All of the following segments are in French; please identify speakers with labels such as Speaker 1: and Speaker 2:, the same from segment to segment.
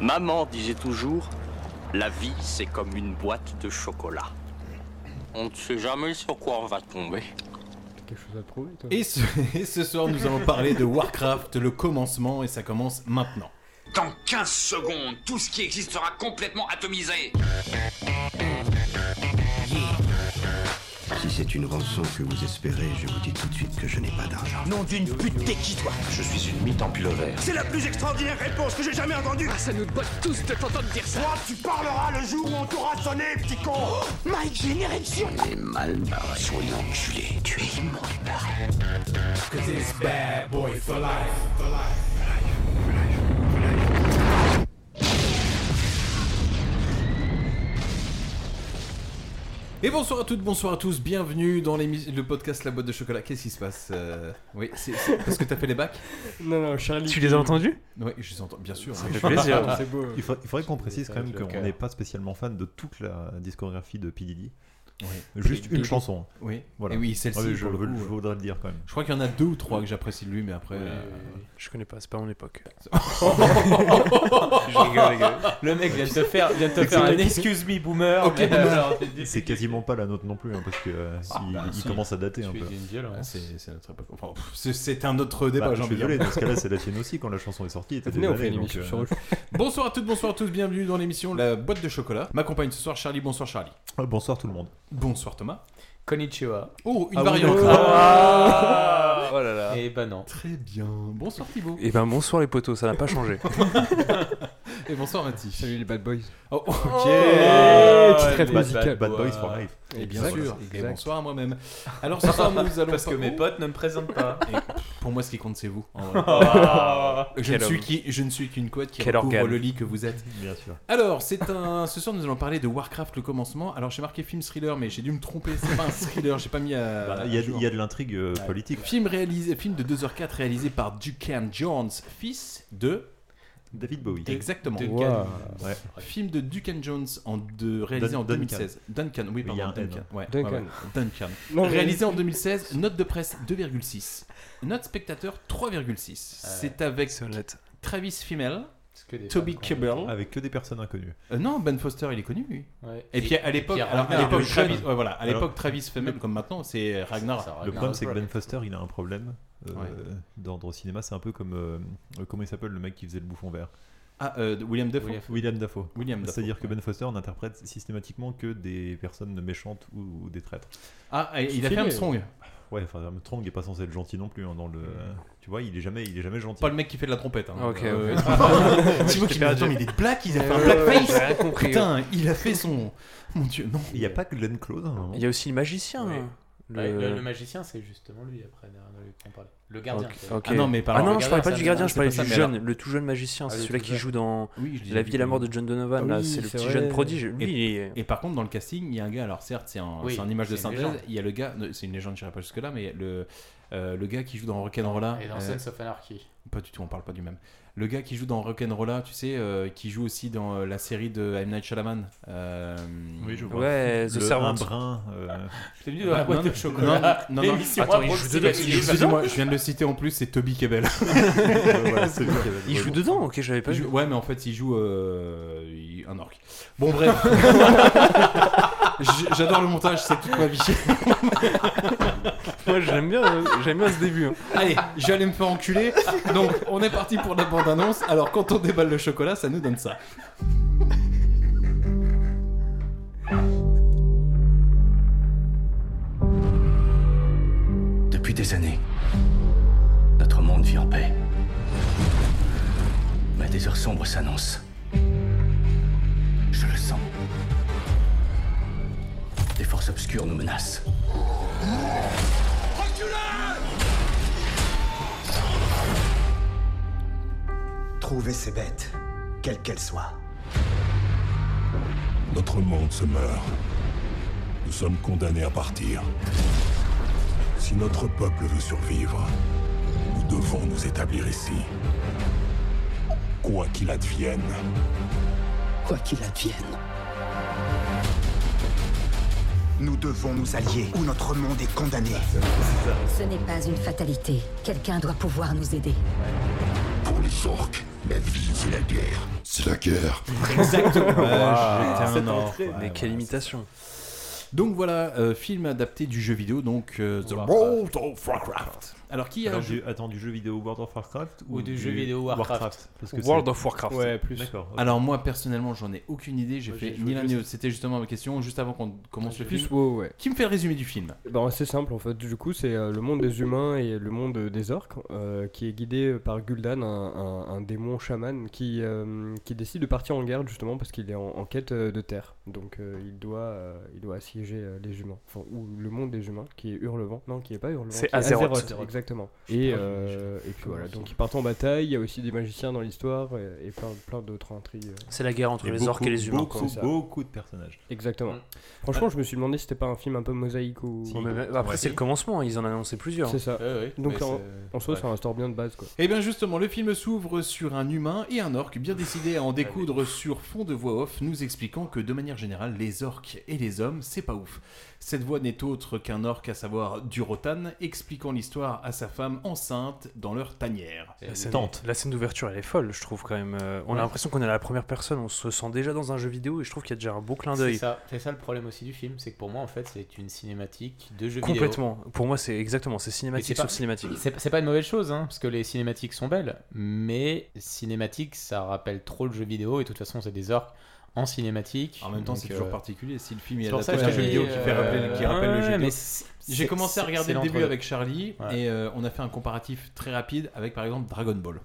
Speaker 1: Maman disait toujours, la vie c'est comme une boîte de chocolat. On ne sait jamais sur quoi on va tomber.
Speaker 2: Quelque chose à trouver, toi
Speaker 3: Et ce, et ce soir, nous allons parler de Warcraft, le commencement, et ça commence maintenant.
Speaker 4: Dans 15 secondes, tout ce qui existe sera complètement atomisé.
Speaker 5: Si c'est une rançon que vous espérez, je vous dis tout de suite que je n'ai pas d'argent.
Speaker 6: Nom d'une pute, t'es qui toi
Speaker 7: Je suis une mythe en pilover.
Speaker 6: C'est la plus extraordinaire réponse que j'ai jamais entendue
Speaker 8: Ah, ça nous botte tous de t'entendre dire ça
Speaker 6: Toi, tu parleras le jour où on t'aura sonné, petit con
Speaker 8: My Generation
Speaker 7: T'es mal barré, soyons enculé. Tu es immonde barré.
Speaker 3: Et bonsoir à toutes, bonsoir à tous, bienvenue dans l'émi- le podcast La Boîte de Chocolat. Qu'est-ce qui se passe euh, Oui, c'est c'est parce que t'as fait les bacs
Speaker 2: Non, non, Charlie.
Speaker 9: Tu les as entendus
Speaker 3: Oui, je les entends, bien sûr.
Speaker 9: Ça fait plaisir.
Speaker 2: Ah, C'est beau.
Speaker 10: Il, faudrait- il faudrait qu'on précise quand même
Speaker 2: Joker.
Speaker 10: qu'on n'est pas spécialement fan de toute la discographie de P. Diddy.
Speaker 3: Oui,
Speaker 10: Juste
Speaker 3: P.
Speaker 10: une
Speaker 3: Diddy.
Speaker 10: chanson.
Speaker 3: oui.
Speaker 10: Voilà.
Speaker 3: Et oui,
Speaker 10: Ah
Speaker 3: celle-ci.
Speaker 10: oui, je,
Speaker 3: pour le
Speaker 10: veux-
Speaker 3: coup,
Speaker 10: je
Speaker 3: euh,
Speaker 10: voudrais le dire quand même.
Speaker 3: je crois qu'il y en a deux ou trois que j'apprécie de lui, mais après. euh,
Speaker 9: Je connais pas, c'est pas mon époque.
Speaker 11: Le mec vient de te faire, vient de te faire un excuse me boomer.
Speaker 3: Ok,
Speaker 11: mais,
Speaker 3: boomer.
Speaker 11: euh, alors, t'es- t'es-
Speaker 10: C'est quasiment pas la note non plus, hein, parce que euh, il, il commence à dater un peu.
Speaker 3: ouais, Ah, c'est c'est notre époque. Enfin, pff, c'est- c'est un autre débat,
Speaker 10: Bah, je
Speaker 3: j'ai
Speaker 10: suis
Speaker 3: envie de dire.
Speaker 10: désolé, dans ce cas-là, c'est la tienne aussi quand la chanson est sortie. était
Speaker 2: Venez, on
Speaker 10: dévalée,
Speaker 2: fait une
Speaker 10: donc,
Speaker 2: émission
Speaker 10: euh,
Speaker 2: sur le
Speaker 3: Bonsoir à toutes, bonsoir à tous, bienvenue dans l'émission La Boîte de Chocolat. M'accompagne ce soir Charlie, bonsoir Charlie.
Speaker 10: ah, Bonsoir tout le monde.
Speaker 3: Bonsoir Thomas.
Speaker 11: Konnichiwa.
Speaker 3: Oh, une
Speaker 11: Ah,
Speaker 3: variante. Euh,
Speaker 11: oui. Ah.
Speaker 9: Oh là là.
Speaker 11: Et bah non.
Speaker 3: Très bien. Bonsoir Thibaut.
Speaker 9: Et ben bonsoir les potos, ça n'a pas changé.
Speaker 3: Et bonsoir Mathis.
Speaker 2: Salut les bad boys.
Speaker 3: Oh, ok.
Speaker 2: Eh, petite
Speaker 11: ouais,
Speaker 2: traite
Speaker 11: bah,
Speaker 2: musicale.
Speaker 10: Bad Boys for Life.
Speaker 3: Et bien
Speaker 2: Exact,
Speaker 3: sûr, et
Speaker 2: exact.
Speaker 3: bonsoir à moi-même. Alors ce soir, nous allons.
Speaker 11: Parce que mes potes ne me présentent pas. Ah.
Speaker 3: Pour moi, ce qui compte, c'est vous. en vrai. je, ne
Speaker 9: Quel
Speaker 3: suis
Speaker 9: homme.
Speaker 3: qui, je ne suis qu'une couette qui
Speaker 9: Quel
Speaker 3: recouvre
Speaker 9: organe.
Speaker 3: le lit que vous êtes.
Speaker 10: Bien sûr.
Speaker 3: Alors, c'est un. Ce soir, nous allons parler de Warcraft, le commencement. Alors, j'ai marqué film thriller, mais j'ai dû me tromper. C'est pas un thriller, j'ai pas mis à.
Speaker 10: Bah, Il y a-
Speaker 3: à jour.
Speaker 10: il y a de l'intrigue euh, politique.
Speaker 3: Film, réalisé, film de 2h04 réalisé par Ducan Jones, fils de.
Speaker 10: David Bowie.
Speaker 3: Exactement.
Speaker 11: Duncan.
Speaker 2: Wow.
Speaker 10: Ouais.
Speaker 3: Film de Duncan Jones en de, réalisé
Speaker 10: Dun-
Speaker 3: en 2016. Duncan, oui,
Speaker 10: Oui, il y a
Speaker 3: pardon.
Speaker 10: un N,
Speaker 3: Duncan. Ouais,
Speaker 2: Duncan.
Speaker 3: ouais, ouais, Duncan.
Speaker 2: Non,
Speaker 3: Réalisé en 2016, note de presse 2,6. Note spectateur 3,6.
Speaker 10: Euh,
Speaker 11: Ah ouais.
Speaker 3: C'est avec
Speaker 9: C'est honnête.
Speaker 3: Travis Fimmel,
Speaker 11: Parce que des
Speaker 3: Toby
Speaker 11: femmes, quoi.
Speaker 3: Kebbell.
Speaker 10: Avec que des personnes inconnues.
Speaker 3: Euh, non, Ben Foster, il est connu, lui.
Speaker 11: Ouais.
Speaker 3: Et, puis à l'époque,
Speaker 11: Pierre
Speaker 3: alors à
Speaker 11: Ragnar,
Speaker 3: l'époque
Speaker 11: le
Speaker 3: Travis,
Speaker 11: jeune.
Speaker 3: ouais, voilà, à
Speaker 10: Alors-
Speaker 3: l'époque Travis Fimmel comme maintenant, c'est Ragnar.
Speaker 11: Ça,
Speaker 10: Le problème, c'est que
Speaker 11: Ragnarok.
Speaker 10: Ben Foster, il a un problème euh,
Speaker 3: Ouais.
Speaker 10: d'ordre cinéma. C'est un peu comme. euh, euh, comment il s'appelle le mec qui faisait le bouffon vert
Speaker 3: Ah, euh, William Defoe. William,
Speaker 10: William Dafoe.
Speaker 3: Dafoe.
Speaker 10: C'est-à-dire que Ben Foster n'interprète systématiquement que des personnes méchantes ou, ou des traîtres.
Speaker 3: Ah, et il a fait
Speaker 2: Filmé.
Speaker 3: Armstrong.
Speaker 10: Ouais, enfin, Armstrong est pas censé être gentil non plus. hein, dans le, tu vois, il est jamais, il est jamais gentil.
Speaker 3: Pas le mec qui fait de la trompette. Hein.
Speaker 9: Ok,
Speaker 3: Euh,
Speaker 9: ok.
Speaker 3: Thibaut qui me dit,
Speaker 9: perdu.
Speaker 3: attends, mais il est black, il a fait un
Speaker 9: Euh,
Speaker 3: blackface.
Speaker 9: j'ai rien compris.
Speaker 3: Putain, il a fait son. Mon dieu, non.
Speaker 10: Il n'y a pas Glenn Close. hein, à un moment.
Speaker 9: Il y a aussi le magicien.
Speaker 11: Ouais.
Speaker 9: hein.
Speaker 11: Ouais, Le... le magicien, c'est justement lui après, derrière lui qu'on parle. Le gardien.
Speaker 9: Ok,
Speaker 11: c'est-
Speaker 9: ok.
Speaker 3: Ah non, mais par
Speaker 9: Ah
Speaker 3: alors,
Speaker 9: non, je parlais pas du gardien, je
Speaker 3: c'est pas
Speaker 9: parlais
Speaker 3: ça,
Speaker 9: du
Speaker 3: mais
Speaker 9: jeune, le tout jeune magicien.
Speaker 11: Ah,
Speaker 9: C'est
Speaker 11: le
Speaker 9: celui
Speaker 11: tout
Speaker 9: qui joue dans
Speaker 3: Oui, je dis-
Speaker 9: La vie et la mort de John Donovan.
Speaker 2: Ah
Speaker 9: là,
Speaker 2: oui,
Speaker 9: c'est le
Speaker 2: c'est
Speaker 9: petit
Speaker 2: vrai.
Speaker 9: jeune prodige. Lui, il est-
Speaker 3: Et par contre, dans le casting, il y a un gars, alors certes, c'est un,
Speaker 11: Oui,
Speaker 3: c'est un image de
Speaker 11: c'est une
Speaker 3: synthèse.
Speaker 11: légende.
Speaker 3: Il y a le gars, euh, c'est une légende, je pas jusque-là, mais le, euh, le gars qui joue dans Rock'n'Rolla.
Speaker 11: Et dans
Speaker 3: euh,
Speaker 11: Sons of Anarchy.
Speaker 3: pas du tout, on parle pas du même. Le gars qui joue dans Rock'n'Rolla, tu sais, euh, qui joue aussi dans euh, la série de M. Night Shyamalan. euh,
Speaker 10: Oui, je vois.
Speaker 9: Ouais, The
Speaker 10: le
Speaker 9: Servant.
Speaker 10: un brun. euh,
Speaker 11: Je t'ai mis
Speaker 3: Ah, non, non, non, non, non.
Speaker 11: L'émission
Speaker 9: Attends, il
Speaker 11: approximative.
Speaker 9: joue dedans, il joue dedans.
Speaker 3: Excusez-moi, je viens de le citer en plus, c'est Toby Kebbell.
Speaker 10: euh, voilà, c'est lui qui avait-
Speaker 9: Il
Speaker 10: ouais,
Speaker 9: joue
Speaker 10: bon.
Speaker 9: dedans Ok, j'avais pas
Speaker 3: Il joue-
Speaker 9: vu.
Speaker 3: Ouais, mais en fait, il joue euh, il- un orc. Bon, bref. J- J'adore le montage, c'est toute ma vie.
Speaker 9: Moi, j'aime bien, euh, j'aime bien ce début. hein.
Speaker 3: Allez, j'allais me faire enculer. Donc, on est parti pour la bande-annonce. Alors, quand on déballe le chocolat, ça nous donne ça.
Speaker 7: Depuis des années, notre monde vit en paix. Mais des heures sombres s'annoncent. Je le sens. Des forces obscures nous menacent.
Speaker 6: Trouvez ces bêtes, quelles qu'elles soient.
Speaker 12: Notre monde se meurt. Nous sommes condamnés à partir. Si notre peuple veut survivre, nous devons nous établir ici. Quoi qu'il advienne,
Speaker 7: Quoi qu'il advienne.
Speaker 6: Nous devons nous allier, ou notre monde est condamné.
Speaker 8: Ce n'est pas une fatalité. Quelqu'un doit pouvoir nous aider.
Speaker 12: pour les orques, la vie c'est la guerre. C'est la guerre.
Speaker 3: Exactement.
Speaker 9: Ah,
Speaker 3: J'étais
Speaker 9: cette
Speaker 3: un or.
Speaker 9: entrée. Mais quelle imitation.
Speaker 3: Donc voilà, euh, film adapté du jeu vidéo, donc euh, The World of Warcraft. Alors qui a
Speaker 10: attends, du, attends, du jeu vidéo World of Warcraft ou,
Speaker 3: Ou du jeu vidéo Warcraft.
Speaker 10: parce que
Speaker 9: World
Speaker 10: c'est-
Speaker 9: of Ah, Warcraft.
Speaker 10: D'accord. ok.
Speaker 3: Alors moi personnellement, j'en ai aucune idée. J'ai
Speaker 10: Moi,
Speaker 3: fait
Speaker 10: j'ai joué
Speaker 3: ni l'un
Speaker 10: plus.
Speaker 3: ni l'autre. C'était justement ma question juste avant qu'on commence le
Speaker 2: Plus
Speaker 3: film.
Speaker 2: WoW, ouais.
Speaker 3: Qui me fait le résumé du film
Speaker 2: Ben, c'est simple en fait, du coup c'est euh, le monde des humains et le monde euh, des orques euh, qui est guidé par Gul'dan, un, un- un démon chaman qui, euh, qui décide de partir en guerre justement parce qu'il est en, en quête euh, de terre. Donc euh, il, doit, euh, il doit assiéger euh, les humains, enfin, ou le monde des humains qui est Hurlevent, non qui est pas Hurlevent,
Speaker 9: C'est
Speaker 2: qui est
Speaker 9: Azeroth.
Speaker 2: exactement.
Speaker 9: Je
Speaker 2: Et,
Speaker 9: sais pas, je-
Speaker 2: euh, et puis
Speaker 9: comment
Speaker 2: voilà,
Speaker 9: ça-
Speaker 2: donc ils partent en bataille, il y a aussi des magiciens dans l'histoire et, et plein, plein d'autres intrigues. euh.
Speaker 9: C'est la guerre entre les orques et les humains,
Speaker 10: Beaucoup,
Speaker 9: quoi. C'est ça. Mm.
Speaker 10: beaucoup de personnages.
Speaker 2: Exactement. Franchement, je me suis demandé si c'était pas un film un peu mosaïque ou.
Speaker 9: Ouais, mais après,
Speaker 2: Ouais.
Speaker 9: c'est le commencement, hein. ils en annoncé plusieurs.
Speaker 2: C'est ça.
Speaker 3: Ouais, ouais,
Speaker 2: Donc
Speaker 3: mais
Speaker 2: en,
Speaker 3: c'est-
Speaker 2: en soi,
Speaker 3: ouais.
Speaker 2: ça instaure bien de base quoi.
Speaker 3: Et Eh bien justement, le film s'ouvre sur un humain et un orque bien décidé à en découdre sur fond de voix off, nous expliquant que de manière générale, les orques et les hommes, c'est pas ouf. Cette voix n'est autre qu'un orque, à savoir Durotan, expliquant l'histoire à sa femme enceinte dans leur tanière.
Speaker 9: La scène, la scène d'ouverture, elle est folle, je trouve quand même. Euh, on a l'impression qu'on est la première personne, on se sent déjà dans un jeu vidéo et je trouve qu'il y a déjà un beau clin
Speaker 11: C'est
Speaker 9: d'œil.
Speaker 11: ça, c'est ça le problème aussi du film, c'est que pour moi en fait c'est une cinématique de jeu vidéo.
Speaker 9: Complètement. Pour moi, c'est exactement, c'est
Speaker 11: Mais c'est
Speaker 9: cinématique
Speaker 11: pas-
Speaker 9: sur cinématique.
Speaker 11: C'est c'est pas une mauvaise chose, hein, parce que les cinématiques sont belles, mais cinématique ça rappelle trop le jeu vidéo et de toute façon c'est des orques en cinématique.
Speaker 3: En même temps, c'est
Speaker 11: donc,
Speaker 3: toujours
Speaker 11: euh,
Speaker 3: particulier si le film est
Speaker 11: c'est pour
Speaker 3: adapté
Speaker 11: ça
Speaker 3: à un
Speaker 11: que
Speaker 3: jeu
Speaker 11: j'ai,
Speaker 3: vidéo qui, fait rappeler-
Speaker 11: euh,
Speaker 3: qui rappelle le
Speaker 11: ouais,
Speaker 3: jeu
Speaker 11: mais
Speaker 3: vidéo.
Speaker 11: c'est-
Speaker 3: J'ai
Speaker 11: c'est-
Speaker 3: commencé à
Speaker 11: c'est-
Speaker 3: regarder
Speaker 11: c'est
Speaker 3: le début
Speaker 11: l'entre-deux.
Speaker 3: avec Charlie
Speaker 11: Ouais.
Speaker 3: et euh, on a fait un comparatif très rapide avec par exemple Dragon Ball.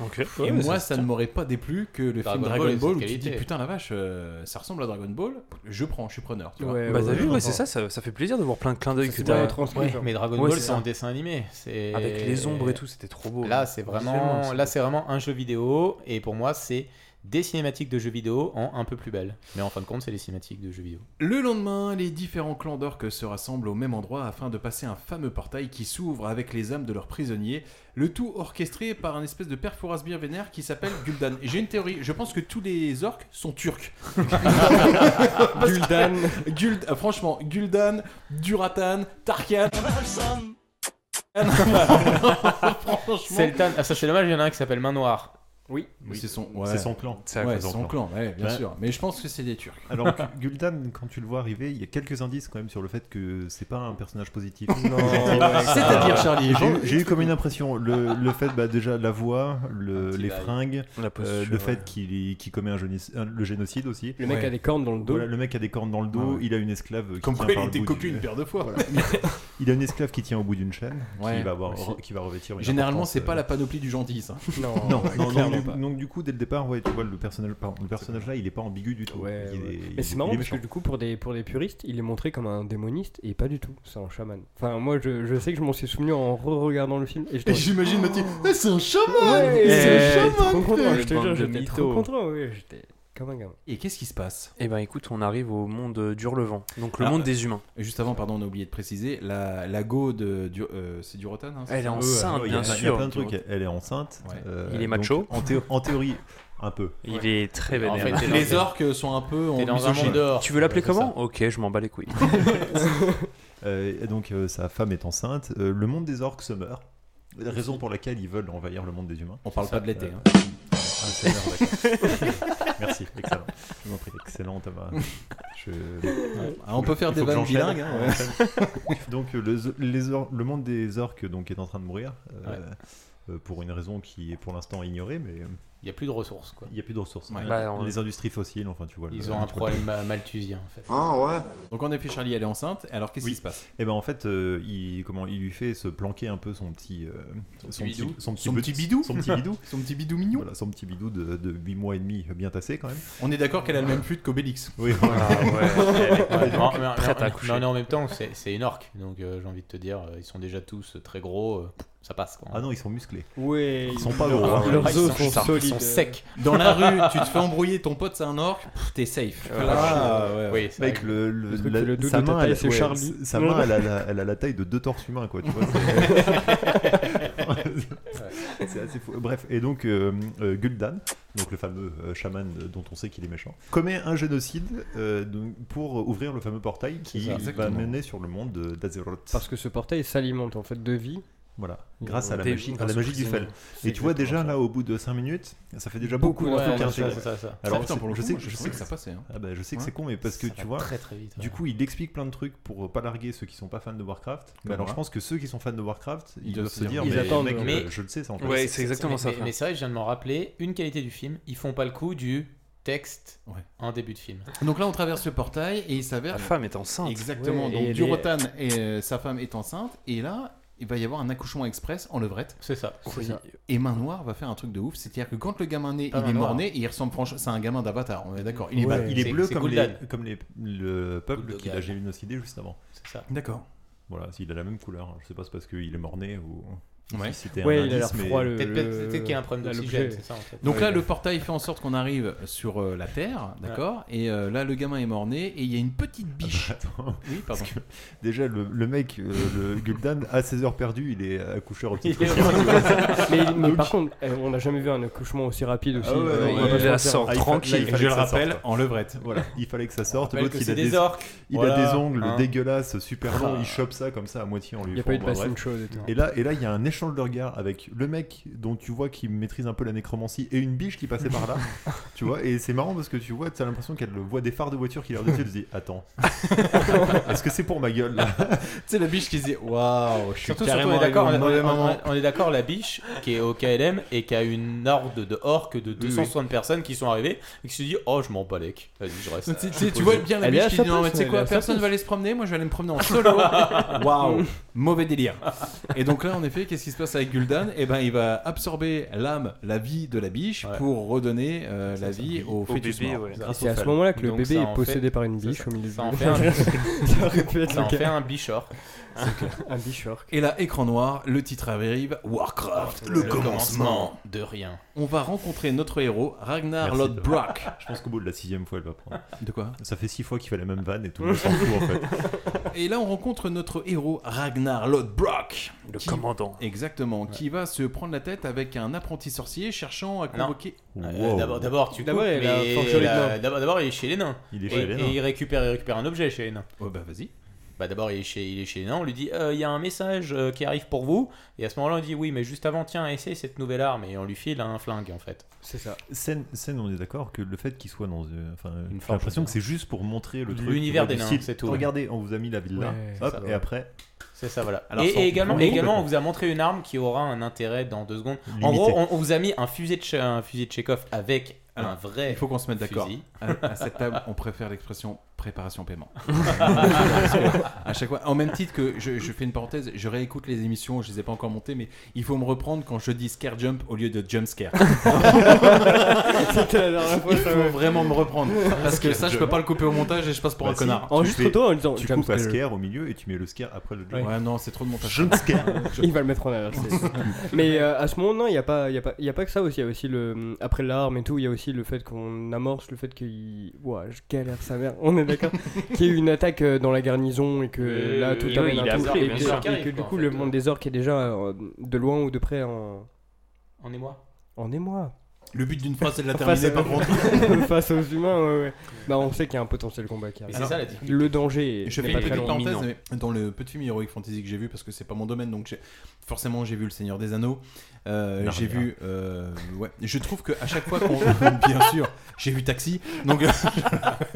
Speaker 9: Ok.
Speaker 3: Et
Speaker 9: Ouais, mais
Speaker 3: moi,
Speaker 9: ça se
Speaker 3: ça ne
Speaker 9: tient.
Speaker 3: m'aurait pas déplu que le
Speaker 11: Dragon
Speaker 3: film
Speaker 11: Ball
Speaker 3: Dragon
Speaker 11: est
Speaker 3: Ball,
Speaker 11: de
Speaker 3: où tu te dis
Speaker 11: qualité.
Speaker 3: putain la vache, euh, ça ressemble à Dragon Ball, je prends, je suis preneur. Tu vois.
Speaker 2: Ouais,
Speaker 9: Bah, t'as vu, ouais, c'est
Speaker 3: j'entends.
Speaker 9: ça, ça, ça fait plaisir de voir plein de clins d'œil
Speaker 2: Ça,
Speaker 9: que
Speaker 2: c'est bien
Speaker 9: t'as.
Speaker 2: transcrit,
Speaker 11: Ouais,
Speaker 2: genre.
Speaker 11: mais Dragon
Speaker 9: Ouais,
Speaker 11: Ball
Speaker 9: c'est
Speaker 11: c'est en
Speaker 9: ça.
Speaker 11: dessin animé, c'est
Speaker 9: Avec les ombres et tout, c'était trop beau.
Speaker 11: Là, c'est
Speaker 9: Visuellement,
Speaker 11: vraiment
Speaker 9: c'est
Speaker 11: là, c'est vraiment un jeu vidéo et pour moi, c'est des cinématiques de jeux vidéo en un peu plus belles. Mais en fin de compte, c'est des cinématiques de jeux vidéo.
Speaker 3: Le lendemain, les différents clans d'orques se rassemblent au même endroit afin de passer un fameux portail qui s'ouvre avec les âmes de leurs prisonniers, le tout orchestré par un espèce de père Fouras bien vénère qui s'appelle Gul'dan. Et J'ai une théorie, je pense que tous les orques sont turcs. Parce que-
Speaker 2: Gul'dan.
Speaker 3: Guld- euh, franchement, Gul'dan, Duratan, Ah Tarkan. bah,
Speaker 11: C'est le tan- Ah, ça, c'est dommage, il y en a un qui s'appelle Main Noire.
Speaker 2: Oui.
Speaker 3: Mais C'est son,
Speaker 10: C'est son clan.
Speaker 3: C'est ouais, son clan, ouais, bien
Speaker 10: Ouais.
Speaker 3: sûr. Mais je pense que c'est des Turcs.
Speaker 10: Alors, Gu- Gul'dan, quand tu le vois arriver, il y a quelques indices quand même sur le fait que c'est pas un personnage positif. ah,
Speaker 2: Non, ouais. C'est-à-dire, Charlie,
Speaker 10: J'ai eu-
Speaker 2: je-
Speaker 10: J'ai eu comme une impression le, le fait, bah, déjà, la voix, le- les fringues,
Speaker 9: La posture,
Speaker 10: euh, le fait
Speaker 9: ouais.
Speaker 10: qu'il qu'il commet un, génici- un- le génocide aussi.
Speaker 2: Le mec
Speaker 10: Ouais.
Speaker 2: a des cornes dans le dos.
Speaker 10: Voilà, le mec a des cornes dans le dos,
Speaker 2: Ouais, ouais.
Speaker 10: il a une esclave qui
Speaker 3: Comme
Speaker 10: tient
Speaker 3: quoi, il
Speaker 10: par le
Speaker 3: était
Speaker 10: bout
Speaker 3: cocu
Speaker 10: du-
Speaker 3: une paire de fois.
Speaker 10: Voilà. il a une esclave qui tient au bout d'une chaîne,
Speaker 3: Ouais,
Speaker 10: qui, va avoir,
Speaker 3: aussi.
Speaker 10: qui va revêtir une
Speaker 3: Généralement,
Speaker 10: importance,
Speaker 3: c'est pas
Speaker 10: euh,
Speaker 3: la panoplie du hein. gentil, ça.
Speaker 2: Non,
Speaker 10: non, non,
Speaker 2: clairement
Speaker 10: donc,
Speaker 2: pas.
Speaker 10: du, donc du coup dès le départ ouais tu vois le personnage pardon, le personnage là il est pas ambigu du tout
Speaker 2: Ouais,
Speaker 10: il
Speaker 2: ouais.
Speaker 10: est- il
Speaker 2: Mais
Speaker 10: est-
Speaker 2: c'est marrant
Speaker 10: il est
Speaker 2: parce que
Speaker 10: méchant.
Speaker 2: du coup, pour des, pour des puristes, il est montré comme un démoniste et pas du tout. C'est un chaman. Enfin, moi, je, Euh, je sais que je m'en suis souvenu en re-regardant le film. Et j'étais-
Speaker 3: J'imagine Mathieu, Eh, c'est un chaman
Speaker 2: Ouais,
Speaker 9: Eh,
Speaker 2: c'est
Speaker 9: trop
Speaker 2: trop content.
Speaker 9: content,
Speaker 2: Je te
Speaker 9: bande de
Speaker 2: jure, j'étais trop
Speaker 9: mythos.
Speaker 2: content. ouais, J'étais comme un gamin.
Speaker 3: Et qu'est-ce qui se passe
Speaker 9: Eh ben écoute, on arrive au monde d'Hurlevent, donc le
Speaker 3: Ah,
Speaker 9: monde
Speaker 3: euh,
Speaker 9: des humains.
Speaker 3: Et Juste avant, pardon, on a oublié de préciser, la, la go de. Du, euh, c'est du Rotan hein, c'est
Speaker 9: Elle
Speaker 3: ça
Speaker 9: est enceinte,
Speaker 10: Ouais, il y a-
Speaker 9: bien
Speaker 10: il y a
Speaker 9: sûr.
Speaker 10: plein de trucs elle est enceinte
Speaker 3: Ouais.
Speaker 10: euh,
Speaker 9: Il est
Speaker 10: donc,
Speaker 9: macho.
Speaker 10: en, théo- en théorie un peu
Speaker 9: Il est très
Speaker 11: En
Speaker 9: vénère.
Speaker 11: fait, t'es dans-
Speaker 3: Les orques sont un peu en
Speaker 11: T'es dans un
Speaker 3: misogyne.
Speaker 11: monde d'or.
Speaker 9: Tu veux l'appeler
Speaker 11: Ouais, c'est
Speaker 9: comment Ok, je m'en bats les couilles.
Speaker 10: Euh, et donc euh, sa femme est enceinte euh, le monde des orques se meurt la raison pour laquelle ils veulent envahir le monde des humains
Speaker 3: On parle pas de l'été.
Speaker 10: Euh,
Speaker 3: hein.
Speaker 10: ah, ça meurt, d'accord. merci excellent je vous en prie excellent Thomas je...
Speaker 3: Ah, on peut faire
Speaker 10: Il
Speaker 3: des
Speaker 10: faut que
Speaker 3: vannes
Speaker 10: j'enchaîne.
Speaker 3: bilingues. hein, ouais.
Speaker 10: Donc euh, le, les or- le monde des orques donc, est en train de mourir euh,
Speaker 11: Ouais.
Speaker 10: euh, pour une raison qui est pour l'instant ignorée, mais euh,
Speaker 11: Il y a plus de ressources quoi.
Speaker 10: il n'y a plus de ressources.
Speaker 3: Ouais.
Speaker 10: Euh,
Speaker 9: Bah, on-
Speaker 10: Les industries fossiles, enfin tu vois.
Speaker 11: Ils ont un problème ma- malthusien en fait.
Speaker 7: Ah ouais
Speaker 3: Donc en effet, Charlie, elle est enceinte. Alors qu'est-ce
Speaker 10: Oui.
Speaker 3: qui se passe
Speaker 10: Et ben en fait, euh, il, comment, il lui fait se planquer un peu son petit, euh,
Speaker 3: petit bidou.
Speaker 10: son petit,
Speaker 3: Son
Speaker 10: be-
Speaker 3: petit bidou.
Speaker 10: son petit bidou,
Speaker 3: Son petit bidou mignon.
Speaker 10: Voilà, son petit bidou de, de 8 mois et demi, bien tassé quand même.
Speaker 3: On est d'accord qu'elle a le même flux qu'Obélix.
Speaker 10: Oui,
Speaker 11: Ouais, non, mais-
Speaker 9: prête
Speaker 11: mais-
Speaker 9: à coucher.
Speaker 11: mais en même temps, c'est c'est une orque, donc euh, j'ai envie de te dire, euh, ils sont déjà tous euh, très gros, euh, ça passe quoi.
Speaker 10: Ah non, ils sont musclés.
Speaker 2: Ouais.
Speaker 10: Ils sont pas gros. hein.
Speaker 2: leurs
Speaker 11: Ah, ils
Speaker 2: os
Speaker 11: sont-
Speaker 2: sont
Speaker 11: ils sont-
Speaker 2: solides.
Speaker 11: Ils sont secs.
Speaker 3: Dans la rue, tu te fais embrouiller, ton pote c'est un orque, pff, t'es safe.
Speaker 10: Ah, ouais,
Speaker 3: euh.
Speaker 10: ouais.
Speaker 11: euh. Oui, c'est
Speaker 10: Mec,
Speaker 11: vrai.
Speaker 10: le, le-
Speaker 2: Le truc,
Speaker 10: la-
Speaker 2: c'est le dos
Speaker 10: sa
Speaker 2: de ta
Speaker 10: main,
Speaker 2: taille,
Speaker 10: elle,
Speaker 2: c'est
Speaker 10: ouais,
Speaker 2: Charlie.
Speaker 10: s- sa main, elle a, la, elle a la taille de deux torses humains, quoi. Tu vois, c'est- c'est assez fou. Bref, et donc euh, euh, Gul'dan, donc le fameux euh, chaman euh, dont on sait qu'il est méchant, commet un génocide euh, donc, pour ouvrir le fameux portail qui
Speaker 3: ça,
Speaker 10: va
Speaker 3: exactement.
Speaker 10: mener sur le monde de- d'Azeroth.
Speaker 2: Parce que ce portail s'alimente en fait de vie
Speaker 10: Voilà, grâce à la
Speaker 9: Des-
Speaker 10: magie, à
Speaker 9: grâce
Speaker 10: la
Speaker 9: au
Speaker 10: magie du
Speaker 9: prisme.
Speaker 10: fel.
Speaker 9: C'est
Speaker 10: Et tu vois
Speaker 9: exactement
Speaker 10: déjà là, au bout de 5 minutes, ça fait déjà
Speaker 9: Beaucoup
Speaker 10: beaucoup d'infos
Speaker 9: d'infos,
Speaker 10: qui
Speaker 9: ouais, ça,
Speaker 10: intègrent.
Speaker 9: ça, ça.
Speaker 10: Alors,
Speaker 3: Ah, Putain,
Speaker 10: c'est-
Speaker 3: pour le
Speaker 10: je
Speaker 3: coup,
Speaker 10: sais,
Speaker 3: moi, je
Speaker 10: je sais
Speaker 3: trouvais
Speaker 10: que ça passait.
Speaker 3: hein.
Speaker 10: Ah bah, je sais que
Speaker 3: Ouais.
Speaker 10: c'est con, mais parce que
Speaker 3: Ça
Speaker 10: tu
Speaker 3: va
Speaker 10: vois,
Speaker 3: très, très vite,
Speaker 10: du
Speaker 3: ouais.
Speaker 10: coup, il explique plein de trucs pour euh, pas larguer ceux qui sont pas fans de Warcraft. Mais
Speaker 3: Comme
Speaker 10: alors,
Speaker 3: moi.
Speaker 10: je pense que ceux qui sont fans de Warcraft, ils,
Speaker 3: Ils
Speaker 10: doivent se dire,
Speaker 3: Ils
Speaker 10: mais
Speaker 3: attendent,
Speaker 10: mec,
Speaker 3: mais-
Speaker 10: euh, je le sais, ça en fait.
Speaker 9: Ouais, c'est exactement
Speaker 11: mais,
Speaker 9: ça,
Speaker 11: mais-
Speaker 9: frère.
Speaker 11: mais c'est vrai, je viens de m'en rappeler, une qualité du film, ils font pas le coup du texte en début de film.
Speaker 3: Donc là, on traverse le portail et il s'avère.
Speaker 11: La
Speaker 9: Ah,
Speaker 11: femme est enceinte.
Speaker 3: Exactement.
Speaker 11: Ouais,
Speaker 3: donc
Speaker 11: et elle
Speaker 3: Durotan et euh, sa femme est enceinte et là. Il va y avoir un accouchement express en levrette.
Speaker 11: C'est ça.
Speaker 9: Oui. ça.
Speaker 3: Et Main Noire va faire un truc de ouf. C'est-à-dire que quand le gamin naît,
Speaker 9: Pas
Speaker 3: il
Speaker 9: Main
Speaker 3: est
Speaker 9: Noire.
Speaker 3: mort-né et il ressemble franchement. C'est un gamin d'avatar, on est d'accord. Il est,
Speaker 10: Bah,
Speaker 3: bleu.
Speaker 10: il est bleu comme, les,
Speaker 3: Gul'dan.
Speaker 10: comme les, le peuple
Speaker 3: Gul'dan.
Speaker 10: qui l'a génocidé juste avant.
Speaker 11: C'est ça.
Speaker 2: Euh,
Speaker 3: D'accord.
Speaker 10: Voilà, il a la même couleur. Je sais pas, c'est parce qu'il est mort-né ou
Speaker 3: Ouais.
Speaker 10: si c'était un
Speaker 2: Ouais, il a
Speaker 10: indice,
Speaker 2: l'air
Speaker 10: mais-
Speaker 2: froid, le-
Speaker 11: Peut-être peut-être qu'il y a un problème
Speaker 2: Là,
Speaker 11: d'oxygène,
Speaker 2: l'objet.
Speaker 11: c'est ça en fait.
Speaker 3: Donc là, le portail fait en sorte qu'on arrive sur euh, la Terre, d'accord Et euh, là, le gamin est mort-né et il y a une petite biche. oui, pardon.
Speaker 10: Parce que déjà, le, le mec, euh, le Gul'dan, à 16 heures perdues, il est accoucheur au petit
Speaker 2: mais, il- mais par contre, eh, on n'a jamais vu un accouchement aussi rapide aussi.
Speaker 10: Ah ouais,
Speaker 2: Euh,
Speaker 10: ouais,
Speaker 2: on va
Speaker 10: ouais,
Speaker 2: pas se
Speaker 10: il la
Speaker 2: mentir.
Speaker 10: sort Ah, il fa- tranquille, là, il fallait je que le ça rappelle, sorte.
Speaker 3: en levrette.
Speaker 10: Voilà, il fallait que ça sorte.
Speaker 11: Rappelle
Speaker 10: L'autre,
Speaker 11: que
Speaker 10: il
Speaker 11: c'est
Speaker 10: a
Speaker 11: des orques.
Speaker 10: Il a
Speaker 11: Voilà,
Speaker 10: des ongles
Speaker 11: hein.
Speaker 10: dégueulasses, super longs.
Speaker 11: Ah.
Speaker 10: Il chope ça comme ça à moitié en lui.
Speaker 2: Il y a
Speaker 10: font,
Speaker 2: pas eu de
Speaker 10: bah,
Speaker 2: passing
Speaker 10: bref.
Speaker 2: chose et tout.
Speaker 10: Et là, et là, il y a un échange de regards avec le mec dont tu vois qu'il maîtrise un peu la nécromancie et une biche qui passait par là. tu vois, et c'est marrant parce que tu vois, t'as l'impression qu'elle voit des phares de voiture qui leur dessus. Elle se dit, attends, est-ce que c'est pour ma gueule là
Speaker 3: C'est la biche qui se dit waouh, je suis
Speaker 11: Surtout, surtout,
Speaker 3: carrément
Speaker 11: on est d'accord,
Speaker 3: arrivé
Speaker 11: on,
Speaker 3: au mauvais
Speaker 11: on-
Speaker 3: moment.
Speaker 11: on- on est d'accord, la biche qui est au KLM et qui a une horde de orques de 260 personnes qui sont arrivées et qui se dit oh je m'en balèque, vas-y je reste. Je
Speaker 3: Tu- tu-
Speaker 2: Ah,
Speaker 3: tu-
Speaker 11: suis
Speaker 3: tu
Speaker 11: posé.
Speaker 3: vois bien la
Speaker 11: Elle est
Speaker 3: biche
Speaker 11: à
Speaker 3: qui
Speaker 11: sa
Speaker 3: dit non mais
Speaker 11: place,
Speaker 3: tu sais
Speaker 11: elle est
Speaker 3: quoi
Speaker 11: à sa
Speaker 3: personne
Speaker 11: place.
Speaker 3: va aller se promener moi je vais aller me promener en solo waouh mauvais délire et donc là en effet qu'est-ce qui se passe avec Gul'dan et ben il va absorber l'âme la vie de la biche pour redonner euh, la vie au fœtus
Speaker 2: bébé,
Speaker 3: mort.
Speaker 2: ouais.
Speaker 3: Grâce
Speaker 2: Et c'est
Speaker 3: au
Speaker 2: à ce
Speaker 3: phallus.
Speaker 2: moment-là que le
Speaker 3: Donc,
Speaker 2: bébé
Speaker 3: ça
Speaker 2: est
Speaker 3: en
Speaker 2: possédé
Speaker 3: fait-
Speaker 2: par une
Speaker 3: ça-
Speaker 2: biche au milieu
Speaker 3: ça
Speaker 2: du
Speaker 3: en
Speaker 2: jeu.
Speaker 3: fait un-
Speaker 2: Ça aurait pu être
Speaker 3: ça
Speaker 2: le
Speaker 3: en
Speaker 2: cas.
Speaker 3: fait un bichor
Speaker 2: C'est clair. Un bichor.
Speaker 3: et là écran noir le titre arrive Warcraft le, commencement
Speaker 11: de rien.
Speaker 3: on va rencontrer notre héros Ragnar
Speaker 10: Merci
Speaker 3: Lodbrok
Speaker 10: Je pense qu'au bout de la sixième fois, elle va prendre.
Speaker 3: De quoi
Speaker 10: Ça fait six fois qu'il fait la même vanne et tout le monde s'en fout en fait.
Speaker 3: Et là, on rencontre notre héros Ragnar Lodbrok, le
Speaker 9: commandant.
Speaker 3: Exactement, qui va se prendre la tête avec un apprenti sorcier cherchant à
Speaker 11: Non.
Speaker 3: convoquer.
Speaker 11: Euh, D'abord, d'abord, tu coupes,
Speaker 3: D'abord, il a
Speaker 11: mais
Speaker 3: forgeron
Speaker 11: la-
Speaker 3: de nain.
Speaker 11: d'abord, d'abord, il est chez les nains.
Speaker 3: Il est
Speaker 11: Et-
Speaker 3: chez les nains.
Speaker 11: Et il récupère, il récupère un objet chez les nains.
Speaker 3: Ouais, bah vas-y.
Speaker 11: Bah d'abord, il est chez, il est chez les nains. On lui dit, Euh, il y a un message euh, qui arrive pour vous. Et à ce moment-là, on dit, oui, mais juste avant, tiens, essaye cette nouvelle arme. Et on lui file un flingue en fait.
Speaker 2: C'est ça.
Speaker 10: Scène, scène, on est d'accord que le fait qu'il soit dans. euh, Enfin, j'ai
Speaker 11: forme,
Speaker 10: l'impression
Speaker 11: c'est
Speaker 10: que
Speaker 11: ça.
Speaker 10: c'est juste pour montrer le truc.
Speaker 11: L'univers
Speaker 10: tu vois,
Speaker 11: des
Speaker 10: du
Speaker 11: nains,
Speaker 10: style,
Speaker 11: c'est tout.
Speaker 10: Regardez, on vous a mis la ville là.
Speaker 11: Ouais,
Speaker 10: hop,
Speaker 11: c'est ça,
Speaker 10: et
Speaker 11: ouais.
Speaker 10: après.
Speaker 11: C'est ça, voilà.
Speaker 10: Alors,
Speaker 11: et,
Speaker 10: sans-
Speaker 11: et également,
Speaker 10: vraiment
Speaker 11: et également, on
Speaker 10: complètement.
Speaker 11: vous a montré une arme qui aura un intérêt dans deux secondes. En
Speaker 10: Limité.
Speaker 11: gros, on, on vous a mis un fusil de, Che- un fusil de Chekhov avec un
Speaker 3: Alors,
Speaker 11: vrai.
Speaker 3: Il Eh, faut qu'on se mette d'accord.
Speaker 11: fusil.
Speaker 3: À, à cette table, on préfère l'expression préparation paiement. Parce que à chaque fois, en même titre que je, je fais une parenthèse, je réécoute les émissions, je les ai pas encore montées, mais il faut me reprendre quand je dis scare jump au lieu de jump scare.
Speaker 2: C'était la dernière fois,
Speaker 3: il
Speaker 2: ça,
Speaker 3: faut
Speaker 2: ouais.
Speaker 3: vraiment me reprendre parce que ça, je peux pas le couper au montage et je passe pour
Speaker 10: Bah
Speaker 3: un
Speaker 10: si,
Speaker 3: connard.
Speaker 10: tu fais- Tu coupes à scare au milieu et tu mets le scare après le
Speaker 3: Ouais,
Speaker 10: jump.
Speaker 3: non, c'est trop de montage.
Speaker 10: Jump scare.
Speaker 2: Il va le mettre en arrière. c'est- Mais euh, à ce moment, non, il n'y a, pas- il y a, pas- il y a pas que ça aussi. Il y a aussi le. Après l'arme et tout, il y a aussi le fait qu'on amorce le fait qu'il. Ouah, je galère sa mère, on est d'accord Qu'il y ait une attaque euh, dans la garnison et que
Speaker 1: Euh,
Speaker 2: là tout
Speaker 1: oui,
Speaker 2: amène
Speaker 1: il
Speaker 2: un
Speaker 1: a
Speaker 2: tout.
Speaker 1: appris,
Speaker 2: Et
Speaker 1: bien
Speaker 2: que,
Speaker 1: sûr.
Speaker 2: et que
Speaker 1: Arrive,
Speaker 2: du
Speaker 1: quoi,
Speaker 2: coup,
Speaker 1: en
Speaker 2: le
Speaker 1: fait.
Speaker 2: monde des orques est déjà euh, de loin ou de près en.
Speaker 11: On est moi.
Speaker 2: En émoi.
Speaker 3: Le but d'une phrase, c'est de la
Speaker 2: Face
Speaker 3: terminer,
Speaker 2: à-
Speaker 3: pas contre.
Speaker 2: Face aux humains, ouais, ouais. Bah, on sait qu'il y a un potentiel combat qui
Speaker 3: Mais
Speaker 2: arrive.
Speaker 3: c'est ça, la difficulté.
Speaker 2: Le danger est.
Speaker 3: Je
Speaker 2: n'est
Speaker 3: fais
Speaker 2: pas
Speaker 3: une
Speaker 2: très
Speaker 3: petite
Speaker 2: loin.
Speaker 3: parenthèse, mais dans le petit film Heroic Fantasy que j'ai vu, parce que c'est pas mon domaine, donc j'ai- forcément j'ai vu Le Seigneur des Anneaux. euh,
Speaker 10: Narnia.
Speaker 3: j'ai vu. euh, ouais. Je trouve que à chaque fois qu'on. Bien sûr, j'ai vu Taxi. Donc. euh,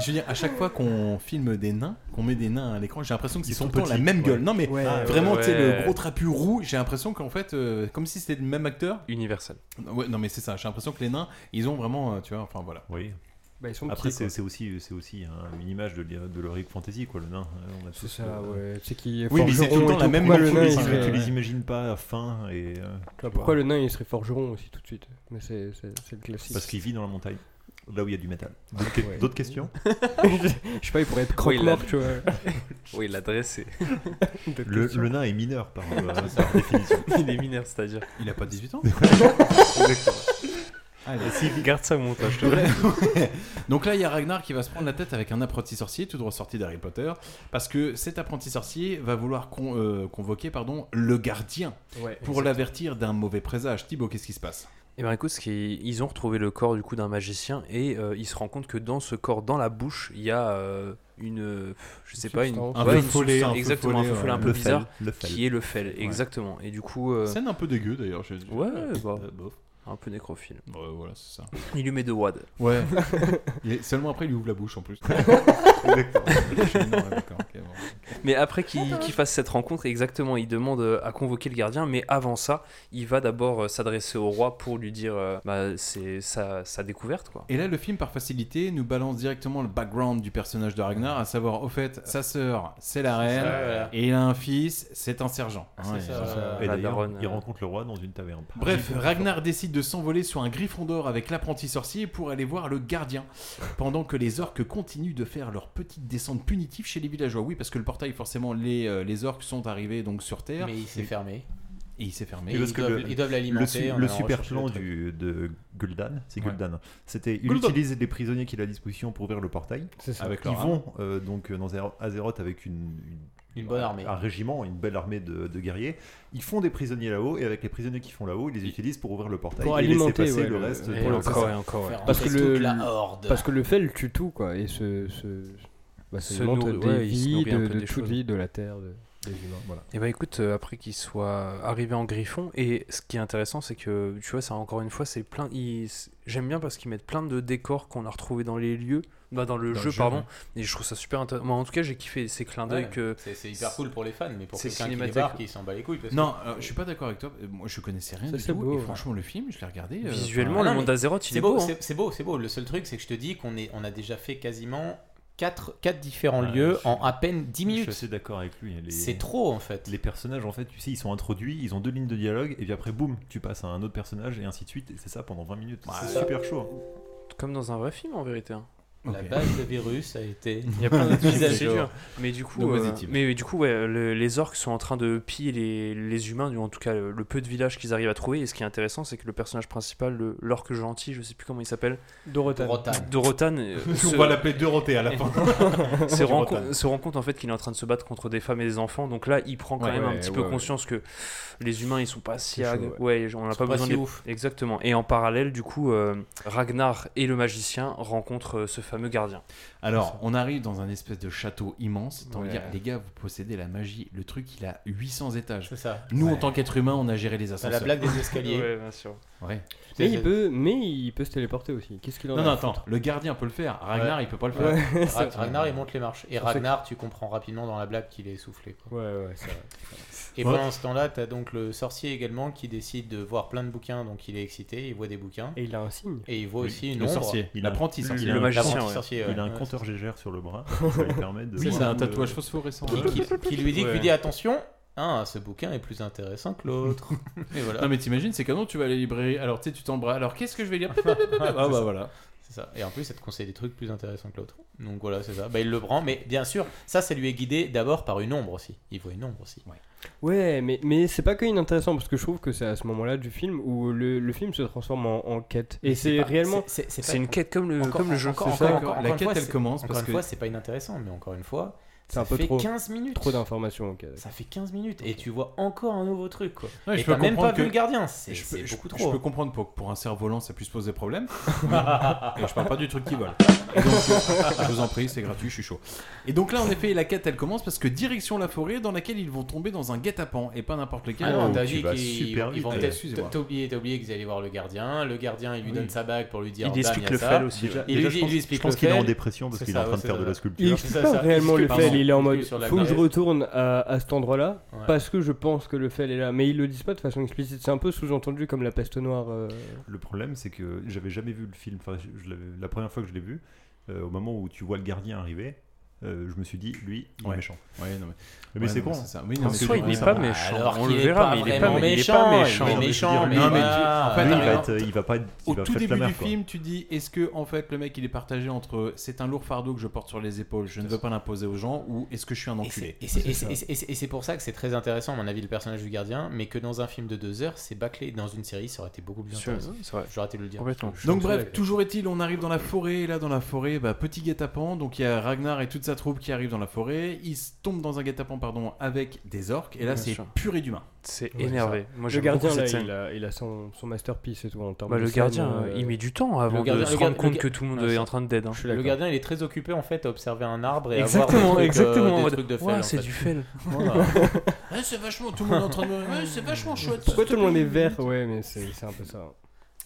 Speaker 3: je veux dire, à chaque fois qu'on filme des nains, qu'on met des nains à l'écran, j'ai l'impression que c'est
Speaker 10: Ils sont
Speaker 3: tout le temps la
Speaker 10: petits,
Speaker 3: même
Speaker 10: ouais.
Speaker 3: gueule. Non, mais
Speaker 10: Ouais. Ah,
Speaker 3: vraiment, tu sais, le
Speaker 10: ouais.
Speaker 3: gros trapu roux, j'ai l'impression qu'en fait, euh, comme si c'était le même acteur.
Speaker 9: Universel.
Speaker 3: Ouais, non, mais c'est ça, j'ai l'impression que les nains, ils ont vraiment. euh, Tu vois, enfin voilà.
Speaker 10: Oui.
Speaker 2: Bah, ils sont
Speaker 10: Après,
Speaker 2: petits,
Speaker 10: c'est
Speaker 2: quoi.
Speaker 10: c'est aussi, c'est aussi hein, une image de, l'I- de l'Heroic Fantasy, quoi, le nain. Euh, on a
Speaker 2: C'est
Speaker 10: tous,
Speaker 2: ça,
Speaker 10: euh,
Speaker 2: ouais. C'est qu'il est
Speaker 10: Oui, mais c'est tout le
Speaker 2: forgeron et
Speaker 10: temps la
Speaker 2: tout.
Speaker 10: même
Speaker 2: Pourquoi le
Speaker 10: nain,
Speaker 2: nain,
Speaker 10: tu,
Speaker 2: il
Speaker 10: les-
Speaker 2: serait-
Speaker 10: tu les imagines pas fins et. euh,
Speaker 2: Tu vois, Pourquoi le nain il serait forgeron aussi tout de suite Mais c'est c'est- c'est le classique.
Speaker 10: Parce qu'il vit dans la montagne, là où il y a du métal. D'autres que-
Speaker 2: Ouais.
Speaker 10: d'autres questions
Speaker 2: je je sais pas, il pourrait être
Speaker 10: Oui, il
Speaker 2: croque-mort,
Speaker 10: l'a-
Speaker 2: tu vois.
Speaker 9: Oui, l'adresse est.
Speaker 2: D'autres
Speaker 10: Le,
Speaker 2: questions.
Speaker 10: le nain est mineur par, euh, par définition.
Speaker 9: Il est mineur, c'est-à-dire.
Speaker 3: Il a pas 18 ans
Speaker 9: Exactement.
Speaker 3: Allez.
Speaker 9: Et s'il garde ça au montage, je te
Speaker 3: Ouais.
Speaker 9: jure.
Speaker 3: Donc là, il y a Ragnar qui va se prendre la tête avec un apprenti sorcier, tout droit sorti d'Harry Potter, parce que cet apprenti sorcier va vouloir con- euh, convoquer pardon, le gardien
Speaker 2: Ouais,
Speaker 3: pour l'avertir d'un mauvais présage. Thibaut, qu'est-ce qui se passe
Speaker 9: Et ben écoute, ce qui- ils ont retrouvé le corps du coup d'un magicien et euh, il se rend compte que dans ce corps, dans la bouche, il y a euh, une, euh, je sais pas, une,
Speaker 10: substance. Un
Speaker 9: ouais,
Speaker 10: feu
Speaker 9: une
Speaker 10: follet,
Speaker 9: substance,
Speaker 10: un feu
Speaker 9: exactement, un
Speaker 10: follet,
Speaker 9: feu follet
Speaker 10: ouais.
Speaker 9: un peu
Speaker 10: Le fel,
Speaker 9: bizarre,
Speaker 10: le fel.
Speaker 9: qui est le fel,
Speaker 10: Ouais.
Speaker 9: exactement. Et du coup, euh,
Speaker 10: Scène un peu dégueu, d'ailleurs, j'ai-
Speaker 9: Ouais, bah,
Speaker 10: Euh, bof.
Speaker 9: un peu nécrophile.
Speaker 10: Ouais, voilà, c'est ça.
Speaker 9: Il lui met deux wads.
Speaker 10: Ouais. Et seulement après, il ouvre la bouche en plus. Non, d'accord, ok, bon.
Speaker 9: Mais après qu'il qu'il fasse cette rencontre, exactement, il demande euh, à convoquer le gardien, mais avant ça, il va d'abord euh, s'adresser au roi pour lui dire euh, bah, c'est sa, sa découverte. quoi.
Speaker 3: Et là, le film, par facilité, nous balance directement le background du personnage de Ragnar, à savoir, au fait, sa sœur, c'est la reine,
Speaker 10: Ouais, voilà.
Speaker 3: et il a un fils, c'est un sergent. Hein, et-
Speaker 10: Et d'ailleurs, il rencontre le roi dans une taverne.
Speaker 3: Bref, Ragnar décide de s'envoler sur un griffon d'or avec l'apprenti sorcier pour aller voir le gardien, pendant que les orques continuent de faire leur petite descente punitive chez les villageois. Oui, parce que le portail, forcément, les, euh, les orques sont arrivés donc sur Terre.
Speaker 11: Mais il s'est
Speaker 3: Et-
Speaker 11: fermé.
Speaker 3: Et il s'est fermé.
Speaker 10: Et parce que le-
Speaker 11: ils doivent l'alimenter
Speaker 10: le su-
Speaker 11: en
Speaker 10: Le,
Speaker 11: allant
Speaker 10: super
Speaker 11: rechercher
Speaker 10: plan
Speaker 11: le truc.
Speaker 10: du, de Gul'dan, c'est
Speaker 11: Ouais.
Speaker 10: Gul'dan. C'était il
Speaker 11: Gul'dan.
Speaker 10: utilise les prisonniers qu'il a à disposition pour ouvrir le portail.
Speaker 11: C'est ça.
Speaker 10: Avec
Speaker 11: Avec
Speaker 10: ils
Speaker 11: leur
Speaker 10: vont euh, donc euh, dans Azeroth- Azeroth avec une,
Speaker 11: Une bonne armée.
Speaker 10: un régiment, une belle armée de, de guerriers. Ils font des prisonniers là-haut et avec les prisonniers qu'ils font là-haut, ils les utilisent pour ouvrir le portail
Speaker 2: pour
Speaker 10: et laisser
Speaker 2: alimenter
Speaker 10: passer
Speaker 2: ouais,
Speaker 10: le reste.
Speaker 2: et
Speaker 10: pour le
Speaker 2: encore
Speaker 10: portail.
Speaker 2: et encore ouais. parce que le
Speaker 11: bah.
Speaker 2: parce que le fel tue tout quoi et ce ce bah, ça
Speaker 9: Se
Speaker 2: alimente
Speaker 9: nourrit-
Speaker 2: des
Speaker 9: ouais, il se
Speaker 2: vies
Speaker 9: nourrit un
Speaker 2: de,
Speaker 9: peu
Speaker 2: de
Speaker 9: des
Speaker 2: toute
Speaker 9: choses.
Speaker 2: vie de la terre de- des humains voilà
Speaker 9: Et bah écoute, euh, après qu'il soit arrivé en griffon, et ce qui est intéressant, c'est que tu vois, ça encore une fois, c'est plein. ils- J'aime bien parce qu'ils mettent plein de décors qu'on a retrouvés dans les lieux, bah dans le
Speaker 11: Dans le
Speaker 9: jeu,
Speaker 11: jeu,
Speaker 9: pardon.
Speaker 11: ouais.
Speaker 9: Et je trouve ça super intéressant. Moi, en tout cas, j'ai kiffé ces clins d'œil
Speaker 11: Ouais,
Speaker 9: que.
Speaker 11: c'est- c'est hyper cool pour les fans, mais pour
Speaker 9: c'est
Speaker 11: quelqu'un qui
Speaker 9: cinémathèque.
Speaker 11: débarque, il s'en bat les couilles. parce que-
Speaker 3: Non, euh, je suis pas d'accord avec toi. Euh, Moi, je connaissais rien
Speaker 11: Ça,
Speaker 3: du
Speaker 11: c'est
Speaker 3: tout.
Speaker 11: beau,
Speaker 3: et
Speaker 11: ouais.
Speaker 3: franchement, le film, je l'ai regardé. euh,
Speaker 9: Visuellement,
Speaker 3: enfin,
Speaker 9: le
Speaker 11: Ah non,
Speaker 9: monde
Speaker 11: mais
Speaker 9: d'Azeroth, il
Speaker 11: c'est
Speaker 9: est
Speaker 11: beau.
Speaker 9: beau, hein.
Speaker 11: c'est- C'est beau, c'est beau. Le seul truc, c'est que je te dis qu'on est, on a déjà fait quasiment 4, quatre différents
Speaker 10: Ouais,
Speaker 11: lieux
Speaker 10: je suis-
Speaker 11: en à peine 10 minutes.
Speaker 10: Je suis assez d'accord avec lui. hein, les-
Speaker 11: C'est trop, en fait.
Speaker 10: Les personnages, en fait, tu sais, ils sont introduits, ils ont deux lignes de dialogue, et puis après, boum, tu passes à un autre personnage, et ainsi de suite, et c'est ça pendant 20 minutes. c'est super chaud. hein.
Speaker 9: Comme dans un vrai film en vérité. hein.
Speaker 11: La base de virus a été.
Speaker 9: Il y a plein de
Speaker 11: mise à
Speaker 9: trucs, c'est
Speaker 11: jour.
Speaker 9: dur. Mais du coup,
Speaker 11: No
Speaker 9: euh,
Speaker 11: positive.
Speaker 9: mais du coup, ouais, le- les orques sont en train de piller les, les humains, du- en tout cas le, le peu de villages qu'ils arrivent à trouver. Et ce qui est intéressant, c'est que le personnage principal, le- l'orque gentil, je sais plus comment il s'appelle,
Speaker 2: Dorotan. Dorotan.
Speaker 9: Dorotan, euh,
Speaker 10: On
Speaker 9: se-
Speaker 10: va l'appeler Dorothée à la fin.
Speaker 9: se, rend,
Speaker 10: Dorotan.
Speaker 9: compte- se rend compte en fait qu'il est en train de se battre contre des femmes et des enfants. Donc là, il prend quand
Speaker 10: Ouais,
Speaker 9: même un
Speaker 10: ouais,
Speaker 9: petit
Speaker 10: ouais,
Speaker 9: peu
Speaker 10: ouais.
Speaker 9: conscience que les humains, ils sont pas si,
Speaker 10: C'est
Speaker 9: ag-
Speaker 10: chaud,
Speaker 9: ouais, on n'a
Speaker 11: Ils
Speaker 9: pas
Speaker 11: sont pas
Speaker 9: besoin
Speaker 11: si
Speaker 9: de les-
Speaker 11: ouf.
Speaker 9: exactement. Et en parallèle, du coup, euh, Ragnar et le magicien rencontrent euh, ce fameux gardien.
Speaker 3: Alors, on arrive dans un espèce de château immense. Tant
Speaker 9: Ouais.
Speaker 3: dire, les gars, vous possédez la magie. Le truc, il a 800 étages.
Speaker 11: C'est ça.
Speaker 3: Nous, en
Speaker 11: Ouais.
Speaker 3: tant qu'êtres humains, on a géré les
Speaker 11: Bah, la
Speaker 3: ascenseurs.
Speaker 11: blague des escaliers. Ouais,
Speaker 9: bien sûr.
Speaker 3: Ouais.
Speaker 2: mais il peut mais il peut se téléporter aussi qu'est-ce qu'il en
Speaker 3: Non,
Speaker 2: a
Speaker 3: non,
Speaker 2: à foutre
Speaker 3: attends. Le gardien peut le faire. Ragnar,
Speaker 11: Ouais.
Speaker 3: il peut pas le
Speaker 11: Ouais.
Speaker 3: faire.
Speaker 11: Ra-
Speaker 3: C'est-
Speaker 11: Ragnar, il monte les marches. Et
Speaker 3: Pour
Speaker 11: Ragnar, tu comprends rapidement dans la blague qu'il est essoufflé. quoi.
Speaker 2: Ouais, ouais, c'est vrai.
Speaker 11: Et
Speaker 2: Ouais.
Speaker 11: pendant ce temps-là, t'as donc le sorcier également qui décide de voir plein de bouquins, donc il est excité, il voit des bouquins.
Speaker 2: Et il a un signe.
Speaker 11: Et il voit
Speaker 10: Oui,
Speaker 11: aussi une
Speaker 10: le
Speaker 11: ombre.
Speaker 10: sorcier. Il a-
Speaker 11: L'apprenti
Speaker 10: le-
Speaker 11: sorcier.
Speaker 10: le
Speaker 11: L'apprenti
Speaker 10: magicien, ouais.
Speaker 11: sorcier,
Speaker 10: Il a un
Speaker 11: ouais.
Speaker 10: compteur GGR sur le bras, ça lui permet de- Oui, il a un tatouage phosphorescent.
Speaker 11: Qui, qui- qui lui dit, que
Speaker 10: Ouais.
Speaker 11: lui dit attention, hein, ce bouquin est plus intéressant que l'autre. Et voilà.
Speaker 3: Non, mais t'imagines, c'est canon, tu vas à la librairie. Alors, tu sais, tu t'embrasses. Alors, qu'est-ce que je vais lire Ah, bah
Speaker 11: C'est ça.
Speaker 3: voilà.
Speaker 11: C'est ça. Et en plus, elle te conseille des trucs plus intéressants que l'autre. Donc voilà, c'est ça. Bah, il le prend, mais bien sûr, ça, ça lui est guidé d'abord par une ombre aussi. Il voit une ombre aussi.
Speaker 2: Ouais, mais, mais c'est pas que inintéressant parce que je trouve que c'est à ce moment-là du film où le, le film se transforme en, en quête. Et c'est
Speaker 11: pas-
Speaker 2: réellement.
Speaker 11: c'est- c'est- pas-
Speaker 9: une quête comme le- comme le jeu.
Speaker 11: Encore,
Speaker 2: C'est
Speaker 11: encore-
Speaker 2: ça.
Speaker 11: encore-
Speaker 2: La
Speaker 11: encore une
Speaker 2: quête,
Speaker 11: fois,
Speaker 2: elle
Speaker 11: c'est-
Speaker 2: commence
Speaker 11: Encore
Speaker 2: parce
Speaker 11: une
Speaker 2: que-
Speaker 11: fois, c'est pas inintéressant, mais encore une fois,
Speaker 2: C'est
Speaker 11: ça
Speaker 2: un peu
Speaker 11: fait
Speaker 2: trop.
Speaker 11: 15 minutes.
Speaker 2: Trop d'informations. ok.
Speaker 11: Ça fait 15 minutes et tu vois encore un nouveau truc quoi.
Speaker 3: Ouais,
Speaker 11: et
Speaker 3: je peux
Speaker 11: t'as même pas
Speaker 3: comprendre
Speaker 11: vu
Speaker 3: que-
Speaker 11: le gardien, c'est
Speaker 3: je
Speaker 11: c'est
Speaker 3: peux- je-
Speaker 11: beaucoup
Speaker 3: Je
Speaker 11: trop. hein.
Speaker 3: peux comprendre pour, pour un cerf-volant, ça puisse poser problème. et je parle pas du truc qui vole. Et donc, euh, je vous en prie, c'est gratuit, je suis chaud. Et donc là, en effet, la quête, elle commence parce que direction la forêt dans laquelle ils vont tomber dans un guet-apens et pas n'importe lequel.
Speaker 11: Ah non, t'as
Speaker 3: Tu
Speaker 11: dit
Speaker 3: vas
Speaker 11: qu'ils ils
Speaker 3: super vite.
Speaker 11: vont
Speaker 3: Eh,
Speaker 11: peut-être-
Speaker 3: excusez-moi.
Speaker 11: T'as oublié, t'as oublié qu'ils allaient voir le gardien. Le gardien, il lui
Speaker 10: Oui.
Speaker 11: donne sa bague pour lui dire.
Speaker 10: Il
Speaker 11: dame,
Speaker 10: explique
Speaker 11: y a
Speaker 10: le
Speaker 11: ça.
Speaker 10: fel aussi, Déjà- ouais.
Speaker 11: Il
Speaker 10: déjà,
Speaker 11: lui,
Speaker 10: je
Speaker 11: il lui
Speaker 10: pense-
Speaker 11: explique
Speaker 10: je pense
Speaker 11: le
Speaker 10: qu'il est en
Speaker 11: fel.
Speaker 10: dépression parce
Speaker 11: C'est
Speaker 10: qu'il est en
Speaker 11: ça,
Speaker 10: train de
Speaker 11: ouais,
Speaker 10: faire
Speaker 11: c'est
Speaker 10: de la
Speaker 11: ça.
Speaker 10: sculpture.
Speaker 2: Il
Speaker 11: C'est
Speaker 2: explique
Speaker 11: ça,
Speaker 2: pas
Speaker 11: ça.
Speaker 2: réellement le
Speaker 11: Explique,
Speaker 2: fel,
Speaker 11: pardon.
Speaker 2: il est en mode
Speaker 11: Explique sur la
Speaker 2: faut que je
Speaker 11: planète.
Speaker 2: retourne à, à cet endroit-là
Speaker 11: Ouais.
Speaker 2: parce que je pense que le fel est là. Mais ils le disent pas de façon explicite, c'est un peu sous-entendu comme la peste noire. euh.
Speaker 10: Le problème, c'est que j'avais jamais vu le film. Enfin, je- je l'avais- la première fois que je l'ai vu, euh, au moment où tu vois le gardien arriver, euh, je me suis dit, lui, il
Speaker 3: Ouais.
Speaker 10: est méchant.
Speaker 3: Ouais, non, mais-
Speaker 10: mais
Speaker 3: Ouais,
Speaker 10: c'est
Speaker 3: non,
Speaker 10: con.
Speaker 3: mais
Speaker 10: hein.
Speaker 3: c'est ça. Oui, non, mais
Speaker 10: Parce que
Speaker 3: c'est
Speaker 10: lui,
Speaker 3: vrai.
Speaker 10: il est
Speaker 3: Alors
Speaker 10: pas
Speaker 3: qu'il
Speaker 10: méchant.
Speaker 3: est
Speaker 10: On le
Speaker 3: pas
Speaker 10: verra, mais il est pas
Speaker 3: vraiment
Speaker 10: mais il est
Speaker 3: méchant,
Speaker 10: pas
Speaker 3: il est
Speaker 10: méchant.
Speaker 3: méchant,
Speaker 10: Non,
Speaker 3: mais
Speaker 10: mais tu-
Speaker 3: voilà.
Speaker 10: en fait,
Speaker 3: Lui,
Speaker 10: il va
Speaker 3: alors,
Speaker 10: être- il va pas être- il
Speaker 3: Au
Speaker 10: va
Speaker 3: tout
Speaker 10: faire
Speaker 3: début
Speaker 10: flammeur,
Speaker 3: du
Speaker 10: quoi.
Speaker 3: film, tu dis est-ce que en fait le mec il est partagé entre c'est un lourd fardeau que je porte sur les épaules, je ne veux pas l'imposer aux gens, ou est-ce que je suis un enculé
Speaker 11: Et c'est- et c'est- et c'est- et c'est- et c'est pour ça que c'est très intéressant, à mon avis, le personnage du gardien, mais que dans un film de deux heures, c'est bâclé. Dans une série, ça aurait été beaucoup plus
Speaker 9: Sûr,
Speaker 11: intéressant.
Speaker 9: c'est vrai.
Speaker 11: J'aurais été le dire.
Speaker 9: Complètement.
Speaker 3: Donc bref, toujours est-il, on arrive dans la forêt, et là dans la forêt, bah, petit guet-apens, donc il y a Ragnar et toute sa sa troupe qui arrive dans la forêt. Il se tombe dans un guet-apens pardon, avec des orques. Et là,
Speaker 9: Bien
Speaker 3: c'est
Speaker 9: sûr.
Speaker 3: purée d'humains.
Speaker 9: C'est
Speaker 2: Ouais,
Speaker 9: énervé.
Speaker 2: ça.
Speaker 9: Moi,
Speaker 2: le
Speaker 9: j'aime
Speaker 2: gardien,
Speaker 9: beaucoup
Speaker 2: là,
Speaker 9: cette scène.
Speaker 2: il a, il a son, son masterpiece et tout en termes
Speaker 9: Bah,
Speaker 2: de
Speaker 9: le
Speaker 2: scène,
Speaker 9: gardien,
Speaker 2: euh,
Speaker 9: il met du temps avant
Speaker 11: Le gardien-
Speaker 9: de se
Speaker 11: le
Speaker 9: rendre
Speaker 11: gar-
Speaker 9: compte
Speaker 11: le
Speaker 9: que
Speaker 11: gar-
Speaker 9: tout le monde
Speaker 11: Ah,
Speaker 9: est
Speaker 11: ça.
Speaker 9: en train de dead. hein.
Speaker 11: Le gardien, il est très occupé en fait à observer un arbre et
Speaker 9: Exactement,
Speaker 11: avoir des trucs, euh,
Speaker 9: exactement, en
Speaker 11: des
Speaker 9: mode,
Speaker 11: trucs de
Speaker 9: Ouah,
Speaker 11: fel. en
Speaker 9: c'est
Speaker 11: fait.
Speaker 9: du fel.
Speaker 11: Voilà.
Speaker 3: Ouais, c'est vachement, tout le monde est en train de. Ouais, c'est vachement chouette.
Speaker 2: Pourquoi tout le monde est vert Ouais, mais c'est c'est un peu ça.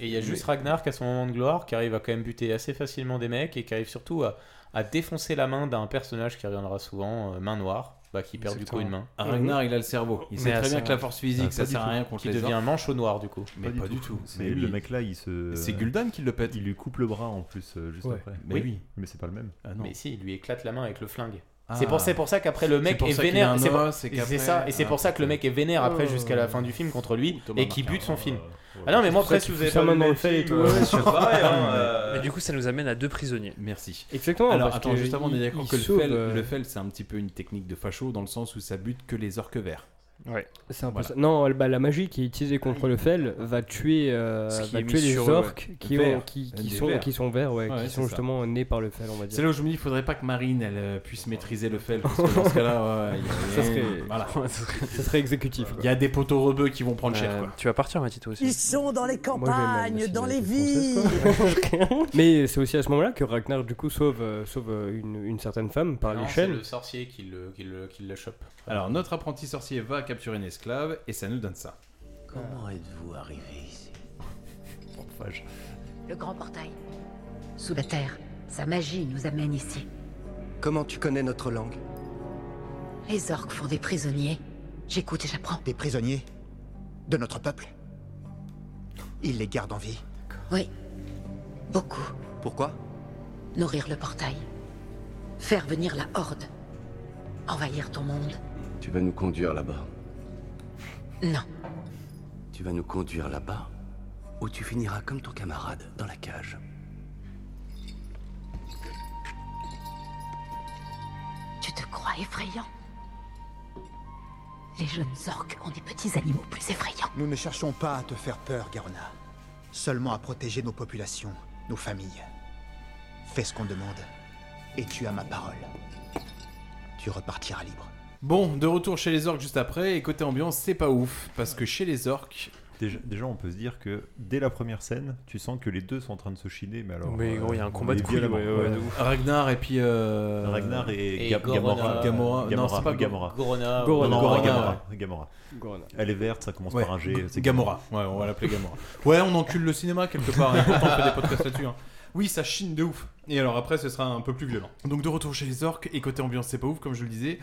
Speaker 11: Et il y a juste Ragnar qui a son moment de gloire, qui arrive à quand même buter assez facilement des mecs et qui arrive surtout à, à défoncer la main d'un personnage qui reviendra souvent, euh, main noire, bah, qui perd du coup une main.
Speaker 3: Ah, Ragnar, il a le cerveau. Il sait très bien que la force
Speaker 11: Ah,
Speaker 3: physique, ça sert à rien contre
Speaker 11: Qui
Speaker 3: les
Speaker 11: devient
Speaker 3: orques.
Speaker 11: manche au noir du coup.
Speaker 3: Mais pas du tout.
Speaker 10: C'est
Speaker 3: Mais
Speaker 10: lui, le
Speaker 3: oui.
Speaker 10: mec là, il se.
Speaker 3: C'est Guldan qui le pète.
Speaker 10: Il lui coupe le bras en plus euh, juste
Speaker 3: Ouais.
Speaker 10: après.
Speaker 3: Mais oui.
Speaker 10: Mais c'est pas le même.
Speaker 3: Ah non.
Speaker 11: Mais si, il lui éclate la main avec le flingue.
Speaker 10: Ah.
Speaker 11: C'est pour, c'est pour ça qu'après le
Speaker 3: C'est
Speaker 11: mec
Speaker 3: pour
Speaker 11: est
Speaker 3: ça qu'il a
Speaker 11: vénère.
Speaker 3: un
Speaker 11: C'est pour-
Speaker 3: os et qu'après-
Speaker 11: c'est ça, et c'est pour ça que le mec est vénère après
Speaker 3: Oh.
Speaker 11: jusqu'à la fin du film contre lui
Speaker 3: Thomas
Speaker 11: et qui
Speaker 3: Marker,
Speaker 11: bute son film.
Speaker 3: ouais.
Speaker 11: Ah non, mais moi
Speaker 3: C'est pour ça
Speaker 11: après,
Speaker 3: qu'il
Speaker 11: si vous
Speaker 3: fout
Speaker 11: avez
Speaker 3: sa
Speaker 11: pas
Speaker 3: main
Speaker 11: vu
Speaker 3: dans
Speaker 11: le
Speaker 3: le fait et
Speaker 11: film,
Speaker 3: tout, ouais,
Speaker 11: euh,
Speaker 3: ouais,
Speaker 11: c'est
Speaker 3: je-
Speaker 11: pareil, hein, euh,
Speaker 9: Mais du coup, ça nous amène à deux prisonniers.
Speaker 3: Merci.
Speaker 2: Exactement,
Speaker 3: Alors
Speaker 2: Oh, parce
Speaker 3: attends,
Speaker 2: que
Speaker 3: juste avant, on est
Speaker 2: il-
Speaker 3: d'accord
Speaker 2: il
Speaker 3: que le
Speaker 2: sauve,
Speaker 3: fel,
Speaker 2: euh,
Speaker 3: le fel, c'est un petit peu une technique de facho dans le sens où ça bute que les orques verts.
Speaker 9: Ouais.
Speaker 2: C'est un peu
Speaker 3: Voilà.
Speaker 2: ça. Non, bah, la magie qui est utilisée
Speaker 13: Ah,
Speaker 2: contre le fel va tuer, euh,
Speaker 9: Ce qui
Speaker 2: va
Speaker 9: est mis
Speaker 2: tuer les
Speaker 9: sur eux, ouais.
Speaker 2: orques qui, ont,
Speaker 3: Verts.
Speaker 2: qui,
Speaker 3: Des
Speaker 2: qui sont,
Speaker 3: verts.
Speaker 2: qui sont verts, ouais,
Speaker 3: Ouais,
Speaker 2: qui
Speaker 3: c'est
Speaker 2: sont
Speaker 3: ça.
Speaker 2: justement nés par le fel, on va dire.
Speaker 3: C'est là où je me dis, il faudrait pas que Marine elle, euh, puisse maîtriser le fel. Parce que dans ce cas-là, ouais, il y a-
Speaker 2: Ça serait-
Speaker 3: voilà.
Speaker 2: Ça serait exécutif. quoi.
Speaker 3: Il y a des poteaux rebeux qui vont prendre
Speaker 9: Euh,
Speaker 3: cher. Quoi.
Speaker 9: Tu vas partir, Matito aussi.
Speaker 13: Ils sont dans les
Speaker 2: Moi, j'aime la
Speaker 13: campagnes, dans les villes.
Speaker 2: nationalité Mais c'est aussi à ce moment-là que Ragnar, du coup, sauve, euh, sauve euh, une, une certaine femme par les
Speaker 11: Non, c'est
Speaker 2: chaînes.
Speaker 11: le sorcier qui le, qui le, qui le chope.
Speaker 3: Alors, notre apprenti sorcier va capturer une esclave et ça nous donne ça.
Speaker 7: Comment êtes-vous arrivé ici
Speaker 8: Le grand portail. Sous la terre, sa magie nous amène ici.
Speaker 7: Comment tu connais notre langue
Speaker 8: Les orques font des prisonniers. J'écoute et j'apprends.
Speaker 6: Des prisonniers de notre peuple. Ils les gardent en vie.
Speaker 8: Oui. Beaucoup.
Speaker 7: Pourquoi
Speaker 8: Nourrir le portail. Faire venir la horde. Envahir ton monde.
Speaker 7: Tu vas nous conduire là-bas.
Speaker 8: Non.
Speaker 7: Tu vas nous conduire là-bas où tu finiras comme ton camarade dans la cage.
Speaker 8: Tu te crois effrayant Les jeunes orques ont des petits animaux plus effrayants.
Speaker 6: Nous ne cherchons pas à te faire peur, Garona. Seulement à protéger nos populations, nos familles. Fais ce qu'on demande. Et tu as ma parole. Tu repartiras libre.
Speaker 3: Bon, de retour chez les orques juste après, et côté ambiance, c'est pas ouf, parce que chez les orques,
Speaker 10: Déjà, déjà, on peut se dire que dès la première scène, tu sens que les deux sont en train de se chiner. Mais alors.
Speaker 9: Mais gros, il y a un combat de couilles,
Speaker 10: couilles.
Speaker 9: ouais, ouais, de ouf.
Speaker 3: Ragnar et puis. euh,
Speaker 10: Ragnar et,
Speaker 11: Et
Speaker 10: Ga-
Speaker 11: Gorona.
Speaker 10: Gamora. euh,
Speaker 3: Gamora. Non, c'est pas Go-
Speaker 10: Gamora.
Speaker 11: Gorona.
Speaker 10: Gorona.
Speaker 3: Gorona.
Speaker 10: Non,
Speaker 3: Gorona,
Speaker 10: Gamora.
Speaker 3: ouais.
Speaker 10: Gamora.
Speaker 2: Gorona.
Speaker 10: Elle est verte, ça commence
Speaker 3: Ouais,
Speaker 10: par un G.
Speaker 3: G-
Speaker 10: c'est
Speaker 3: euh, Gamora. Ouais, on va l'appeler Gamora. Ouais, on encule le cinéma quelque part. hein. Pourtant, on fait des podcasts là-dessus. hein. Oui, ça chine de ouf. Et alors après, ce sera un peu plus violent. Donc de retour chez les orques, et côté ambiance, c'est pas ouf, comme je le disais.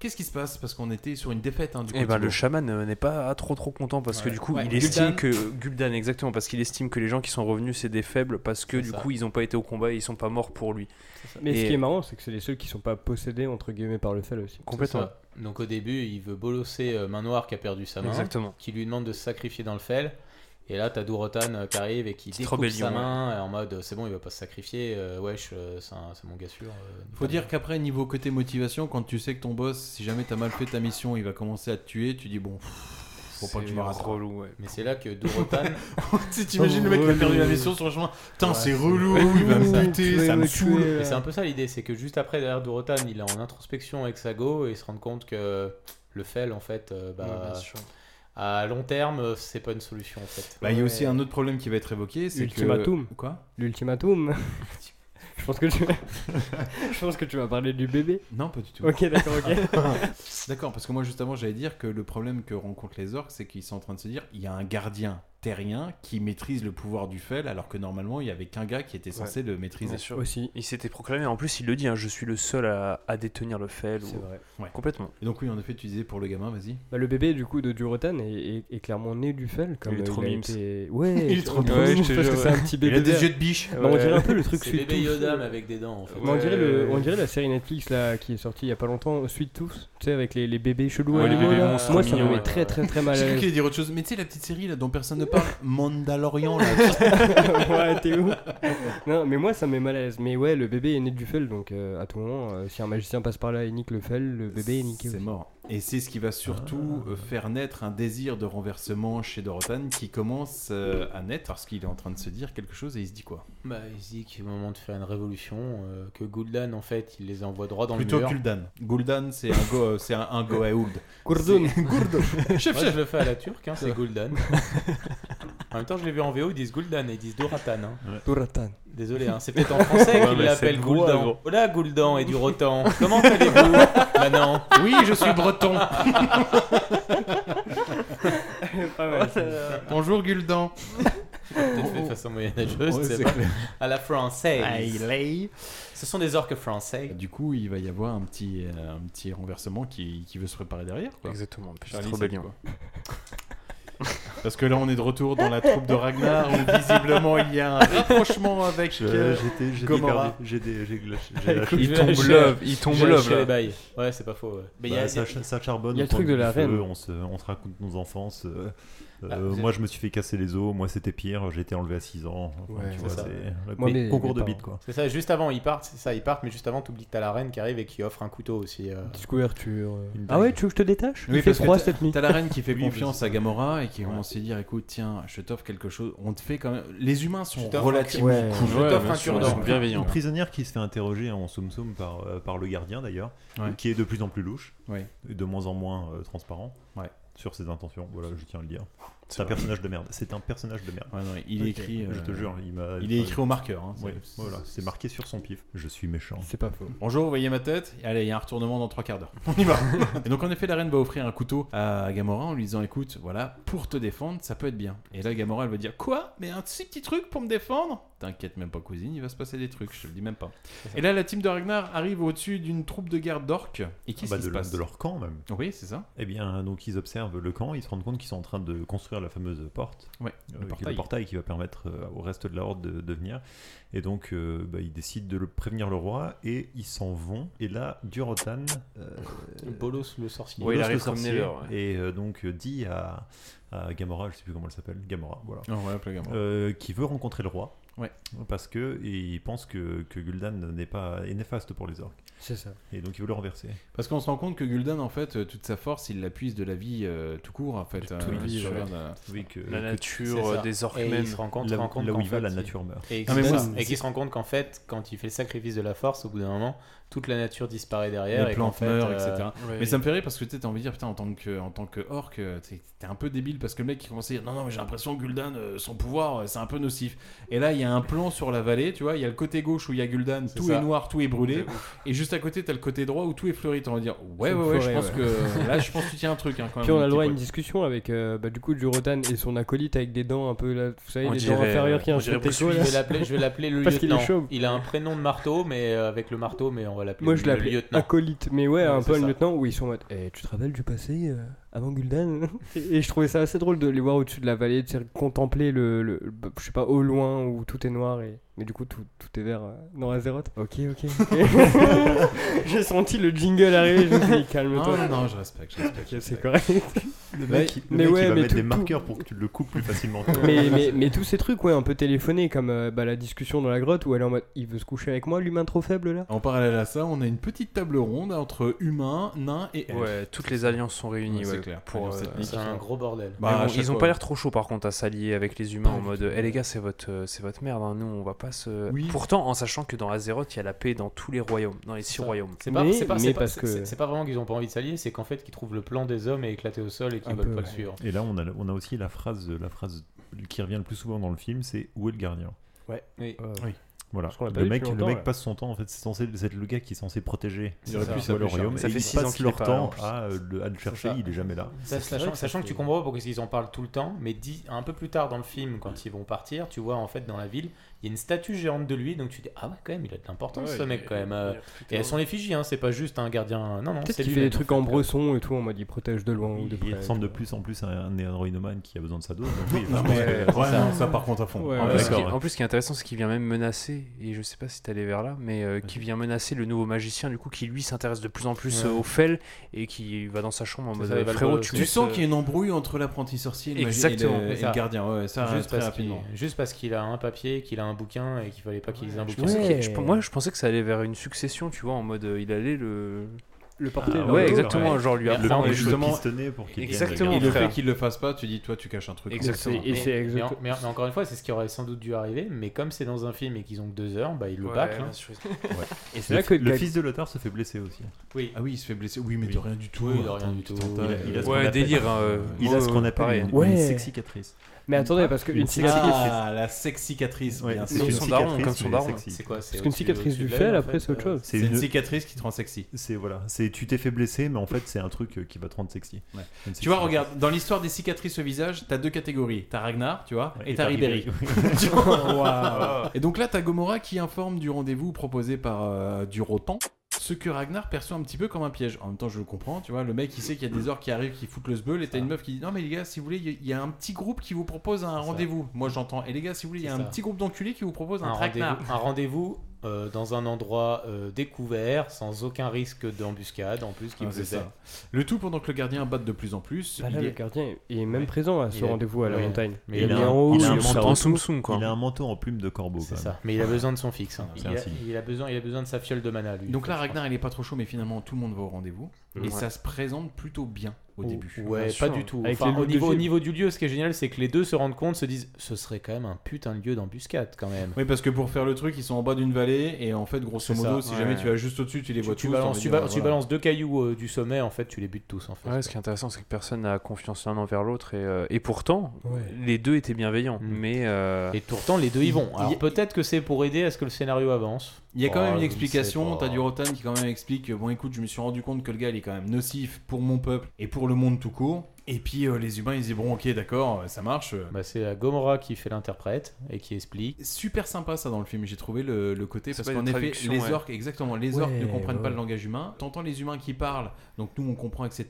Speaker 3: Qu'est-ce qui se passe Parce qu'on était sur une défaite, hein, du coup.
Speaker 9: Et ben
Speaker 3: Thibaut.
Speaker 9: le chaman euh, n'est pas trop trop content parce que
Speaker 3: Ouais.
Speaker 9: du coup
Speaker 3: Ouais.
Speaker 9: il estime
Speaker 3: Gul'dan.
Speaker 9: que euh, Gul'dan exactement parce qu'il estime que les gens qui sont revenus c'est des faibles parce que
Speaker 11: C'est
Speaker 9: du
Speaker 11: ça.
Speaker 9: coup ils ont pas été au combat et ils sont pas morts pour lui.
Speaker 2: Mais
Speaker 9: Et-
Speaker 2: ce qui est marrant, c'est que c'est les seuls qui sont pas possédés, entre guillemets, par le fel aussi.
Speaker 9: complètement.
Speaker 11: Ça. Donc au début, il veut bolosser euh, Main Noire qui a perdu sa main,
Speaker 9: Exactement.
Speaker 11: qui lui demande de se sacrifier dans le fel. Et là, t'as Durotan euh, qui arrive et qui découpe
Speaker 9: rébellion,
Speaker 11: sa main et en mode euh, c'est bon, il va pas se sacrifier. euh, wesh, euh, c'est un- c'est mon gars sûr. euh,
Speaker 3: Faut dire qu'après, niveau côté motivation, quand tu sais que ton boss, si jamais t'as mal fait ta mission, il va commencer à te tuer, tu dis bon. pff, Faut pas que je me rattrape.
Speaker 9: relou. Ouais.
Speaker 11: Mais c'est là que Durotan.
Speaker 3: Tu t'imagines le mec qui a perdu la mission sur le chemin Putain,
Speaker 11: Ouais,
Speaker 3: c'est
Speaker 11: c'est-
Speaker 3: relou, il va me buter, bah, ça me saoule.
Speaker 11: Et
Speaker 2: euh,
Speaker 11: c'est un peu ça l'idée, c'est que juste après, derrière Durotan, il est en introspection avec Sago et il se rend compte que le fel, en fait, euh, bah,
Speaker 9: Ouais, bien sûr.
Speaker 11: à long terme, euh, c'est pas une solution en fait.
Speaker 3: Bah, il y a aussi un autre problème qui va être évoqué, c'est que.
Speaker 2: L'ultimatum.
Speaker 3: Quoi
Speaker 2: L'ultimatum. Je pense, que tu... je pense que tu vas parler du bébé.
Speaker 3: Non, pas du tout.
Speaker 2: Ok, d'accord, ok.
Speaker 3: d'accord, parce que moi, juste avant, j'allais dire que le problème que rencontrent les orques, c'est qu'ils sont en train de se dire il y a un gardien terrien qui maîtrise le pouvoir du fel, alors que normalement, il y avait qu'un gars qui était censé le maîtriser.
Speaker 9: Bien sûr.
Speaker 2: Aussi.
Speaker 9: Il s'était proclamé en plus il le dit hein, je suis le seul à, à détenir le fel.
Speaker 2: C'est
Speaker 9: ou-
Speaker 2: vrai.
Speaker 3: Ouais.
Speaker 9: Complètement.
Speaker 3: Et donc, oui, en effet, tu disais pour le gamin, vas-y.
Speaker 2: Bah, le bébé du coup de Durotan est, est- est clairement né du fel comme
Speaker 9: Il est
Speaker 2: euh,
Speaker 9: trop
Speaker 2: a
Speaker 9: mimes.
Speaker 2: été- Ouais,
Speaker 9: Il est trop
Speaker 2: clairement
Speaker 9: mimes,
Speaker 2: mimes,
Speaker 9: je te
Speaker 2: parce que
Speaker 9: jure,
Speaker 2: c'est un
Speaker 9: ouais.
Speaker 2: petit
Speaker 9: Il a
Speaker 2: bébé
Speaker 9: des
Speaker 2: vert.
Speaker 9: yeux de biche.
Speaker 2: Bah, on dirait un peu le truc
Speaker 11: C'est
Speaker 2: Sweet
Speaker 11: bébé
Speaker 2: Tooth.
Speaker 11: Yoda, mais avec des dents, en fait.
Speaker 2: Bah, on, dirait le-
Speaker 9: Ouais.
Speaker 2: on dirait la série Netflix là qui est sortie il y a pas longtemps Sweet Tooth, tu sais avec les, les bébés chelous
Speaker 9: Ouais, les
Speaker 2: animaux,
Speaker 9: bébés
Speaker 2: là.
Speaker 9: monstres
Speaker 2: Moi ça me
Speaker 9: mignons,
Speaker 2: met
Speaker 9: ouais.
Speaker 2: très très très mal à
Speaker 3: J'ai cru
Speaker 2: l'aise.
Speaker 3: qu'il allait dire autre chose, mais tu sais, la petite série là dont personne ne parle, Mandalorian là.
Speaker 2: ouais, t'es où Non, mais moi ça me met mal à l'aise. Mais ouais, le bébé est né du fel donc euh, à tout moment euh, si un magicien passe par là et nique le fel, le bébé est niqué.
Speaker 3: C'est
Speaker 2: aussi.
Speaker 3: mort. Et c'est ce qui va surtout
Speaker 11: Ah.
Speaker 3: euh, faire naître un désir de renversement chez Dorothan qui commence euh, à naître parce qu'il est en train de se dire quelque chose et il se dit quoi
Speaker 11: Bah, il se dit qu'il est moment de faire une révolution, euh, que Gul'dan, en fait, il les envoie droit dans
Speaker 3: Plutôt
Speaker 11: le mur.
Speaker 3: Gul'dan. Gul'dan, c'est un go, euh, c'est un, un Goa'uld.
Speaker 11: Gourdun.
Speaker 3: C'est- Gourdun. Chef,
Speaker 11: Moi,
Speaker 3: chef.
Speaker 11: je le fais à la turque, hein, c'est Gul'dan. en même temps, je l'ai vu en VO, ils disent Gul'dan et ils disent Doratan. hein.
Speaker 2: Doratan.
Speaker 11: Désolé, hein, c'est peut-être en français
Speaker 2: Ouais,
Speaker 11: qu'ils
Speaker 2: mais
Speaker 11: l'appellent
Speaker 2: cette voix,
Speaker 11: Gul'dan.
Speaker 2: gros.
Speaker 11: Hola Gul'dan et du Rotan. Comment allez-vous Manon
Speaker 3: Oui, je suis breton.
Speaker 9: Ah
Speaker 11: Pas mal.
Speaker 3: Oh là là. Bonjour Gul'dan.
Speaker 11: Peut-être fait façon moyenâgeuse,
Speaker 3: Ouais,
Speaker 11: tu sais
Speaker 3: c'est Ah,
Speaker 11: pas.
Speaker 3: clair.
Speaker 11: À la française.
Speaker 3: Aïe, aïe.
Speaker 11: Ce sont des orques français.
Speaker 3: Du coup, il va y avoir un petit, euh, un petit renversement qui, qui veut se préparer derrière. Quoi.
Speaker 9: Exactement, une petite
Speaker 3: Charlie, c'est
Speaker 9: rébellion.
Speaker 3: quoi Parce que là, on est de retour dans la troupe de Ragnar où visiblement il y a un rapprochement avec.
Speaker 10: Je-
Speaker 3: euh,
Speaker 10: j'étais- j'étais
Speaker 3: Gomorrah.
Speaker 10: perdu. J'ai des- j'ai glitché. J'ai
Speaker 3: Avec
Speaker 10: lâché.
Speaker 3: le
Speaker 10: Il
Speaker 3: jeu
Speaker 10: tombe
Speaker 3: à
Speaker 10: love,
Speaker 3: chef.
Speaker 10: il tombe
Speaker 3: J'ai
Speaker 10: love,
Speaker 3: lâché
Speaker 10: là.
Speaker 3: les bails.
Speaker 11: Ouais, c'est pas faux. ouais. Mais il y
Speaker 10: Bah,
Speaker 11: a-
Speaker 10: ça,
Speaker 11: il y a-
Speaker 10: ça charbonne.
Speaker 11: il y a
Speaker 10: on
Speaker 11: le truc
Speaker 10: prend
Speaker 11: de
Speaker 10: du
Speaker 11: la
Speaker 10: feu,
Speaker 11: reine.
Speaker 10: On se, on se raconte nos enfances. euh, euh,
Speaker 11: Ah, vous
Speaker 10: moi,
Speaker 11: êtes-
Speaker 10: je me suis fait casser les os. Moi, c'était pire. J'ai été enlevé à 6 ans. Enfin, tu vois, c'est le
Speaker 11: Moi, mes-
Speaker 10: concours
Speaker 11: mes
Speaker 10: de
Speaker 11: parents.
Speaker 10: bite, quoi.
Speaker 11: C'est ça, juste avant ils partent, c'est ça, ils partent, mais juste avant t'oublies que t'as la reine qui arrive et qui offre un couteau aussi. euh.
Speaker 2: Petite couverture. euh. Ah ouais, tu veux que je te détache Il fait
Speaker 3: parce que
Speaker 2: froid
Speaker 3: t'as-
Speaker 2: cette nuit.
Speaker 3: T'as la reine qui fait
Speaker 2: Oui,
Speaker 3: confiance
Speaker 2: mais
Speaker 3: à Gamora et qui commence à se dire écoute, tiens, je t'offre quelque chose. On te fait quand même. Les humains
Speaker 11: Je
Speaker 3: sont
Speaker 11: t'offre un-
Speaker 3: relativement
Speaker 11: ouais.
Speaker 3: cool.
Speaker 11: Je t'offre un cure-dent. Ils sont bienveillants.
Speaker 10: Une prisonnière qui se fait interroger en somme somme par, euh, par le gardien d'ailleurs,
Speaker 3: Ouais.
Speaker 10: qui est de plus en plus louche,
Speaker 3: Ouais.
Speaker 10: et de moins en moins euh, transparent sur ses intentions. Voilà, je tiens à le dire. C'est un
Speaker 3: vrai.
Speaker 10: personnage de merde. C'est un personnage de merde.
Speaker 3: Ouais, non, il est
Speaker 10: Ok.
Speaker 3: écrit,
Speaker 10: Je te
Speaker 3: euh,
Speaker 10: jure, il m'a.
Speaker 3: il est écrit au marqueur, hein,
Speaker 10: Ouais,
Speaker 3: c'est-
Speaker 10: voilà, c'est marqué sur son pif. Je suis méchant.
Speaker 3: C'est pas faux. Bonjour, vous voyez ma tête Allez, il y a un retournement dans trois quarts d'heure. On y va. et donc en effet, la reine va offrir un couteau à Gamora en lui disant écoute, voilà, pour te défendre, ça peut être bien. Et là, Gamora, elle va dire quoi Mais un si petit truc pour me défendre T'inquiète même pas, cousine, il va se passer des trucs, je te le dis même pas. Et là, la team de Ragnar arrive au-dessus d'une troupe de gardes d'orques. Et qu'est-ce
Speaker 10: Ah bah,
Speaker 3: qui
Speaker 10: de
Speaker 3: se
Speaker 10: leur-
Speaker 3: passe
Speaker 10: de leur camp même.
Speaker 3: Oui, c'est ça.
Speaker 10: Eh bien, donc ils observent le camp, ils se rendent compte qu'ils sont en train de construire la fameuse porte.
Speaker 3: Ouais, le
Speaker 10: Euh, qui est
Speaker 3: portail.
Speaker 10: qui va permettre euh, au reste de la horde de, de venir. Et donc, euh, bah, ils décident de le prévenir le roi et ils s'en vont. Et là, Durotan. euh,
Speaker 11: Bolos le sorcier.
Speaker 10: Bolos
Speaker 11: il
Speaker 10: le
Speaker 11: arrive
Speaker 10: sorcier,
Speaker 11: promener l'heure,
Speaker 10: Et euh, donc, euh, dit à, à Gamora, je sais plus comment elle s'appelle, Gamora, voilà.
Speaker 3: Ah, on va l'appeler Gamora.
Speaker 10: Euh, qui veut rencontrer le roi.
Speaker 3: Ouais.
Speaker 10: Parce que il pense que, que Gul'dan n'est pas est néfaste pour les orques.
Speaker 2: C'est ça.
Speaker 10: Et donc, il veut le renverser.
Speaker 3: Parce qu'on se rend compte que Gul'dan, en fait, euh, toute sa force, il la puise de la vie euh, tout court, en fait. euh,
Speaker 10: toute vie,
Speaker 3: sur-
Speaker 10: ouais.
Speaker 3: euh,
Speaker 10: Oui, que-
Speaker 11: La
Speaker 10: que-
Speaker 11: nature,
Speaker 10: c'est
Speaker 11: euh,
Speaker 10: ça.
Speaker 11: des orques
Speaker 10: Et
Speaker 11: même.
Speaker 10: il se rend compte- Là où-
Speaker 11: compte
Speaker 10: là où
Speaker 11: qu'en
Speaker 10: il va,
Speaker 11: fait,
Speaker 10: la
Speaker 11: il-
Speaker 10: nature meurt.
Speaker 11: Et
Speaker 10: Ah, mais moi,
Speaker 11: qui
Speaker 10: c'est-
Speaker 11: se rend compte qu'en fait, quand il fait le sacrifice de la force, au bout d'un moment, toute la nature disparaît derrière.
Speaker 3: les
Speaker 11: et qu'en
Speaker 3: plantes
Speaker 11: fait,
Speaker 3: meurent,
Speaker 11: euh,
Speaker 3: etc.
Speaker 11: ouais.
Speaker 3: mais ça me fait rire parce que tu sais, t'as envie de dire, putain, en tant que, en tant que orc, euh, t'es t'es un peu débile parce que le mec qui commence à dire, non, non, mais j'ai l'impression que Gul'dan, euh, son pouvoir, euh, c'est un peu nocif. Et là, il y a un plan sur la vallée, tu vois, il y a le côté gauche où il y a Gul'dan, tout
Speaker 11: ça.
Speaker 3: est noir, tout est
Speaker 11: De
Speaker 3: brûlé.
Speaker 11: ouf.
Speaker 3: Et juste à côté, t'as le côté droit où tout est fleuri. T'as envie de dire, ouais,
Speaker 2: C'est
Speaker 3: ouais,
Speaker 2: une
Speaker 3: ouais, je
Speaker 2: forêt,
Speaker 3: pense
Speaker 2: ouais.
Speaker 3: que là, je pense que tu tiens un truc. hein, quand
Speaker 2: Puis
Speaker 3: même,
Speaker 2: on a le
Speaker 3: petit
Speaker 2: droit à
Speaker 3: pote.
Speaker 2: une discussion avec euh, bah, du coup Durotan et son acolyte avec des dents un peu là, vous savez,
Speaker 11: On
Speaker 2: les dents
Speaker 11: dirait-
Speaker 2: inférieures qui
Speaker 11: on
Speaker 2: ont
Speaker 11: dirait Bruce Willis. Je vais l'appeler- je vais l'appeler le
Speaker 2: Parce qu'il
Speaker 11: lieutenant.
Speaker 2: est chaud.
Speaker 11: Il a un prénom de marteau, mais euh, avec le marteau, mais on va l'appeler
Speaker 2: Moi je
Speaker 11: le
Speaker 2: l'appelais
Speaker 11: lieutenant.
Speaker 2: acolyte, mais ouais, un
Speaker 11: Ouais,
Speaker 2: peu
Speaker 11: c'est
Speaker 2: un
Speaker 11: ça.
Speaker 2: lieutenant où ils sont en mode Eh, Tu te rappelles du passé euh, avant Gul'dan Et et je trouvais ça assez drôle de les voir au-dessus de la vallée, de se- contempler le, le- le- bah, Je sais pas, au loin où tout est noir et. Mais du coup tout, tout est vert euh, dans Azeroth. Ok, ok, ok. J'ai senti le jingle arriver, je me suis dit calme-toi.
Speaker 3: Non, non, non, je respecte, je respecte, je
Speaker 2: Ok, C'est
Speaker 3: respecte.
Speaker 2: correct.
Speaker 10: Le mec, le mec, il va mettre des marqueurs pour que tu le coupes plus facilement.
Speaker 2: mais, mais, mais tous ces trucs, ouais, un peu téléphonés, comme euh, bah, la discussion dans la grotte où elle est en mode il veut se coucher avec moi, l'humain trop faible
Speaker 11: Ah,
Speaker 2: là
Speaker 3: En parallèle à ça, on a une petite table ronde entre humains, nains et elfes.
Speaker 9: Ouais, toutes les alliances sont réunies.
Speaker 3: Ouais, c'est
Speaker 9: ouais,
Speaker 3: clair.
Speaker 9: pour,
Speaker 3: Alliance
Speaker 9: euh,
Speaker 3: ethnique.
Speaker 11: C'est un gros bordel.
Speaker 9: Mais
Speaker 3: Bah,
Speaker 9: bon,
Speaker 3: à chaque
Speaker 9: ils ont
Speaker 3: fois,
Speaker 9: pas l'air trop chauds par contre à s'allier avec les humains
Speaker 3: Pas
Speaker 9: en
Speaker 3: du
Speaker 9: mode
Speaker 3: tout.
Speaker 9: eh les gars c'est votre euh, c'est votre merde hein. nous on va pas se
Speaker 11: Oui.
Speaker 9: pourtant en sachant que dans Azeroth il y a la paix dans tous les royaumes dans les six royaumes
Speaker 11: C'est pas, c'est pas, c'est pas-
Speaker 2: parce
Speaker 11: c'est-
Speaker 2: que-
Speaker 11: c'est- c'est pas vraiment qu'ils ont pas envie de s'allier, c'est qu'en fait qu'ils trouvent le plan des hommes est éclaté au sol et qu'ils
Speaker 2: Un
Speaker 11: veulent
Speaker 2: peu,
Speaker 11: pas le
Speaker 2: ouais.
Speaker 11: suivre.
Speaker 10: Et là, on a, on a aussi la phrase, la phrase qui revient le plus souvent dans le film, c'est où est le gardien
Speaker 11: Ouais. Oui.
Speaker 10: Voilà.
Speaker 11: Parce qu'on l'a pas
Speaker 10: Le
Speaker 11: vu
Speaker 10: mec,
Speaker 11: depuis
Speaker 10: le
Speaker 11: longtemps,
Speaker 10: mec
Speaker 11: là.
Speaker 10: passe son temps, en fait, c'est censé c'est le gars qui est censé protéger
Speaker 11: Il aurait pu
Speaker 10: tu vois,
Speaker 11: s'appeler
Speaker 10: le
Speaker 11: Charles.
Speaker 10: royaume.
Speaker 11: Ça
Speaker 10: et
Speaker 11: fait
Speaker 10: ils
Speaker 11: six ans
Speaker 10: passent
Speaker 11: qu'il est
Speaker 10: leur
Speaker 11: pas là, en
Speaker 10: temps
Speaker 11: plus.
Speaker 10: à, euh, le, à le chercher,
Speaker 11: ça.
Speaker 10: il est jamais là.
Speaker 11: Ça, sachant sachant que tu comprends pas pourquoi ils en parlent tout le temps, mais dit, un peu plus tard dans le film, quand ils vont partir, tu vois en fait dans la ville, il y a une statue géante de lui, donc tu dis ah ouais quand même il a de l'importance
Speaker 9: Ouais,
Speaker 11: ce
Speaker 9: il
Speaker 11: mec
Speaker 9: est-
Speaker 11: quand même.
Speaker 9: il est-
Speaker 11: euh,
Speaker 9: il est
Speaker 11: et elles sont effigies, hein, c'est pas juste un gardien. Non non.
Speaker 2: Peut-être
Speaker 11: c'est
Speaker 2: qu'il
Speaker 11: lui,
Speaker 2: fait des
Speaker 11: même.
Speaker 2: trucs en bresson et tout, en mode il protège de loin ou de
Speaker 10: Il
Speaker 2: près.
Speaker 10: ressemble de plus en plus à un héroïnomane qui a besoin de sa dose. donc oui,
Speaker 3: Non,
Speaker 10: je
Speaker 3: mais-
Speaker 10: pense que-
Speaker 3: ouais, non, ça, par contre, à fond. Ouais,
Speaker 9: en,
Speaker 10: Ah,
Speaker 3: ouais,
Speaker 9: plus, ce
Speaker 3: d'accord,
Speaker 9: qui est-
Speaker 3: ouais.
Speaker 9: en plus, ce qui est intéressant, c'est qu'il vient même menacer, et je sais pas si t'es allé vers là, mais euh, qui vient menacer le nouveau magicien, du coup, qui lui s'intéresse de plus en plus
Speaker 11: Ouais.
Speaker 9: euh, au Fel, et qui va dans sa chambre en
Speaker 11: C'est
Speaker 9: mode
Speaker 11: ça, il va le
Speaker 9: frérot,
Speaker 11: voir,
Speaker 9: Euh, tu
Speaker 11: c'est-
Speaker 9: me
Speaker 3: Tu sens
Speaker 9: laisses,
Speaker 3: qu'il y a une embrouille entre l'apprenti sorcier et le, magi- et le-
Speaker 9: Exactement,
Speaker 3: et le
Speaker 11: Ça.
Speaker 3: gardien. Ouais, ça,
Speaker 11: juste,
Speaker 3: très
Speaker 11: parce
Speaker 3: rapidement.
Speaker 11: qu'il- juste parce qu'il a un papier, qu'il a un bouquin et qu'il fallait pas qu'il ait un
Speaker 9: Je
Speaker 11: bouquin.
Speaker 9: pensais qu'il- je- moi, je pensais que ça euh, allait vers une succession, tu vois, en mode euh, il allait le.
Speaker 2: le porter.
Speaker 9: Ah, ouais, exactement, genre lui apprend
Speaker 3: apprendre
Speaker 9: justement- Exactement,
Speaker 3: Et le
Speaker 9: frère.
Speaker 3: fait qu'il le fasse pas, tu dis toi tu caches un truc.
Speaker 11: Exactement.
Speaker 3: Et c'est
Speaker 11: mais,
Speaker 3: exact-
Speaker 11: mais en- mais encore une fois, c'est ce qui aurait sans doute dû arriver, mais comme c'est dans un film et qu'ils ont que deux heures, bah ils le
Speaker 9: Ouais,
Speaker 11: bâclent.
Speaker 9: bien
Speaker 11: hein.
Speaker 9: sûr.
Speaker 10: Ouais. le, le fils de Lothar se fait blesser aussi.
Speaker 11: Oui.
Speaker 3: Ah oui, il se fait blesser. Oui, mais de rien du tout.
Speaker 11: Oui, de rien
Speaker 3: Attends,
Speaker 11: du tout.
Speaker 3: putain,
Speaker 11: Il
Speaker 3: t'as-
Speaker 11: a-
Speaker 10: il a ce
Speaker 9: Ouais,
Speaker 10: qu'on appelle-
Speaker 9: délire, hein,
Speaker 10: Il a ce
Speaker 9: ouais,
Speaker 10: qu'on
Speaker 9: ouais,
Speaker 10: appelle
Speaker 9: pareil.
Speaker 10: une, une
Speaker 9: Ouais.
Speaker 10: sexicatrice.
Speaker 2: Mais attendez, parce que
Speaker 10: Une
Speaker 2: une
Speaker 10: cicatrice.
Speaker 2: cicatrice.
Speaker 3: Ah, la sexicatrice.
Speaker 10: Ouais,
Speaker 3: bien
Speaker 10: c'est
Speaker 3: sûr.
Speaker 10: une Son daron, cicatrice, comme son mais daron. sexy.
Speaker 3: C'est quoi c'est
Speaker 2: Parce qu'une
Speaker 3: au-dessus-
Speaker 2: cicatrice
Speaker 3: au-dessus
Speaker 2: du
Speaker 3: de l'œil,
Speaker 2: fait,
Speaker 3: en
Speaker 2: après,
Speaker 3: fait,
Speaker 2: c'est autre
Speaker 3: euh,
Speaker 2: chose.
Speaker 3: C'est une cicatrice qui te rend sexy.
Speaker 10: C'est voilà, c'est tu t'es fait blesser, mais en fait c'est un truc euh, qui va te rendre sexy. Une
Speaker 3: Tu vois,
Speaker 10: sexy-
Speaker 3: regarde, dans l'histoire des cicatrices au visage, t'as deux catégories. T'as Ragnar, tu vois,
Speaker 10: Ouais,
Speaker 3: et t'as Ribéry. Tu
Speaker 11: Oh,
Speaker 3: vois
Speaker 10: Waouh.
Speaker 3: Et donc là, t'as Gomorrah qui informe du rendez-vous proposé par euh, Durotan. Ce que Ragnar perçoit un petit peu comme un piège. En même temps, je le comprends, tu vois. Le mec, il sait qu'il y a
Speaker 11: Mm.
Speaker 3: des orques qui arrivent, qui foutent le sbeul, et t'as une meuf qui dit Non, mais les gars, si vous voulez, il y a- il y a un petit groupe qui vous propose un rendez-vous. Moi, j'entends. Et les gars, si vous voulez, il y a
Speaker 11: C'est
Speaker 3: un
Speaker 11: ça.
Speaker 3: petit groupe d'enculés qui vous propose un,
Speaker 11: un
Speaker 3: traquenard.
Speaker 11: rendez-vous, un rendez-vous, euh, dans un endroit euh, découvert, sans aucun risque d'embuscade en plus qui
Speaker 3: Ah,
Speaker 11: me
Speaker 3: c'est
Speaker 11: faisait.
Speaker 3: ça. Le tout pendant que le gardien batte de plus en plus.
Speaker 2: Bah là,
Speaker 3: Il
Speaker 2: le
Speaker 3: est-
Speaker 2: gardien est même présent à ce
Speaker 3: Il est-
Speaker 2: rendez-vous à la
Speaker 3: ouais.
Speaker 2: montagne.
Speaker 3: Mais
Speaker 2: il
Speaker 3: il
Speaker 2: est
Speaker 3: a
Speaker 2: mis
Speaker 3: un-
Speaker 2: en haut,
Speaker 10: il a un
Speaker 2: il est
Speaker 10: manteau-
Speaker 2: en dessous.
Speaker 10: Il a un manteau en plume de corbeau.
Speaker 11: C'est ça. Mais il a besoin de son fixe. hein.
Speaker 10: C'est
Speaker 11: Il,
Speaker 10: un
Speaker 11: a,
Speaker 10: signe.
Speaker 11: il a besoin, il a besoin de sa fiole de mana lui.
Speaker 3: Donc là, Ragnar, il est pas trop chaud, mais finalement, tout le monde va au rendez-vous.
Speaker 11: Ouais.
Speaker 3: Et ça se présente plutôt bien au
Speaker 11: Oh,
Speaker 3: début.
Speaker 11: Ouais, pas du tout.
Speaker 3: Avec
Speaker 11: Enfin,
Speaker 3: les
Speaker 11: au,
Speaker 3: looks de
Speaker 11: niveau, au
Speaker 3: film.
Speaker 11: niveau du lieu, ce qui est génial, c'est que les deux se rendent compte, se disent ce serait quand même un putain de lieu d'embuscade quand même.
Speaker 3: Oui, parce que pour faire le truc, ils sont en bas d'une vallée et en fait, grosso
Speaker 11: C'est ça,
Speaker 3: modo, si
Speaker 11: ouais.
Speaker 3: jamais tu vas juste au-dessus, tu les vois
Speaker 11: tu
Speaker 3: tous.
Speaker 11: balances,
Speaker 3: t'as
Speaker 11: tu,
Speaker 3: envie
Speaker 11: ba-
Speaker 3: de dire,
Speaker 11: tu
Speaker 3: voilà.
Speaker 11: balances deux cailloux euh, du sommet, en fait, tu les butes tous. En fait.
Speaker 9: Ouais, ce qui est intéressant, c'est que personne n'a confiance l'un envers l'autre, et, euh, et pourtant,
Speaker 11: Ouais.
Speaker 9: les deux étaient bienveillants. Mais, euh,
Speaker 11: Et pourtant, les deux y vont. Alors peut-être que c'est pour aider à ce que le scénario avance.
Speaker 3: Il y a quand
Speaker 11: Oh,
Speaker 3: même une
Speaker 11: je ne sais
Speaker 3: explication.
Speaker 11: pas.
Speaker 3: T'as du Rotan qui quand même explique euh, bon, écoute, je me suis rendu compte que le gars, il est quand même nocif pour mon peuple et pour le monde tout court. Et puis euh, les humains, ils disent bon, ok, d'accord, euh, ça marche. euh.
Speaker 11: Bah, c'est la Gomorrah qui fait l'interprète et qui explique.
Speaker 3: Super sympa ça dans le film, j'ai trouvé le, le côté
Speaker 11: C'est
Speaker 3: parce
Speaker 11: pas
Speaker 3: qu'en
Speaker 11: une
Speaker 3: effet
Speaker 11: traduction,
Speaker 3: les
Speaker 11: ouais.
Speaker 3: orques exactement les orques ne
Speaker 11: Ouais,
Speaker 3: comprennent pas
Speaker 11: ouais.
Speaker 3: le langage humain. T'entends les humains qui parlent donc nous on comprend etc.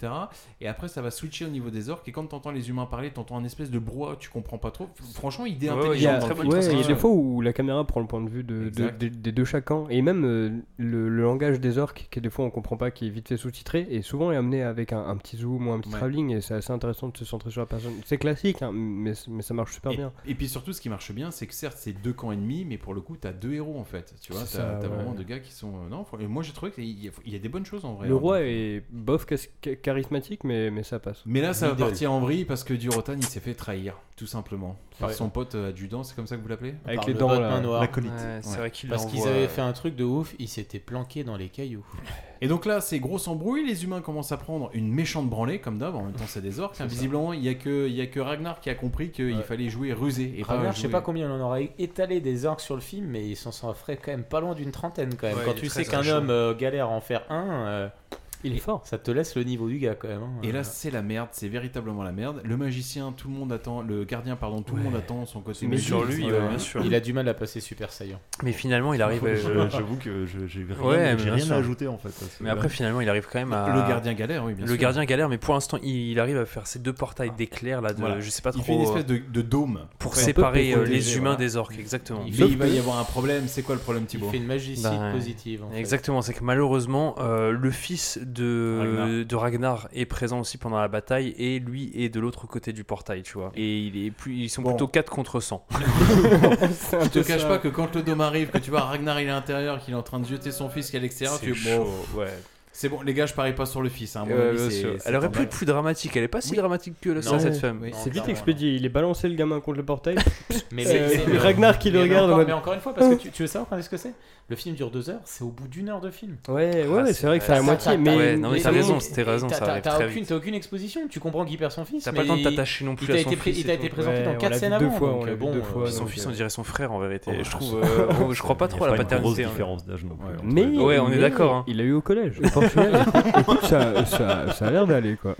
Speaker 3: Et après ça va switcher au niveau des orques et quand t'entends les humains parler t'entends un espèce de brouhaha tu comprends pas trop. Franchement idée intelligente.
Speaker 2: Il y a,
Speaker 3: dans le film.
Speaker 2: ouais, il y a des fois où la caméra prend le point de vue de- de-
Speaker 3: Exact.
Speaker 2: des- des deux chacun, et même euh, le, le langage des orques, que des fois on comprend pas, qui est vite fait sous-titré, et souvent est amené avec un, un petit zoom ou un petit
Speaker 3: Ouais.
Speaker 2: travelling, et c'est assez intéressant de se centrer sur la personne. C'est classique, hein, mais, mais ça marche super
Speaker 3: Et-
Speaker 2: bien.
Speaker 3: Et, puis surtout, ce qui marche bien, c'est que certes, c'est deux camps ennemis, mais pour le coup, t'as deux héros en fait. Tu vois,
Speaker 2: C'est
Speaker 3: t'as
Speaker 2: ça,
Speaker 3: t'as
Speaker 2: ouais.
Speaker 3: vraiment deux gars qui sont. euh, non, fr- et moi j'ai trouvé qu'il y, a- il y a des bonnes choses en vrai.
Speaker 2: Le
Speaker 3: hein.
Speaker 2: roi est bof cas- ca- charismatique, mais, mais ça passe.
Speaker 3: Mais là, ça va partir en vrille parce que Durotan, il s'est fait trahir, tout simplement. Par
Speaker 2: Ouais.
Speaker 3: son pote euh, adjudant, c'est comme ça que vous l'appelez
Speaker 2: Avec
Speaker 11: Par
Speaker 2: les
Speaker 11: le
Speaker 2: dents,
Speaker 11: vote
Speaker 2: là.
Speaker 11: main noire.
Speaker 2: L'acolyte.
Speaker 9: Ouais, c'est vrai qu'il
Speaker 11: Parce qu'ils
Speaker 9: l'envoie-
Speaker 11: avaient fait un truc de ouf, ils s'étaient planqués dans les cailloux.
Speaker 3: Et donc là, c'est grosse embrouille, les humains commencent à prendre une méchante branlée, comme d'hab, en même temps, c'est des orques. hein. Visiblement, il y, a que- il y a que Ragnar qui a compris qu'il fallait jouer rusé. Et pas
Speaker 11: Ragnar, Ah, je sais
Speaker 3: jouer-
Speaker 11: pas combien on en aura étalé des orques sur le film, mais ils s'en sont frais quand même pas loin d'une trentaine quand même.
Speaker 9: Ouais,
Speaker 11: quand
Speaker 9: il est
Speaker 11: tu
Speaker 9: très,
Speaker 11: sais
Speaker 9: très
Speaker 11: qu'un
Speaker 9: chaud.
Speaker 11: homme euh, galère à en faire un, euh,
Speaker 2: il est fort.
Speaker 11: Ça te laisse le niveau du gars quand même. hein.
Speaker 3: Et
Speaker 11: Euh,
Speaker 3: là, c'est la merde, c'est véritablement la merde. Le magicien, tout le monde attend, le gardien, pardon, tout le monde attend son côté.
Speaker 9: Mais
Speaker 3: magique.
Speaker 9: sur lui,
Speaker 3: Ouais.
Speaker 9: ouais, bien sûr.
Speaker 11: Euh, il a du mal à passer Super Saiyan.
Speaker 9: Mais finalement, il arrive. à-
Speaker 10: Je- J'avoue que je- j'ai rien,
Speaker 9: Ouais, mais
Speaker 10: j'ai
Speaker 9: bien
Speaker 10: rien
Speaker 9: sûr.
Speaker 10: à ajouter en fait. parce que-
Speaker 9: Mais après, finalement, il arrive quand même à.
Speaker 3: Le gardien galère, oui, bien
Speaker 9: Bah, Le
Speaker 3: sûr. Ah.
Speaker 9: gardien galère, mais pour l'instant, il, il arrive à faire ces deux portails d'éclair là. De,
Speaker 3: Voilà.
Speaker 9: Je sais pas trop.
Speaker 3: Il fait une
Speaker 9: euh,
Speaker 3: espèce de, de dôme.
Speaker 9: Pour
Speaker 3: Enfin,
Speaker 9: séparer
Speaker 3: un peu
Speaker 9: euh, les
Speaker 3: protégé,
Speaker 9: humains
Speaker 3: voilà.
Speaker 9: des orques, exactement.
Speaker 3: Mais il va y avoir un problème. C'est quoi le problème, Thibaut
Speaker 11: Il fait une magie
Speaker 2: Bah,
Speaker 9: Ben,
Speaker 11: positive. en fait.
Speaker 9: Exactement, c'est que malheureusement, euh, le fils de
Speaker 11: Ragnar.
Speaker 9: Ragnar. de Ragnar est présent aussi pendant la bataille et lui est de l'autre côté du portail, tu vois. Et il est plus, ils sont
Speaker 3: Bon.
Speaker 9: plutôt 4 contre 100.
Speaker 3: Je te cache pas que quand le dôme arrive, que tu vois Ragnar il est à l'intérieur, qu'il est en train de jeter son fils qui est à l'extérieur,
Speaker 9: C'est
Speaker 3: tu fais, bon,
Speaker 9: chaud, ouais.
Speaker 3: C'est bon, les gars, je parie pas sur le fils. hein, à mon
Speaker 9: Euh,
Speaker 3: avis,
Speaker 9: bien
Speaker 3: c'est-
Speaker 9: sûr.
Speaker 3: c'est
Speaker 9: Elle aurait pu
Speaker 3: normal.
Speaker 9: être plus dramatique, elle est pas si
Speaker 3: Oui.
Speaker 9: dramatique que le- ça,
Speaker 2: Non,
Speaker 9: cette femme.
Speaker 2: oui,
Speaker 9: Non,
Speaker 2: C'est vite
Speaker 9: clairement,
Speaker 2: expédié, il est balancé le gamin contre le portail.
Speaker 11: Mais,
Speaker 2: Euh,
Speaker 11: mais- mais-
Speaker 2: Ragnar qui le
Speaker 11: mais
Speaker 2: regarde. en
Speaker 11: Encore,
Speaker 2: mode-
Speaker 11: mais encore une fois, parce que tu, tu veux savoir quand est-ce que c'est Le film dure deux heures, c'est au bout d'une heure de film.
Speaker 2: Ouais, ouais, c'est vrai que c'est à la moitié, mais.
Speaker 9: Ouais, non, mais t'as raison, c'était
Speaker 11: Et
Speaker 9: raison,
Speaker 11: t'as-
Speaker 9: ça
Speaker 11: t'as-
Speaker 9: arrive
Speaker 11: T'as
Speaker 9: très
Speaker 11: aucune,
Speaker 9: vite.
Speaker 11: t'as aucune exposition, tu comprends qu'il perd son fils.
Speaker 9: T'as pas le temps de
Speaker 11: mais
Speaker 9: t'attacher non
Speaker 11: il
Speaker 9: plus
Speaker 11: t'a
Speaker 9: à son
Speaker 11: été pré-
Speaker 9: fils
Speaker 11: Il t'a
Speaker 9: et
Speaker 11: été
Speaker 9: tout.
Speaker 11: présenté
Speaker 9: Ouais,
Speaker 11: dans
Speaker 9: on
Speaker 11: quatre
Speaker 9: l'a
Speaker 11: scènes
Speaker 9: vu deux
Speaker 11: avant.
Speaker 9: fois,
Speaker 11: donc,
Speaker 9: on l'a vu
Speaker 11: bon,
Speaker 9: deux
Speaker 11: euh,
Speaker 9: fois, Son
Speaker 11: donc,
Speaker 9: fils,
Speaker 11: euh,
Speaker 9: on dirait son frère en vérité.
Speaker 11: Oh,
Speaker 9: je trouve.
Speaker 11: mince.
Speaker 9: euh, on- je crois pas
Speaker 10: Il y a
Speaker 9: trop à la
Speaker 10: pas une grosse
Speaker 9: paternité. hein.
Speaker 10: différence d'âge non plus. entre
Speaker 2: Mais
Speaker 10: les deux.
Speaker 9: Ouais, on est
Speaker 2: mais
Speaker 9: d'accord, hein.
Speaker 2: Il a eu au collège. Au Portugal. Écoute, ça, ça, ça a l'air d'aller quoi.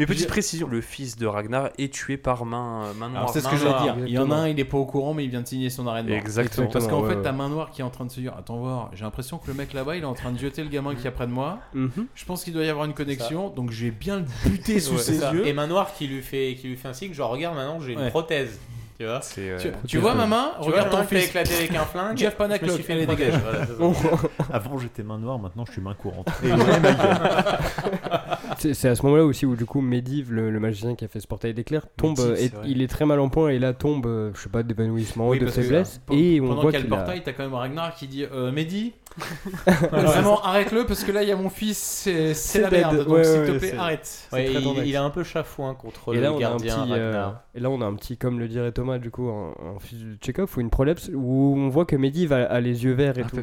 Speaker 9: Mais petite précision, le fils de Ragnar est tué par main, euh, main noire.
Speaker 3: Alors c'est ce que
Speaker 9: Main
Speaker 3: je veux
Speaker 9: Noire.
Speaker 3: dire. Il y en a un, il est pas au courant, mais il vient de signer son arrêt de mort.
Speaker 9: Exactement.
Speaker 3: Parce qu'en
Speaker 9: Exactement,
Speaker 3: fait,
Speaker 9: ouais,
Speaker 3: ta
Speaker 9: ouais.
Speaker 3: main noire qui est en train de se dire Attends, voir, j'ai l'impression que le mec là-bas, il est en train de jeter le gamin qui est près de moi.
Speaker 2: Mhm.
Speaker 3: Je pense qu'il doit y avoir une connexion, donc je vais bien le
Speaker 9: euh,
Speaker 3: buter sous
Speaker 11: Ouais, c'est
Speaker 3: ses
Speaker 11: ça.
Speaker 3: yeux.
Speaker 11: Et main noire qui lui fait, qui lui fait un signe, genre regarde maintenant j'ai une
Speaker 3: Ouais.
Speaker 11: prothèse. Tu vois
Speaker 9: C'est, euh,
Speaker 11: tu,
Speaker 9: prothèse,
Speaker 11: tu vois
Speaker 3: ouais.
Speaker 11: ma main
Speaker 3: Tu vois
Speaker 11: Regarde
Speaker 3: la
Speaker 11: ton
Speaker 3: main qui t'a
Speaker 11: fils éclaté avec un flingue.
Speaker 3: Jeff Panaclock,
Speaker 11: Je me suis fait
Speaker 3: allez,
Speaker 11: une prothèse.
Speaker 3: dégage.
Speaker 11: Voilà, c'est ça.
Speaker 10: Avant j'étais main noire, maintenant je suis main courante. Et ouais, ma gueule.
Speaker 2: C'est c'est à ce moment-là aussi où du coup Medivh, le, le magicien qui a fait ce portail d'éclair, tombe. euh,
Speaker 11: Medivh, c'est
Speaker 2: et-
Speaker 11: vrai.
Speaker 2: il est très mal en point et là tombe, euh, je sais pas, d'épanouissement,
Speaker 11: Oui,
Speaker 2: de
Speaker 11: parce que,
Speaker 2: faiblesse.
Speaker 11: euh,
Speaker 2: et on
Speaker 11: pendant
Speaker 2: voit
Speaker 11: qu'il y a le
Speaker 2: qu'il a-
Speaker 11: portail, t'as quand même Ragnar qui dit euh, Mehdi, vraiment arrête-le parce que là il y a mon fils, c'est- c'est
Speaker 2: C'est
Speaker 11: la merde.
Speaker 2: dead.
Speaker 11: Donc
Speaker 2: Ouais,
Speaker 11: s'il
Speaker 2: ouais,
Speaker 11: te
Speaker 2: ouais,
Speaker 11: plaît,
Speaker 2: c'est-
Speaker 11: arrête.
Speaker 2: c'est
Speaker 11: Ouais,
Speaker 2: très
Speaker 11: il,
Speaker 2: tendance.
Speaker 11: il est un peu chafouin contre
Speaker 2: et là,
Speaker 11: le
Speaker 2: on a un
Speaker 11: gardien
Speaker 2: petit, euh,
Speaker 11: Ragnar.
Speaker 2: et là, on a un petit, comme le dirait Thomas, du coup, un, un fusil de Chekhov ou une prolapse où on voit que Mehdi va, a les yeux verts et
Speaker 9: Ah,
Speaker 2: tout.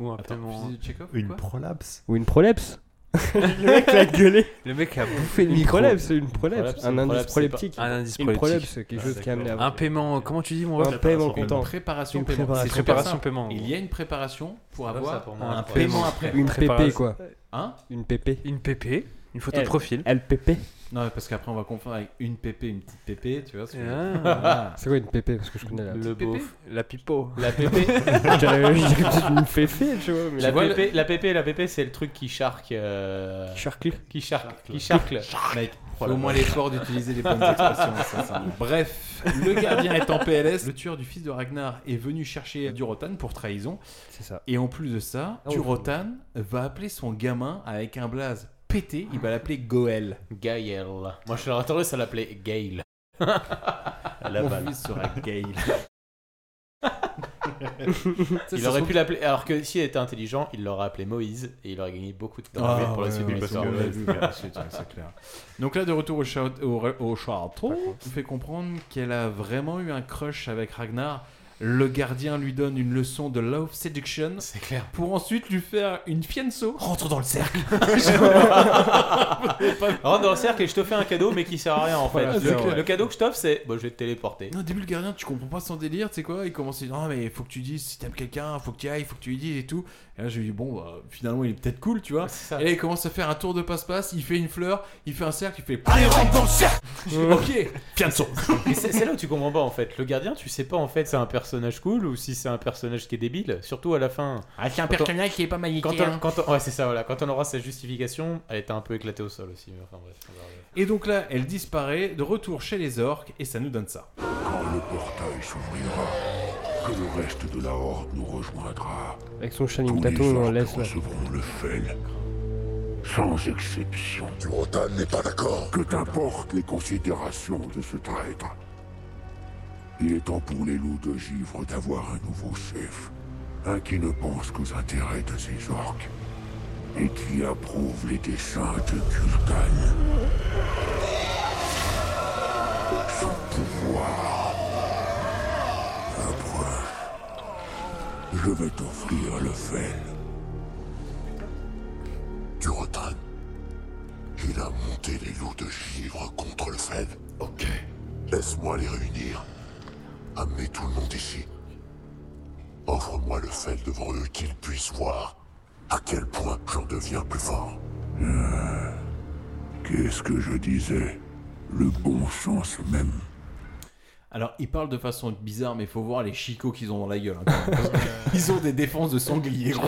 Speaker 9: Ou un
Speaker 11: Attends,
Speaker 9: paiement-
Speaker 11: fusil de Chekhov,
Speaker 10: Une
Speaker 11: quoi
Speaker 10: prolapse
Speaker 2: Ou une prolapse Le mec l'a gueulé
Speaker 9: Le mec a bouffé le
Speaker 2: Une
Speaker 9: micro.
Speaker 2: prolapse, c'est une prolapse.
Speaker 9: Prolapse,
Speaker 2: un
Speaker 9: une
Speaker 2: indice
Speaker 9: prolapse, c'est pas-
Speaker 2: proleptique.
Speaker 9: Ah, Un indice
Speaker 2: Une
Speaker 9: proleptique.
Speaker 2: prolapse, quelque chose qui a amené à.
Speaker 9: Un paiement, comment tu dis mon
Speaker 2: Un
Speaker 9: ref
Speaker 2: paiement
Speaker 9: Une
Speaker 2: content.
Speaker 3: Préparation
Speaker 2: Une
Speaker 3: paiement.
Speaker 2: préparation.
Speaker 3: C'est super
Speaker 9: Préparation
Speaker 3: simple.
Speaker 9: paiement.
Speaker 3: Il y a une préparation pour
Speaker 11: Ah, ça,
Speaker 3: avoir
Speaker 11: pour moi,
Speaker 3: un
Speaker 11: un
Speaker 3: paiement
Speaker 11: paiement.
Speaker 3: après.
Speaker 2: Une
Speaker 9: Préparation.
Speaker 2: PP quoi.
Speaker 3: Hein
Speaker 2: Une PP.
Speaker 9: Une PP, une photo de
Speaker 2: Elle-
Speaker 9: profil.
Speaker 2: LPP.
Speaker 3: Non, mais parce qu'après on va confondre avec une PP, une petite PP, tu vois. ce que je veux dire.
Speaker 9: Ah.
Speaker 2: C'est quoi une PP Parce que je connais la.
Speaker 9: Le
Speaker 3: pépé.
Speaker 9: beauf. La pipo.
Speaker 11: La PP.
Speaker 2: Je dirais- je dirais peut-être une pépé, tu vois. mais-
Speaker 11: La
Speaker 2: Tu vois,
Speaker 11: PP, la PP, la PP, c'est le truc qui charque. euh,
Speaker 2: Qui charcle.
Speaker 11: Qui charque. Qui charcle.
Speaker 3: Ah, Mec,
Speaker 11: Oh
Speaker 3: faut
Speaker 11: la
Speaker 3: au moins
Speaker 11: vache.
Speaker 3: l'effort d'utiliser les bonnes expressions. ça, ça. Bref, le gardien est en PLS. Le tueur du fils de Ragnar est venu chercher Durotan pour trahison.
Speaker 2: C'est ça.
Speaker 3: Et en plus de ça,
Speaker 2: Ah,
Speaker 3: Durotan va appeler son gamin avec un blaze pété. Il va l'appeler Goel.
Speaker 11: Gaël. Moi, je l'aurais tendance à l'appeler Gail.
Speaker 10: la
Speaker 3: Mon
Speaker 10: balle.
Speaker 3: fils sera Gail.
Speaker 11: Il aurait pu l'appeler. Alors que s'il était intelligent, il l'aurait appelé Moïse et il aurait gagné beaucoup de temps
Speaker 3: Ah,
Speaker 11: pour la
Speaker 3: ouais,
Speaker 11: suite
Speaker 3: ouais,
Speaker 11: de l'histoire.
Speaker 3: parce que- ouais, c'est- ouais, c'est clair. Donc là, de retour au, château- au re- au château, on fait comprendre qu'elle a vraiment eu un crush avec Ragnar. Le gardien lui donne une leçon de love seduction.
Speaker 11: C'est clair.
Speaker 3: Pour ensuite lui faire une fianso. Rentre dans le cercle.
Speaker 11: Rentre dans le cercle et je te fais un cadeau, mais qui sert à rien en fait.
Speaker 3: Voilà, c'est
Speaker 11: le,
Speaker 3: clair.
Speaker 11: le cadeau que je t'offre, c'est. Bon, je vais te téléporter.
Speaker 3: Non, au début, le gardien, tu comprends pas son délire, tu sais quoi. Il commence à dire Non, mais faut que tu dises si t'aimes quelqu'un, faut que tu ailles, faut que tu lui dises et tout. Et là, j'ai dit Bon, bah, finalement, il est peut-être cool, tu vois.
Speaker 11: C'est ça.
Speaker 3: Ah, Et là, il commence à faire un tour de passe-passe, il fait une fleur, il fait un cercle, il fait Allez, rentre dans le cercle Ok, fianso.
Speaker 11: Et c'est c'est là où tu comprends pas en fait. Le gardien, tu sais pas en fait, c'est un personnage cool ou si c'est un personnage qui est débile. Surtout à la fin.
Speaker 3: Ah, c'est un
Speaker 11: Quand on-
Speaker 3: personnage qui est pas manichéen.
Speaker 11: Quand on, quand on- ouais, c'est ça, voilà. Quand on aura sa justification, elle était un peu éclatée au sol aussi. mais enfin, bref, on verra bien.
Speaker 3: Et donc là, elle disparaît, de retour chez les orques, et ça nous donne ça.
Speaker 12: Quand le portail s'ouvrira, que le reste de la horde nous rejoindra,
Speaker 2: Avec son
Speaker 12: tous
Speaker 2: shining
Speaker 12: les
Speaker 2: tattoo, on
Speaker 12: orques
Speaker 2: laisse là.
Speaker 12: recevront le fel. Sans exception. Durotan n'est pas d'accord. Que t'importent les considérations de ce traître Il est temps pour les loups de givre d'avoir un nouveau chef. Un qui ne pense qu'aux intérêts de ses orques. Et qui approuve les desseins de Kulkan. Son pouvoir. Approche. Je vais t'offrir le fel. Durotan. Il a monté les loups de givre contre le fel. Ok. Laisse-moi les réunir. Amenez tout le monde ici. Offre-moi le fel devant eux qu'ils puissent voir à quel point j'en deviens plus fort. Euh, Qu'est-ce que je disais Le bon sens même.
Speaker 3: Alors, ils parlent de façon bizarre, mais faut voir les chicots qu'ils ont dans la gueule. hein, quand même, parce que ils ont des défenses de sanglier. gros.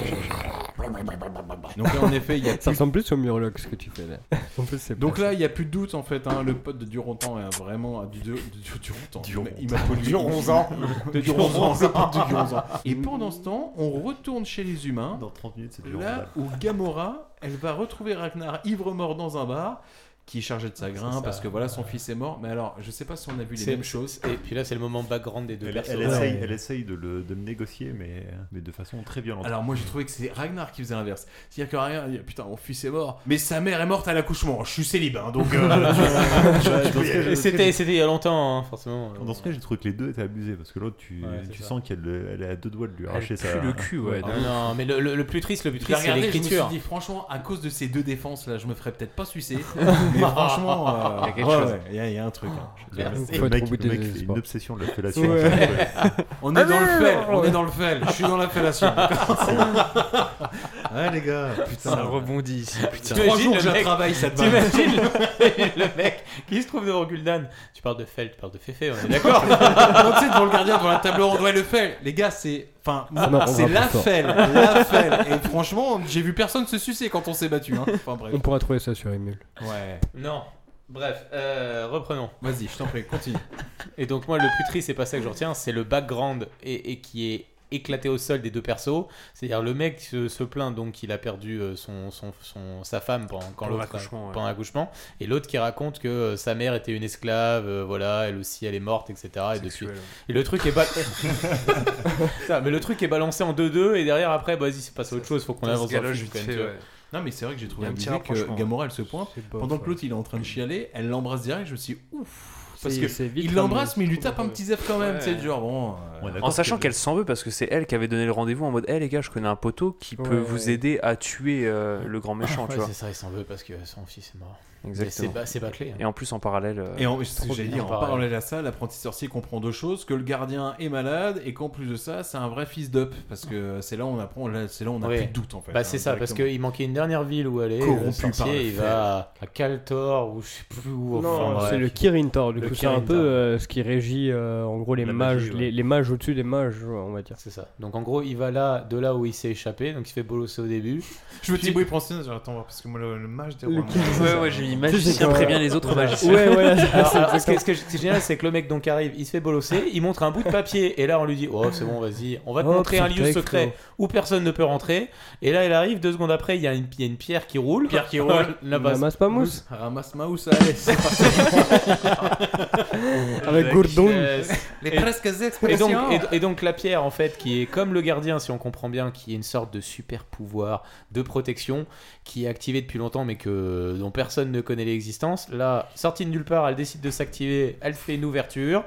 Speaker 3: Donc là, en effet, il y a
Speaker 2: Ça
Speaker 3: plus...
Speaker 2: ressemble plus au Murloc ce que tu fais là. En plus, c'est
Speaker 3: Donc
Speaker 2: pas-
Speaker 3: là, il y a plus de doute en fait. hein, Le pote de Durontan est vraiment du, du, du- Durontan.
Speaker 10: Durontan.
Speaker 3: Il m'a pollué.
Speaker 11: Duronzan.
Speaker 3: De Duronzan. le pote de Duronzan. Et pendant ce temps, on retourne chez les humains.
Speaker 10: Dans 30 minutes, c'est du
Speaker 3: Là où Gamora, elle va retrouver Ragnar ivre-mort dans un bar, qui est chargé de sa
Speaker 11: ça.
Speaker 3: grain parce que voilà, son fils est mort. Mais alors, je sais pas si on a vu les
Speaker 11: C'est-
Speaker 3: mêmes choses.
Speaker 11: Et puis là, c'est le moment background des deux
Speaker 10: Elle,
Speaker 11: personnes.
Speaker 10: elle
Speaker 2: Ouais.
Speaker 10: essaye, elle essaye de, le, de me négocier, mais, mais de façon très violente.
Speaker 3: Alors moi j'ai trouvé que c'est Ragnar qui faisait l'inverse. C'est-à-dire que Ragnar il dit putain mon fils est mort, mais sa mère est morte à l'accouchement. Je suis célibataire donc. euh,
Speaker 10: Ouais, dans ce cas,
Speaker 11: Et
Speaker 10: j'ai-
Speaker 11: C'était c'était il y a longtemps, hein, forcément.
Speaker 10: dans ce cas, j'ai trouvé que les deux étaient abusés parce que l'autre, tu,
Speaker 11: Ouais, c'est
Speaker 10: tu
Speaker 11: ça.
Speaker 10: sens qu'elle elle est à deux doigts de lui
Speaker 9: Elle
Speaker 10: arracher
Speaker 9: pue
Speaker 10: sa.
Speaker 9: le cul, ouais.
Speaker 11: Ah non, mais le, le- le plus triste, le plus
Speaker 3: Je l'ai
Speaker 11: triste, c'est
Speaker 3: regardé, je me suis
Speaker 11: l'écriture.
Speaker 3: dit franchement à cause de ces deux défenses là, je me ferais peut-être pas sucer. mais franchement, euh,
Speaker 9: Il y a quelque
Speaker 3: ouais,
Speaker 9: chose.
Speaker 3: ouais, il y, a- il y a un truc. hein. Je veux dire,
Speaker 2: Merci.
Speaker 3: c'est-
Speaker 2: Faut être
Speaker 10: Le mec,
Speaker 2: au bout
Speaker 10: le mec,
Speaker 2: des
Speaker 10: c'est une
Speaker 2: espoirs.
Speaker 10: obsession de la fellation.
Speaker 2: Ouais.
Speaker 3: On est dans le
Speaker 2: Ah,
Speaker 3: fel,
Speaker 2: merde
Speaker 3: on est dans le fel. Je suis dans la fellation.
Speaker 10: Ouais, les gars, putain.
Speaker 3: Ah.
Speaker 9: Ça rebondit ici, putain.
Speaker 11: T'imagines
Speaker 3: Trois jours
Speaker 11: le
Speaker 3: que je la
Speaker 11: mec-
Speaker 3: travaille cette balle.
Speaker 11: T'imagines le, le mec qui se trouve devant Gul'dan Tu parles de Feld, tu parles de Féfé, on est d'accord
Speaker 3: Non, tu sais, devant le gardien, devant la table ronde, ouais, le fel. Les gars, c'est. Enfin,
Speaker 2: non, on
Speaker 3: c'est la
Speaker 2: va plus fort.
Speaker 3: fel. La fel. Et franchement, j'ai vu personne se sucer quand on s'est battu. hein. Enfin, bref.
Speaker 2: On pourra trouver ça sur Emule.
Speaker 3: Ouais.
Speaker 11: Non. Bref, euh, reprenons.
Speaker 3: Vas-y, je t'en prie, continue.
Speaker 11: Et donc moi, le plus triste, c'est pas ça que je retiens, c'est le background et, et qui est éclaté au sol des deux persos. C'est-à-dire le mec se, se plaint donc qu'il a perdu euh, son, son, son- sa femme pendant, quand
Speaker 9: Pendant
Speaker 11: l'autre-
Speaker 9: l'accouchement, ouais.
Speaker 11: pendant l'accouchement. et l'autre qui raconte que euh, sa mère était une esclave, euh, voilà, elle aussi elle est morte, etc. Et, dessus-
Speaker 9: Sexuel.
Speaker 11: et le truc est pas... mais le truc est balancé en 2-2 et derrière après, bah, vas-y, c'est passé à autre chose, faut qu'on
Speaker 3: Ça se
Speaker 11: avance dans le
Speaker 3: galoche
Speaker 11: film,
Speaker 3: vite
Speaker 11: quand même,
Speaker 3: fait,
Speaker 11: tu vois.
Speaker 3: ouais. Non, mais c'est vrai que j'ai trouvé
Speaker 11: Il y a un petit
Speaker 3: abusé que
Speaker 11: rapprochement.
Speaker 3: Gamora elle se pointe.
Speaker 11: C'est bof,
Speaker 3: Pendant que
Speaker 11: ouais.
Speaker 3: l'autre il est en train de chialer, elle l'embrasse direct. Je me suis dit, ouf. Parce
Speaker 11: C'est-
Speaker 3: que
Speaker 11: c'est vite hein,
Speaker 3: il l'embrasse,
Speaker 11: un-
Speaker 3: mais il lui tape un petit zef quand même.
Speaker 11: Ouais.
Speaker 3: C'est le genre bon. euh,
Speaker 9: en sachant qu'elle s'en veut parce que c'est elle qui avait donné le rendez-vous en mode Eh les gars, je connais un poteau qui peut
Speaker 11: Ouais,
Speaker 9: vous
Speaker 11: ouais.
Speaker 9: aider à tuer euh, le grand méchant,
Speaker 11: Ouais,
Speaker 9: tu vois.
Speaker 11: C'est ça, il s'en veut parce que son fils est mort.
Speaker 9: Exactement.
Speaker 11: Et c'est ba- C'est bâclé. hein.
Speaker 9: Et en plus, en parallèle. euh,
Speaker 3: Et en, c'est ce que
Speaker 9: trop
Speaker 3: j'allais
Speaker 9: bien.
Speaker 3: dire, en parallèle à ça, l'apprenti sorcier comprend deux choses que le gardien est malade et qu'en plus de ça, c'est un vrai fils d'up parce que c'est là où on apprend, là, c'est là où on a
Speaker 11: Ouais.
Speaker 3: plus de doute en fait.
Speaker 11: Bah,
Speaker 3: hein,
Speaker 11: c'est ça, parce
Speaker 3: directement.
Speaker 11: qu'il manquait une dernière ville où aller.
Speaker 3: Corrompu
Speaker 11: le sorcier,
Speaker 3: par la
Speaker 11: il
Speaker 3: fer.
Speaker 11: va à Kaltor ou je sais plus où.
Speaker 2: Non,
Speaker 11: enfin,
Speaker 2: c'est
Speaker 11: bref.
Speaker 2: le Kirin Tor, du
Speaker 11: Le
Speaker 2: coup, c'est un
Speaker 11: Kirin
Speaker 2: peu
Speaker 11: Tor.
Speaker 2: euh, ce qui régit euh, en gros les
Speaker 11: La
Speaker 2: mages,
Speaker 11: magie, ouais.
Speaker 2: les, les mages au-dessus des mages, ouais, on va dire.
Speaker 11: C'est ça. Donc en gros, il va là, de là où il s'est échappé, donc il se fait bolosser au début.
Speaker 3: Je veux Thibaut il prend son attends voir, parce que moi le, le mage des
Speaker 11: Le
Speaker 3: rois.
Speaker 11: Kirin
Speaker 3: mages,
Speaker 11: Tor.
Speaker 3: c'est-
Speaker 11: Voilà. Alors, alors, ce que- ce que je- ce qui est génial, c'est que le mec donc arrive, il se fait bolosser, il montre un bout de papier, et là on lui dit, oh c'est bon, vas-y, on va te
Speaker 2: Oh,
Speaker 11: montrer un
Speaker 2: putain,
Speaker 11: lieu
Speaker 2: frérot.
Speaker 11: secret où personne ne peut rentrer. Et là, il arrive, deux secondes après, il y a une, il y a une pierre qui roule. Pierre qui roule.
Speaker 2: Ramasse pas mousse.
Speaker 3: Ramasse ma mousse, allez, c'est parti.
Speaker 11: Euh,
Speaker 2: Avec Gourdon.
Speaker 3: Les
Speaker 11: Et-
Speaker 3: presque
Speaker 11: et
Speaker 3: expressions.
Speaker 11: donc, et, et donc la pierre en fait qui est comme le gardien si on comprend bien qui est une sorte de super pouvoir de protection qui est activé depuis longtemps mais que dont personne ne connaît l'existence là sortie de nulle part elle décide de s'activer elle fait une ouverture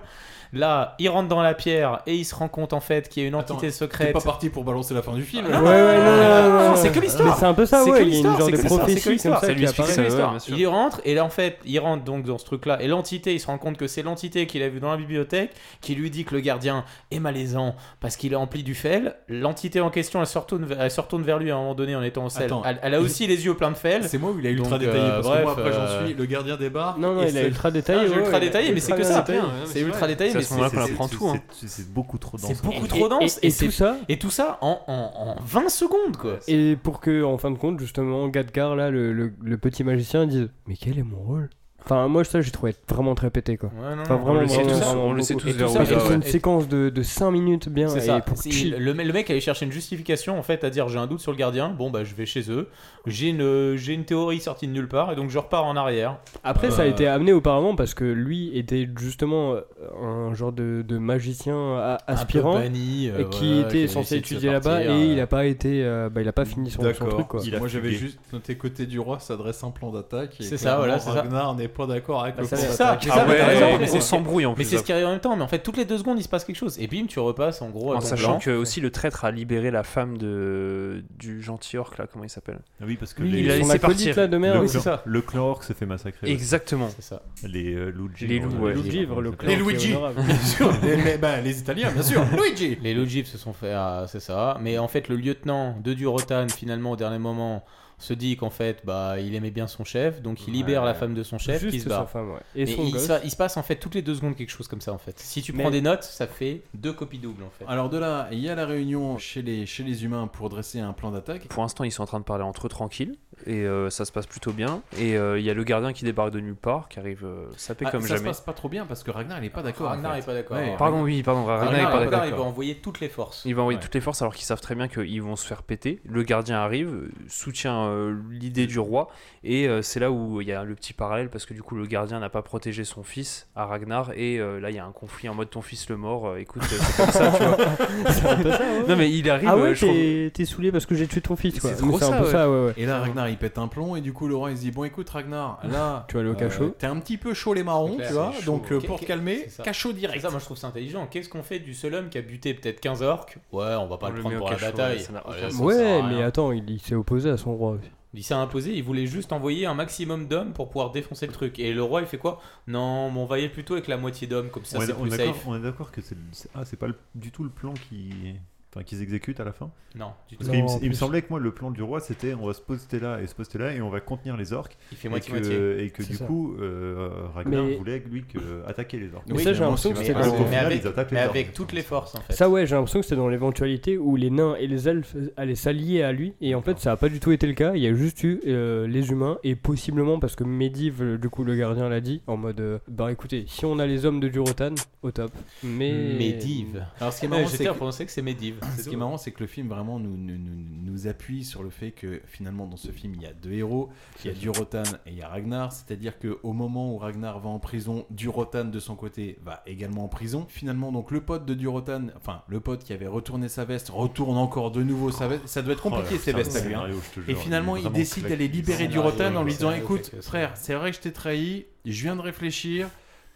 Speaker 11: là il rentre dans la pierre et il se rend compte en fait qu'il y a une
Speaker 3: Attends,
Speaker 11: entité
Speaker 3: T'es
Speaker 11: secrète
Speaker 3: pas parti pour balancer la fin du film.
Speaker 11: Ouais,
Speaker 3: là.
Speaker 11: ouais, non, non, non, non,
Speaker 3: c'est que l'histoire.
Speaker 2: Mais c'est un peu ça,
Speaker 11: C'est
Speaker 2: ouais,
Speaker 11: que
Speaker 2: il y a une
Speaker 11: l'histoire,
Speaker 2: genre
Speaker 11: c'est
Speaker 2: de
Speaker 11: que l'histoire,
Speaker 2: prophétie
Speaker 11: c'est que l'histoire.
Speaker 2: comme ça qui apparaît.
Speaker 11: C'est
Speaker 2: Ouais,
Speaker 11: l'histoire.
Speaker 2: bien sûr.
Speaker 11: Il y rentre et là en fait, il rentre donc dans ce truc-là et l'entité, il se rend compte que c'est l'entité qu'il a vu dans la bibliothèque qui lui dit que le gardien est malaisant parce qu'il est empli du fel. L'entité en question, elle se retourne, elle se retourne vers lui à un moment donné en étant au sel.
Speaker 3: Attends.
Speaker 11: Elle, elle a aussi les yeux pleins de fel.
Speaker 3: C'est moi où il a ultra
Speaker 11: Donc,
Speaker 3: détaillé
Speaker 11: euh,
Speaker 3: parce que
Speaker 11: bref,
Speaker 3: moi après
Speaker 11: euh,
Speaker 3: j'en suis le gardien des bars.
Speaker 2: Non, non,
Speaker 3: et
Speaker 2: il a
Speaker 3: c'est-
Speaker 2: ultra
Speaker 11: Ah,
Speaker 2: détaillé.
Speaker 11: j'ai
Speaker 2: ouais,
Speaker 11: ultra
Speaker 2: ouais,
Speaker 11: détaillé, mais c'est que
Speaker 2: ultra
Speaker 11: ça.
Speaker 2: détaillé.
Speaker 11: C'est ultra détaillé, mais c'est
Speaker 10: hein.
Speaker 2: hein.
Speaker 10: C'est c'est beaucoup trop dense.
Speaker 11: c'est beaucoup
Speaker 2: Et-
Speaker 11: trop dense
Speaker 2: et- et
Speaker 11: c'est-
Speaker 2: tout ça-
Speaker 11: et tout ça en, en, en 20 secondes quoi.
Speaker 2: Et pour que, en fin de compte, justement, Gadgar, là, le, le- le petit magicien, dise Mais quel est mon rôle Enfin, moi, ça, j'ai trouvé vraiment très pété, quoi.
Speaker 11: Ouais, non,
Speaker 2: enfin,
Speaker 11: non,
Speaker 2: vraiment,
Speaker 11: on le sait
Speaker 2: vraiment,
Speaker 11: tous,
Speaker 2: vraiment
Speaker 11: on le sait
Speaker 2: beaucoup.
Speaker 11: tous
Speaker 2: Et
Speaker 11: vers
Speaker 2: tout
Speaker 11: où
Speaker 2: ça,
Speaker 11: il va,
Speaker 2: parce que c'est
Speaker 11: Ah ouais.
Speaker 2: une séquence de, de 5 minutes bien.
Speaker 11: C'est
Speaker 2: et
Speaker 11: ça.
Speaker 2: Pour
Speaker 11: C'est-
Speaker 2: chill.
Speaker 11: le, me- le mec allait chercher une justification en fait à dire j'ai un doute sur le gardien. Bon bah je vais chez eux. J'ai une euh, j'ai une théorie sortie de nulle part et donc je repars en arrière.
Speaker 2: Après,
Speaker 11: Euh,
Speaker 2: ça a été amené auparavant parce que lui était justement euh, un genre de, de magicien euh, a-
Speaker 11: Un peu
Speaker 2: aspirant
Speaker 11: banni, euh,
Speaker 2: et qui
Speaker 11: voilà, qui
Speaker 2: était
Speaker 11: a
Speaker 2: censé
Speaker 11: essayé de se
Speaker 2: étudier là-bas
Speaker 11: partir,
Speaker 2: et
Speaker 11: euh.
Speaker 2: il a pas été, euh, bah, il a pas fini son, son
Speaker 3: D'accord.
Speaker 2: truc. Quoi.
Speaker 3: Moi j'avais juste noté côté du roi s'adresse un plan d'attaque. et
Speaker 11: C'est ça, voilà,
Speaker 3: clairement,
Speaker 11: c'est ça.
Speaker 3: Ragnar n'est pas d'accord avec
Speaker 11: Bah,
Speaker 3: le
Speaker 11: c'est
Speaker 3: plan
Speaker 11: ça,
Speaker 3: d'attaque.
Speaker 11: c'est ça, mais t'as raison, mais c'est- Mais c'est ce qui
Speaker 3: qu'il
Speaker 11: arrive en même temps, mais en fait, toutes les deux secondes, il se passe quelque chose. Et bim, tu repasses en gros à
Speaker 9: En
Speaker 11: ton
Speaker 9: sachant
Speaker 11: plan.
Speaker 9: que aussi le traître a libéré la femme de du gentil orc là, comment il s'appelle
Speaker 10: Ah Oui, parce que
Speaker 9: Lui,
Speaker 10: les-
Speaker 9: il a laissé partir.
Speaker 10: Le,
Speaker 9: Oui,
Speaker 10: clan,
Speaker 9: c'est ça.
Speaker 10: le clan orc se fait massacrer.
Speaker 9: Exactement.
Speaker 11: C'est ça.
Speaker 10: Les euh, Luigi.
Speaker 9: Les loups, ouais.
Speaker 3: Les Luigi, bien sûr. Les, les- bah, les Italiens, bien sûr. Luigi.
Speaker 11: Les Logibs se sont fait, ah, c'est ça. Mais en fait, le lieutenant de Durotan, finalement, au dernier moment, se dit qu'en fait, bah, il aimait bien son chef, donc il libère
Speaker 2: Ouais.
Speaker 11: la femme de son chef,
Speaker 2: Juste
Speaker 11: qui se
Speaker 2: sa
Speaker 11: barre.
Speaker 2: femme, ouais. Et son
Speaker 11: il,
Speaker 2: gosse.
Speaker 11: se- il se passe en fait toutes les deux secondes quelque chose comme ça en fait. Si tu
Speaker 3: Mais- Ah,
Speaker 11: prends des notes, ça fait deux copies doubles en fait.
Speaker 3: Alors de là, il y a la réunion chez les, chez les humains pour dresser un plan d'attaque.
Speaker 9: Pour l'instant, ils sont en train de parler entre eux tranquille et euh, ça se passe plutôt bien. Et euh, il y a le gardien qui débarque de nulle part, qui arrive euh, sapé
Speaker 3: Ah,
Speaker 9: comme
Speaker 3: ça se
Speaker 9: jamais.
Speaker 3: passe pas trop bien parce que Ragnar il est pas d'accord.
Speaker 11: Ragnar
Speaker 3: en
Speaker 11: est
Speaker 3: fait.
Speaker 11: pas d'accord.
Speaker 3: Ouais,
Speaker 9: Pardon, oui, pardon, Ragnar,
Speaker 11: Ragnar,
Speaker 9: est pas
Speaker 11: Ragnar,
Speaker 9: d'accord.
Speaker 11: il va envoyer toutes les forces.
Speaker 9: Il va envoyer
Speaker 11: Ouais.
Speaker 9: toutes les forces alors qu'ils savent très bien qu'ils vont se faire péter. Le gardien arrive, euh, soutient euh, l'idée du roi et euh, c'est là où il y a le petit parallèle parce que du coup le gardien n'a pas protégé son fils à Ragnar et euh, là il y a un conflit en mode ton fils le mort, euh, écoute, euh, c'est comme ça, tu vois.
Speaker 2: C'est un peu ça, ouais.
Speaker 9: Non mais il arrive,
Speaker 2: Ah
Speaker 9: euh,
Speaker 2: ouais,
Speaker 9: je trouve-
Speaker 2: t'es t'es saoulé parce que j'ai tué ton fils, quoi.
Speaker 9: C'est
Speaker 2: Mais
Speaker 9: trop
Speaker 2: un
Speaker 9: ça,
Speaker 2: peu
Speaker 9: ouais.
Speaker 2: ça, ouais, ouais.
Speaker 3: Et là, Ragnar, il pète un plomb, et du coup, le roi, il se dit Bon, écoute, Ragnar, là,
Speaker 2: Tu vas aller au
Speaker 3: euh,
Speaker 2: cachot.
Speaker 3: T'es un petit peu chaud les marrons,
Speaker 11: C'est
Speaker 3: tu
Speaker 11: clair,
Speaker 3: vois.
Speaker 11: c'est chaud.
Speaker 3: donc, euh,
Speaker 11: Qu'est-
Speaker 3: pour te
Speaker 11: qu'est-
Speaker 3: calmer,
Speaker 11: c'est ça.
Speaker 3: cachot
Speaker 11: C'est
Speaker 3: direct.
Speaker 11: Ça, moi je trouve ça intelligent. Qu'est-ce qu'on fait du seul homme qui a buté peut-être 15 orques Ouais, on va pas
Speaker 9: On
Speaker 11: le,
Speaker 9: le
Speaker 11: prendre
Speaker 9: met au
Speaker 11: pour la
Speaker 9: cachot,
Speaker 11: bataille.
Speaker 9: ouais, ça n'a
Speaker 11: Ouais,
Speaker 9: aucun
Speaker 11: ça
Speaker 9: sens.
Speaker 11: sert à
Speaker 2: Ouais,
Speaker 11: rien.
Speaker 2: mais attends, il, il s'est opposé à son roi aussi.
Speaker 11: Il s'est imposé, il voulait juste envoyer un maximum d'hommes pour pouvoir défoncer le truc. Et le roi, il fait quoi Non, mais on va y aller plutôt avec la moitié d'hommes, comme ça
Speaker 10: on, est,
Speaker 11: c'est
Speaker 10: on est
Speaker 11: plus
Speaker 10: d'accord-
Speaker 11: safe.
Speaker 10: on est d'accord que c'est c'est- ah, c'est pas le- du tout le plan qui. Enfin, qu'ils exécutent à la fin
Speaker 11: Non, du
Speaker 10: Parce
Speaker 11: tout.
Speaker 10: qu'il
Speaker 11: Non,
Speaker 10: me-
Speaker 11: en
Speaker 10: il me
Speaker 11: plus.
Speaker 10: semblait que moi, le plan du roi, c'était on va se poster là et se poster là et on va contenir les orques.
Speaker 11: Il fait
Speaker 10: Et
Speaker 11: moitié-
Speaker 10: que-
Speaker 11: moitié.
Speaker 10: Et que
Speaker 11: C'est
Speaker 10: du
Speaker 11: ça.
Speaker 10: coup, euh, Ragnar
Speaker 2: Mais-
Speaker 10: voulait, lui, que- attaquer les orques.
Speaker 2: Mais ça, j'ai l'impression que
Speaker 10: Mais
Speaker 2: c'était
Speaker 10: parce
Speaker 2: dans-
Speaker 10: qu'au
Speaker 2: Mais
Speaker 10: final,
Speaker 11: avec-
Speaker 10: ils attaquent
Speaker 11: mais
Speaker 10: les orques.
Speaker 11: avec toutes les forces en fait.
Speaker 2: Ça ouais, j'ai l'impression que c'était dans l'éventualité où les nains et les elfes allaient s'allier à lui et en fait ça a pas du tout été le cas. Il y a juste eu euh, les humains et possiblement parce que Medivh euh, du coup le gardien l'a dit en mode euh, bah écoutez si on a les hommes de Durotan au top. Mais
Speaker 11: Médive. Alors ce qui est marrant, c'est que... que c'est Médive.
Speaker 3: Ce qui est marrant, c'est que le film vraiment nous, nous, nous- nous appuie sur le fait que finalement dans ce film il y a deux héros, il y a Durotan et il y a Ragnar. C'est-à-dire que au moment où Ragnar va en prison, Durotan de son côté va également en prison. Finalement donc le pote de Durotan, enfin le pote qui avait retourné sa veste, retourne encore de nouveau sa veste. Ça doit être compliqué
Speaker 10: Oh là,
Speaker 3: ces
Speaker 10: putain,
Speaker 3: vestes à
Speaker 10: le
Speaker 3: lui. hein.
Speaker 10: scénario, je te
Speaker 3: Et
Speaker 10: jure,
Speaker 3: finalement
Speaker 10: il est
Speaker 3: il
Speaker 10: vraiment
Speaker 3: décide
Speaker 10: claqué.
Speaker 3: d'aller libérer
Speaker 10: Le scénario,
Speaker 3: Durotan en lui
Speaker 10: le
Speaker 3: disant
Speaker 10: scénario,
Speaker 3: écoute
Speaker 10: claqué,
Speaker 3: frère, c'est vrai que je t'ai trahi, je viens de réfléchir.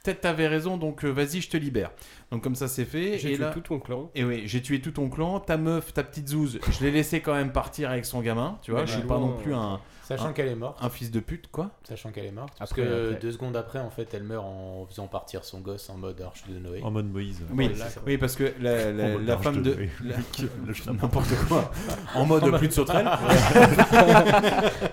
Speaker 3: Peut-être t'avais raison, donc euh, vas-y, je te libère. Donc comme ça c'est fait.
Speaker 2: J'ai
Speaker 3: et
Speaker 2: tué
Speaker 3: là-
Speaker 2: tout ton clan.
Speaker 3: et oui, j'ai tué tout ton clan, ta meuf, ta petite zouze, je l'ai laissé quand même partir avec son gamin, tu vois,
Speaker 11: Ouais,
Speaker 3: je
Speaker 11: ouais.
Speaker 3: suis pas non plus un...
Speaker 11: Sachant
Speaker 3: un-
Speaker 11: qu'elle est morte.
Speaker 3: Un fils de pute, quoi.
Speaker 11: Sachant qu'elle est morte. Parce
Speaker 3: Hein. Après,
Speaker 11: que
Speaker 3: après.
Speaker 11: deux secondes après, en fait, elle meurt en faisant partir son gosse en mode arche de Noé.
Speaker 10: En mode Moïse.
Speaker 3: Oui,
Speaker 11: Voilà, quoi.
Speaker 3: oui, parce que la, la-
Speaker 10: En
Speaker 11: Oh,
Speaker 10: mode
Speaker 3: la
Speaker 10: large
Speaker 3: femme
Speaker 10: de-
Speaker 3: de... la-
Speaker 10: Luc, lâche la main.
Speaker 3: N'importe quoi. En mode
Speaker 11: En mode-
Speaker 3: plus de sauterelle.
Speaker 11: Ah,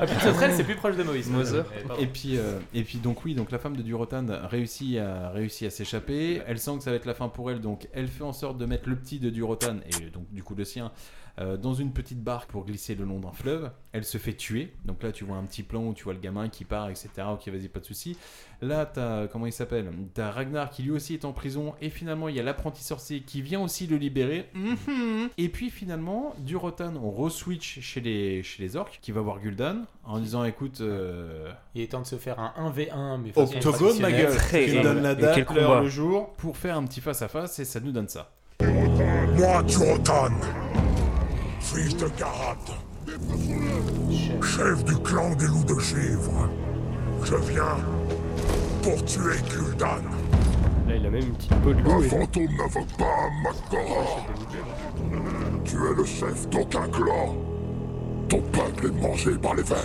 Speaker 11: plus de sauterelle, c'est plus proche de Moïse. Mother. Eh, pardon.
Speaker 3: Et puis, euh, et puis donc oui, donc la femme de Durotan réussit à, réussit à s'échapper. Elle sent que ça va être la fin pour elle, donc elle fait en sorte de mettre le petit de Durotan, et donc du coup le sien, euh, dans une petite barque pour glisser le long d'un fleuve. Elle se fait tuer. Donc là, tu vois un petit plan où tu vois le gamin qui part, etc. Ok, vas-y, pas de souci. Là, t'as comment il s'appelle T'as Ragnar qui lui aussi est en prison, et finalement il y a l'apprenti sorcier qui vient aussi le libérer. Mhm. Et puis finalement, Durotan, on re-switch chez les, chez les orques, qui va voir Gul'dan en disant écoute. euh,
Speaker 11: Il est temps de se faire un 1v1, mais façon
Speaker 3: Octogone, ma gueule.
Speaker 11: traditionnelle.
Speaker 3: Tu me donnes la
Speaker 11: Et
Speaker 3: date,
Speaker 11: quel
Speaker 3: l'heure,
Speaker 11: combat.
Speaker 3: le jour pour faire un petit face à face et ça nous donne ça.
Speaker 12: Moi, Durotan, fils de Garad, chef du clan des loups de givre, je viens pour tuer Gul'dan.
Speaker 2: Là, il a même une petite peau de
Speaker 12: Un
Speaker 2: loup. et-
Speaker 12: fantôme n'invoque pas un Makbara. Tu es le chef d'aucun clan. Ton peuple est mangé par les vers.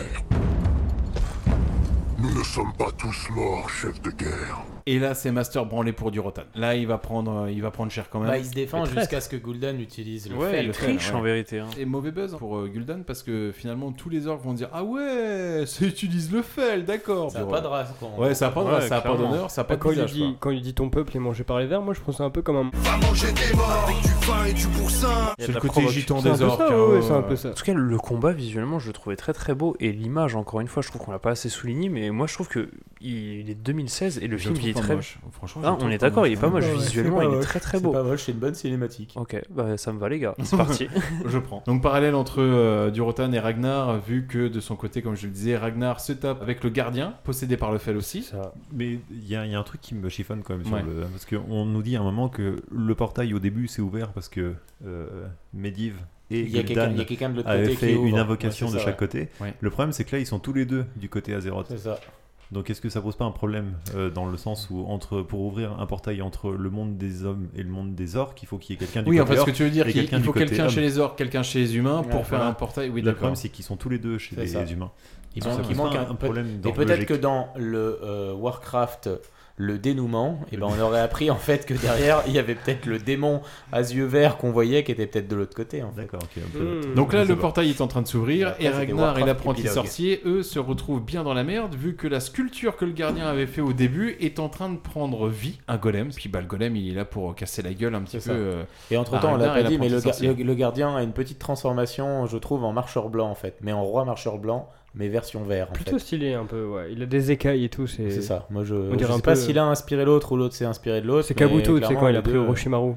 Speaker 12: Nous ne sommes pas tous morts, chef de guerre.
Speaker 3: Et là, c'est Master branlé pour Durotan. Là, il va prendre, euh, il va prendre cher quand même.
Speaker 11: Bah, il se défend jusqu'à ce que Gul'dan utilise le fait.
Speaker 3: le fel, ouais.
Speaker 9: hein.
Speaker 3: Et mauvais buzz pour euh, Gul'dan parce que finalement tous les orques vont dire Ah ouais, ça utilise le fel, d'accord.
Speaker 11: Ça a
Speaker 3: Puis,
Speaker 11: pas
Speaker 3: ouais.
Speaker 11: de race, quoi.
Speaker 3: Ouais, ça a pas de race, ça a pas
Speaker 2: clairement.
Speaker 3: d'honneur, ça a pas de
Speaker 2: quand il
Speaker 3: visage, quoi.
Speaker 2: dit, quand il dit ton peuple est mangé par les vers, moi je pense c'est un peu comme un.
Speaker 13: Manger des morts avec du vin et du boursin.
Speaker 2: C'est le côté gitan des orques, hein, ouais, c'est un peu ça.
Speaker 9: En tout cas, le combat visuellement, je le trouvais très très beau et l'image, encore une fois, je trouve qu'on l'a pas assez souligné, mais moi je trouve que il est 2016 et le
Speaker 11: Je
Speaker 9: film
Speaker 11: le
Speaker 9: il est
Speaker 11: trouve pas
Speaker 9: très.
Speaker 11: moche. Franchement, je
Speaker 9: Ah,
Speaker 11: le
Speaker 9: on
Speaker 11: trouve
Speaker 9: est
Speaker 11: pas
Speaker 9: d'accord,
Speaker 11: moche.
Speaker 9: il est pas moche
Speaker 11: Ouais, ouais,
Speaker 9: visuellement,
Speaker 11: c'est pas
Speaker 9: il est
Speaker 11: moche,
Speaker 9: très très
Speaker 11: c'est
Speaker 9: beau.
Speaker 11: pas moche, c'est une bonne cinématique.
Speaker 9: Ok, bah ça me va les gars, c'est parti.
Speaker 3: je prends. Donc parallèle entre euh, Durotan et Ragnar, vu que de son côté, comme je le disais, Ragnar se tape avec le gardien, possédé par le fel aussi.
Speaker 10: Mais il y, a il y a un truc qui me chiffonne quand même sur
Speaker 3: Ouais.
Speaker 10: le- parce qu'on nous dit à un moment que le portail au début s'est ouvert parce que euh, Medivh et
Speaker 11: Il y a
Speaker 10: Gul'dan
Speaker 11: quelqu'un- il y a quelqu'un de l'autre
Speaker 10: avaient
Speaker 11: côté qui
Speaker 10: fait
Speaker 11: ouvre.
Speaker 10: une invocation
Speaker 11: Ouais, c'est
Speaker 10: de
Speaker 11: ça,
Speaker 10: chaque
Speaker 11: ouais.
Speaker 10: côté.
Speaker 11: Ouais.
Speaker 10: Le problème c'est que là ils sont tous les deux du côté Azeroth.
Speaker 11: C'est ça.
Speaker 10: Donc est-ce que ça pose pas un problème euh, dans le sens où entre pour ouvrir un portail entre le monde des hommes et le monde des orques, il faut qu'il y ait quelqu'un du
Speaker 3: Oui,
Speaker 10: côté
Speaker 3: enfin, ce
Speaker 10: orque
Speaker 3: que tu veux dire,
Speaker 10: et
Speaker 3: qu'il
Speaker 10: quelqu'un
Speaker 3: il
Speaker 10: du
Speaker 3: faut
Speaker 10: côté
Speaker 3: quelqu'un
Speaker 10: homme.
Speaker 3: chez les orques, quelqu'un chez les humains pour
Speaker 11: Ouais,
Speaker 3: faire
Speaker 11: voilà.
Speaker 3: un portail. Oui,
Speaker 10: le
Speaker 3: d'accord.
Speaker 10: problème c'est qu'ils sont tous les deux chez
Speaker 11: C'est
Speaker 10: les
Speaker 11: ça.
Speaker 10: humains.
Speaker 11: Il
Speaker 10: Donc,
Speaker 11: manque,
Speaker 10: ça
Speaker 11: il
Speaker 10: pose
Speaker 11: manque
Speaker 10: pas
Speaker 11: un, peu-
Speaker 10: un problème
Speaker 11: Et peut-être
Speaker 10: d'horlogerie.
Speaker 11: que dans le euh, Warcraft, le dénouement, et ben on aurait appris en fait que derrière il y avait peut-être le démon à yeux verts qu'on voyait qui était peut-être de l'autre côté. En fait.
Speaker 10: D'accord.
Speaker 2: Hmm.
Speaker 3: Donc là, le portail est en train de s'ouvrir
Speaker 11: Après,
Speaker 3: et
Speaker 11: c'était
Speaker 3: Ragnar
Speaker 11: Warcraft
Speaker 3: et l'apprenti
Speaker 11: épilogue.
Speaker 3: sorcier, eux, se retrouvent bien dans la merde vu que la sculpture que le gardien avait fait au début est en train de prendre vie, un golem. Puis bah, le golem, il est là pour casser la gueule un petit
Speaker 11: C'est
Speaker 3: peu.
Speaker 11: ça.
Speaker 3: euh,
Speaker 11: Et entre temps,
Speaker 3: à
Speaker 11: on l'a
Speaker 3: Ragnar
Speaker 11: pas
Speaker 3: et
Speaker 11: dit, mais le,
Speaker 3: l'apprenti
Speaker 11: ga-
Speaker 3: sorcier.
Speaker 11: le- le gardien a une petite transformation, je trouve, en marcheur blanc en fait, mais en roi marcheur blanc, mais version vert en fait.
Speaker 2: Plutôt stylé un peu, ouais. Il a des écailles et tout, c'est.
Speaker 11: C'est ça. Moi je,
Speaker 2: On
Speaker 11: je
Speaker 2: dirait
Speaker 11: sais
Speaker 2: un
Speaker 11: pas
Speaker 2: peu-
Speaker 11: s'il a inspiré l'autre ou l'autre s'est inspiré de l'autre.
Speaker 2: C'est
Speaker 11: mais
Speaker 2: Kabuto, tu sais
Speaker 11: clairement,
Speaker 2: quand il a
Speaker 11: les
Speaker 2: pris
Speaker 11: deux-
Speaker 2: Orochimaru.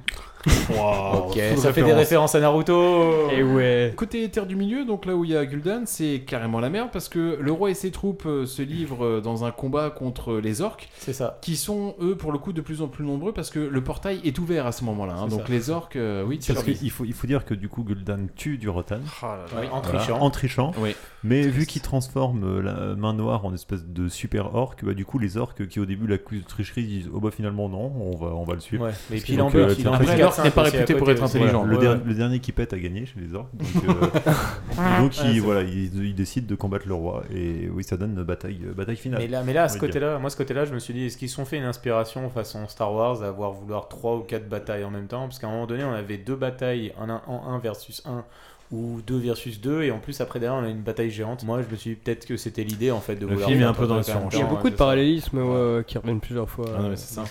Speaker 11: Ok, ça fait des références à Naruto.
Speaker 2: Et Eh ouais.
Speaker 3: Côté terre du milieu, donc là où il y a Gul'dan, c'est carrément la merde parce que le roi et ses troupes euh, se livrent euh, dans un combat contre les orques.
Speaker 11: C'est ça.
Speaker 3: Qui sont eux pour le coup de plus en plus nombreux parce que le portail est ouvert à ce moment-là. hein.
Speaker 10: C'est
Speaker 3: donc
Speaker 10: ça.
Speaker 3: les orques, euh, oui, tu
Speaker 10: Parce
Speaker 3: leur dis.
Speaker 10: qu'il faut, il faut dire que du coup Gul'dan tue Durotan
Speaker 11: là. Oui, en trichant.
Speaker 10: en trichant.
Speaker 3: Oui.
Speaker 10: Mais vu qu'il transforme euh, la main noire en espèce de super orque, bah, du coup les orques qui au début l'accusent de tricherie disent oh bah finalement non, on va, on va le suivre.
Speaker 11: Ouais, mais
Speaker 10: Parce
Speaker 11: puis
Speaker 10: que,
Speaker 11: il en
Speaker 10: donc,
Speaker 11: veut,
Speaker 10: euh,
Speaker 11: il en
Speaker 10: très
Speaker 11: veut
Speaker 10: vite,
Speaker 11: quatre, n'est pas c'est réputé à pour côté être aussi. intelligent.
Speaker 10: Le,
Speaker 11: Ouais,
Speaker 10: der-
Speaker 11: ouais.
Speaker 10: le dernier qui pète a gagné chez les orques. Donc, euh, donc,
Speaker 11: Ouais,
Speaker 10: il,
Speaker 11: c'est
Speaker 10: voilà, il, il décide de combattre le roi et oui ça donne bataille, euh, bataille finale.
Speaker 11: Mais là, mais là, à ce
Speaker 10: on va dire.
Speaker 11: côté-là, moi, ce côté-là, je me suis dit, est-ce qu'ils se sont fait une inspiration façon Star Wars à avoir vouloir trois ou quatre batailles en même temps Parce qu'à un moment donné, on avait deux batailles en 1 en un versus 1 ou 2 versus 2 et en plus après derrière on a une bataille géante moi je me suis dit peut-être que c'était l'idée en fait de
Speaker 3: Le
Speaker 11: vouloir
Speaker 3: film est
Speaker 11: faire
Speaker 3: un peu
Speaker 11: trois
Speaker 3: dans la
Speaker 11: trucs en même
Speaker 3: surenchère.
Speaker 2: Il y a
Speaker 11: temps,
Speaker 2: beaucoup
Speaker 11: hein,
Speaker 2: de
Speaker 11: c'est ça.
Speaker 2: parallélismes ouais, qui reviennent plusieurs fois.
Speaker 3: Ah non, Ah, mais c'est ça.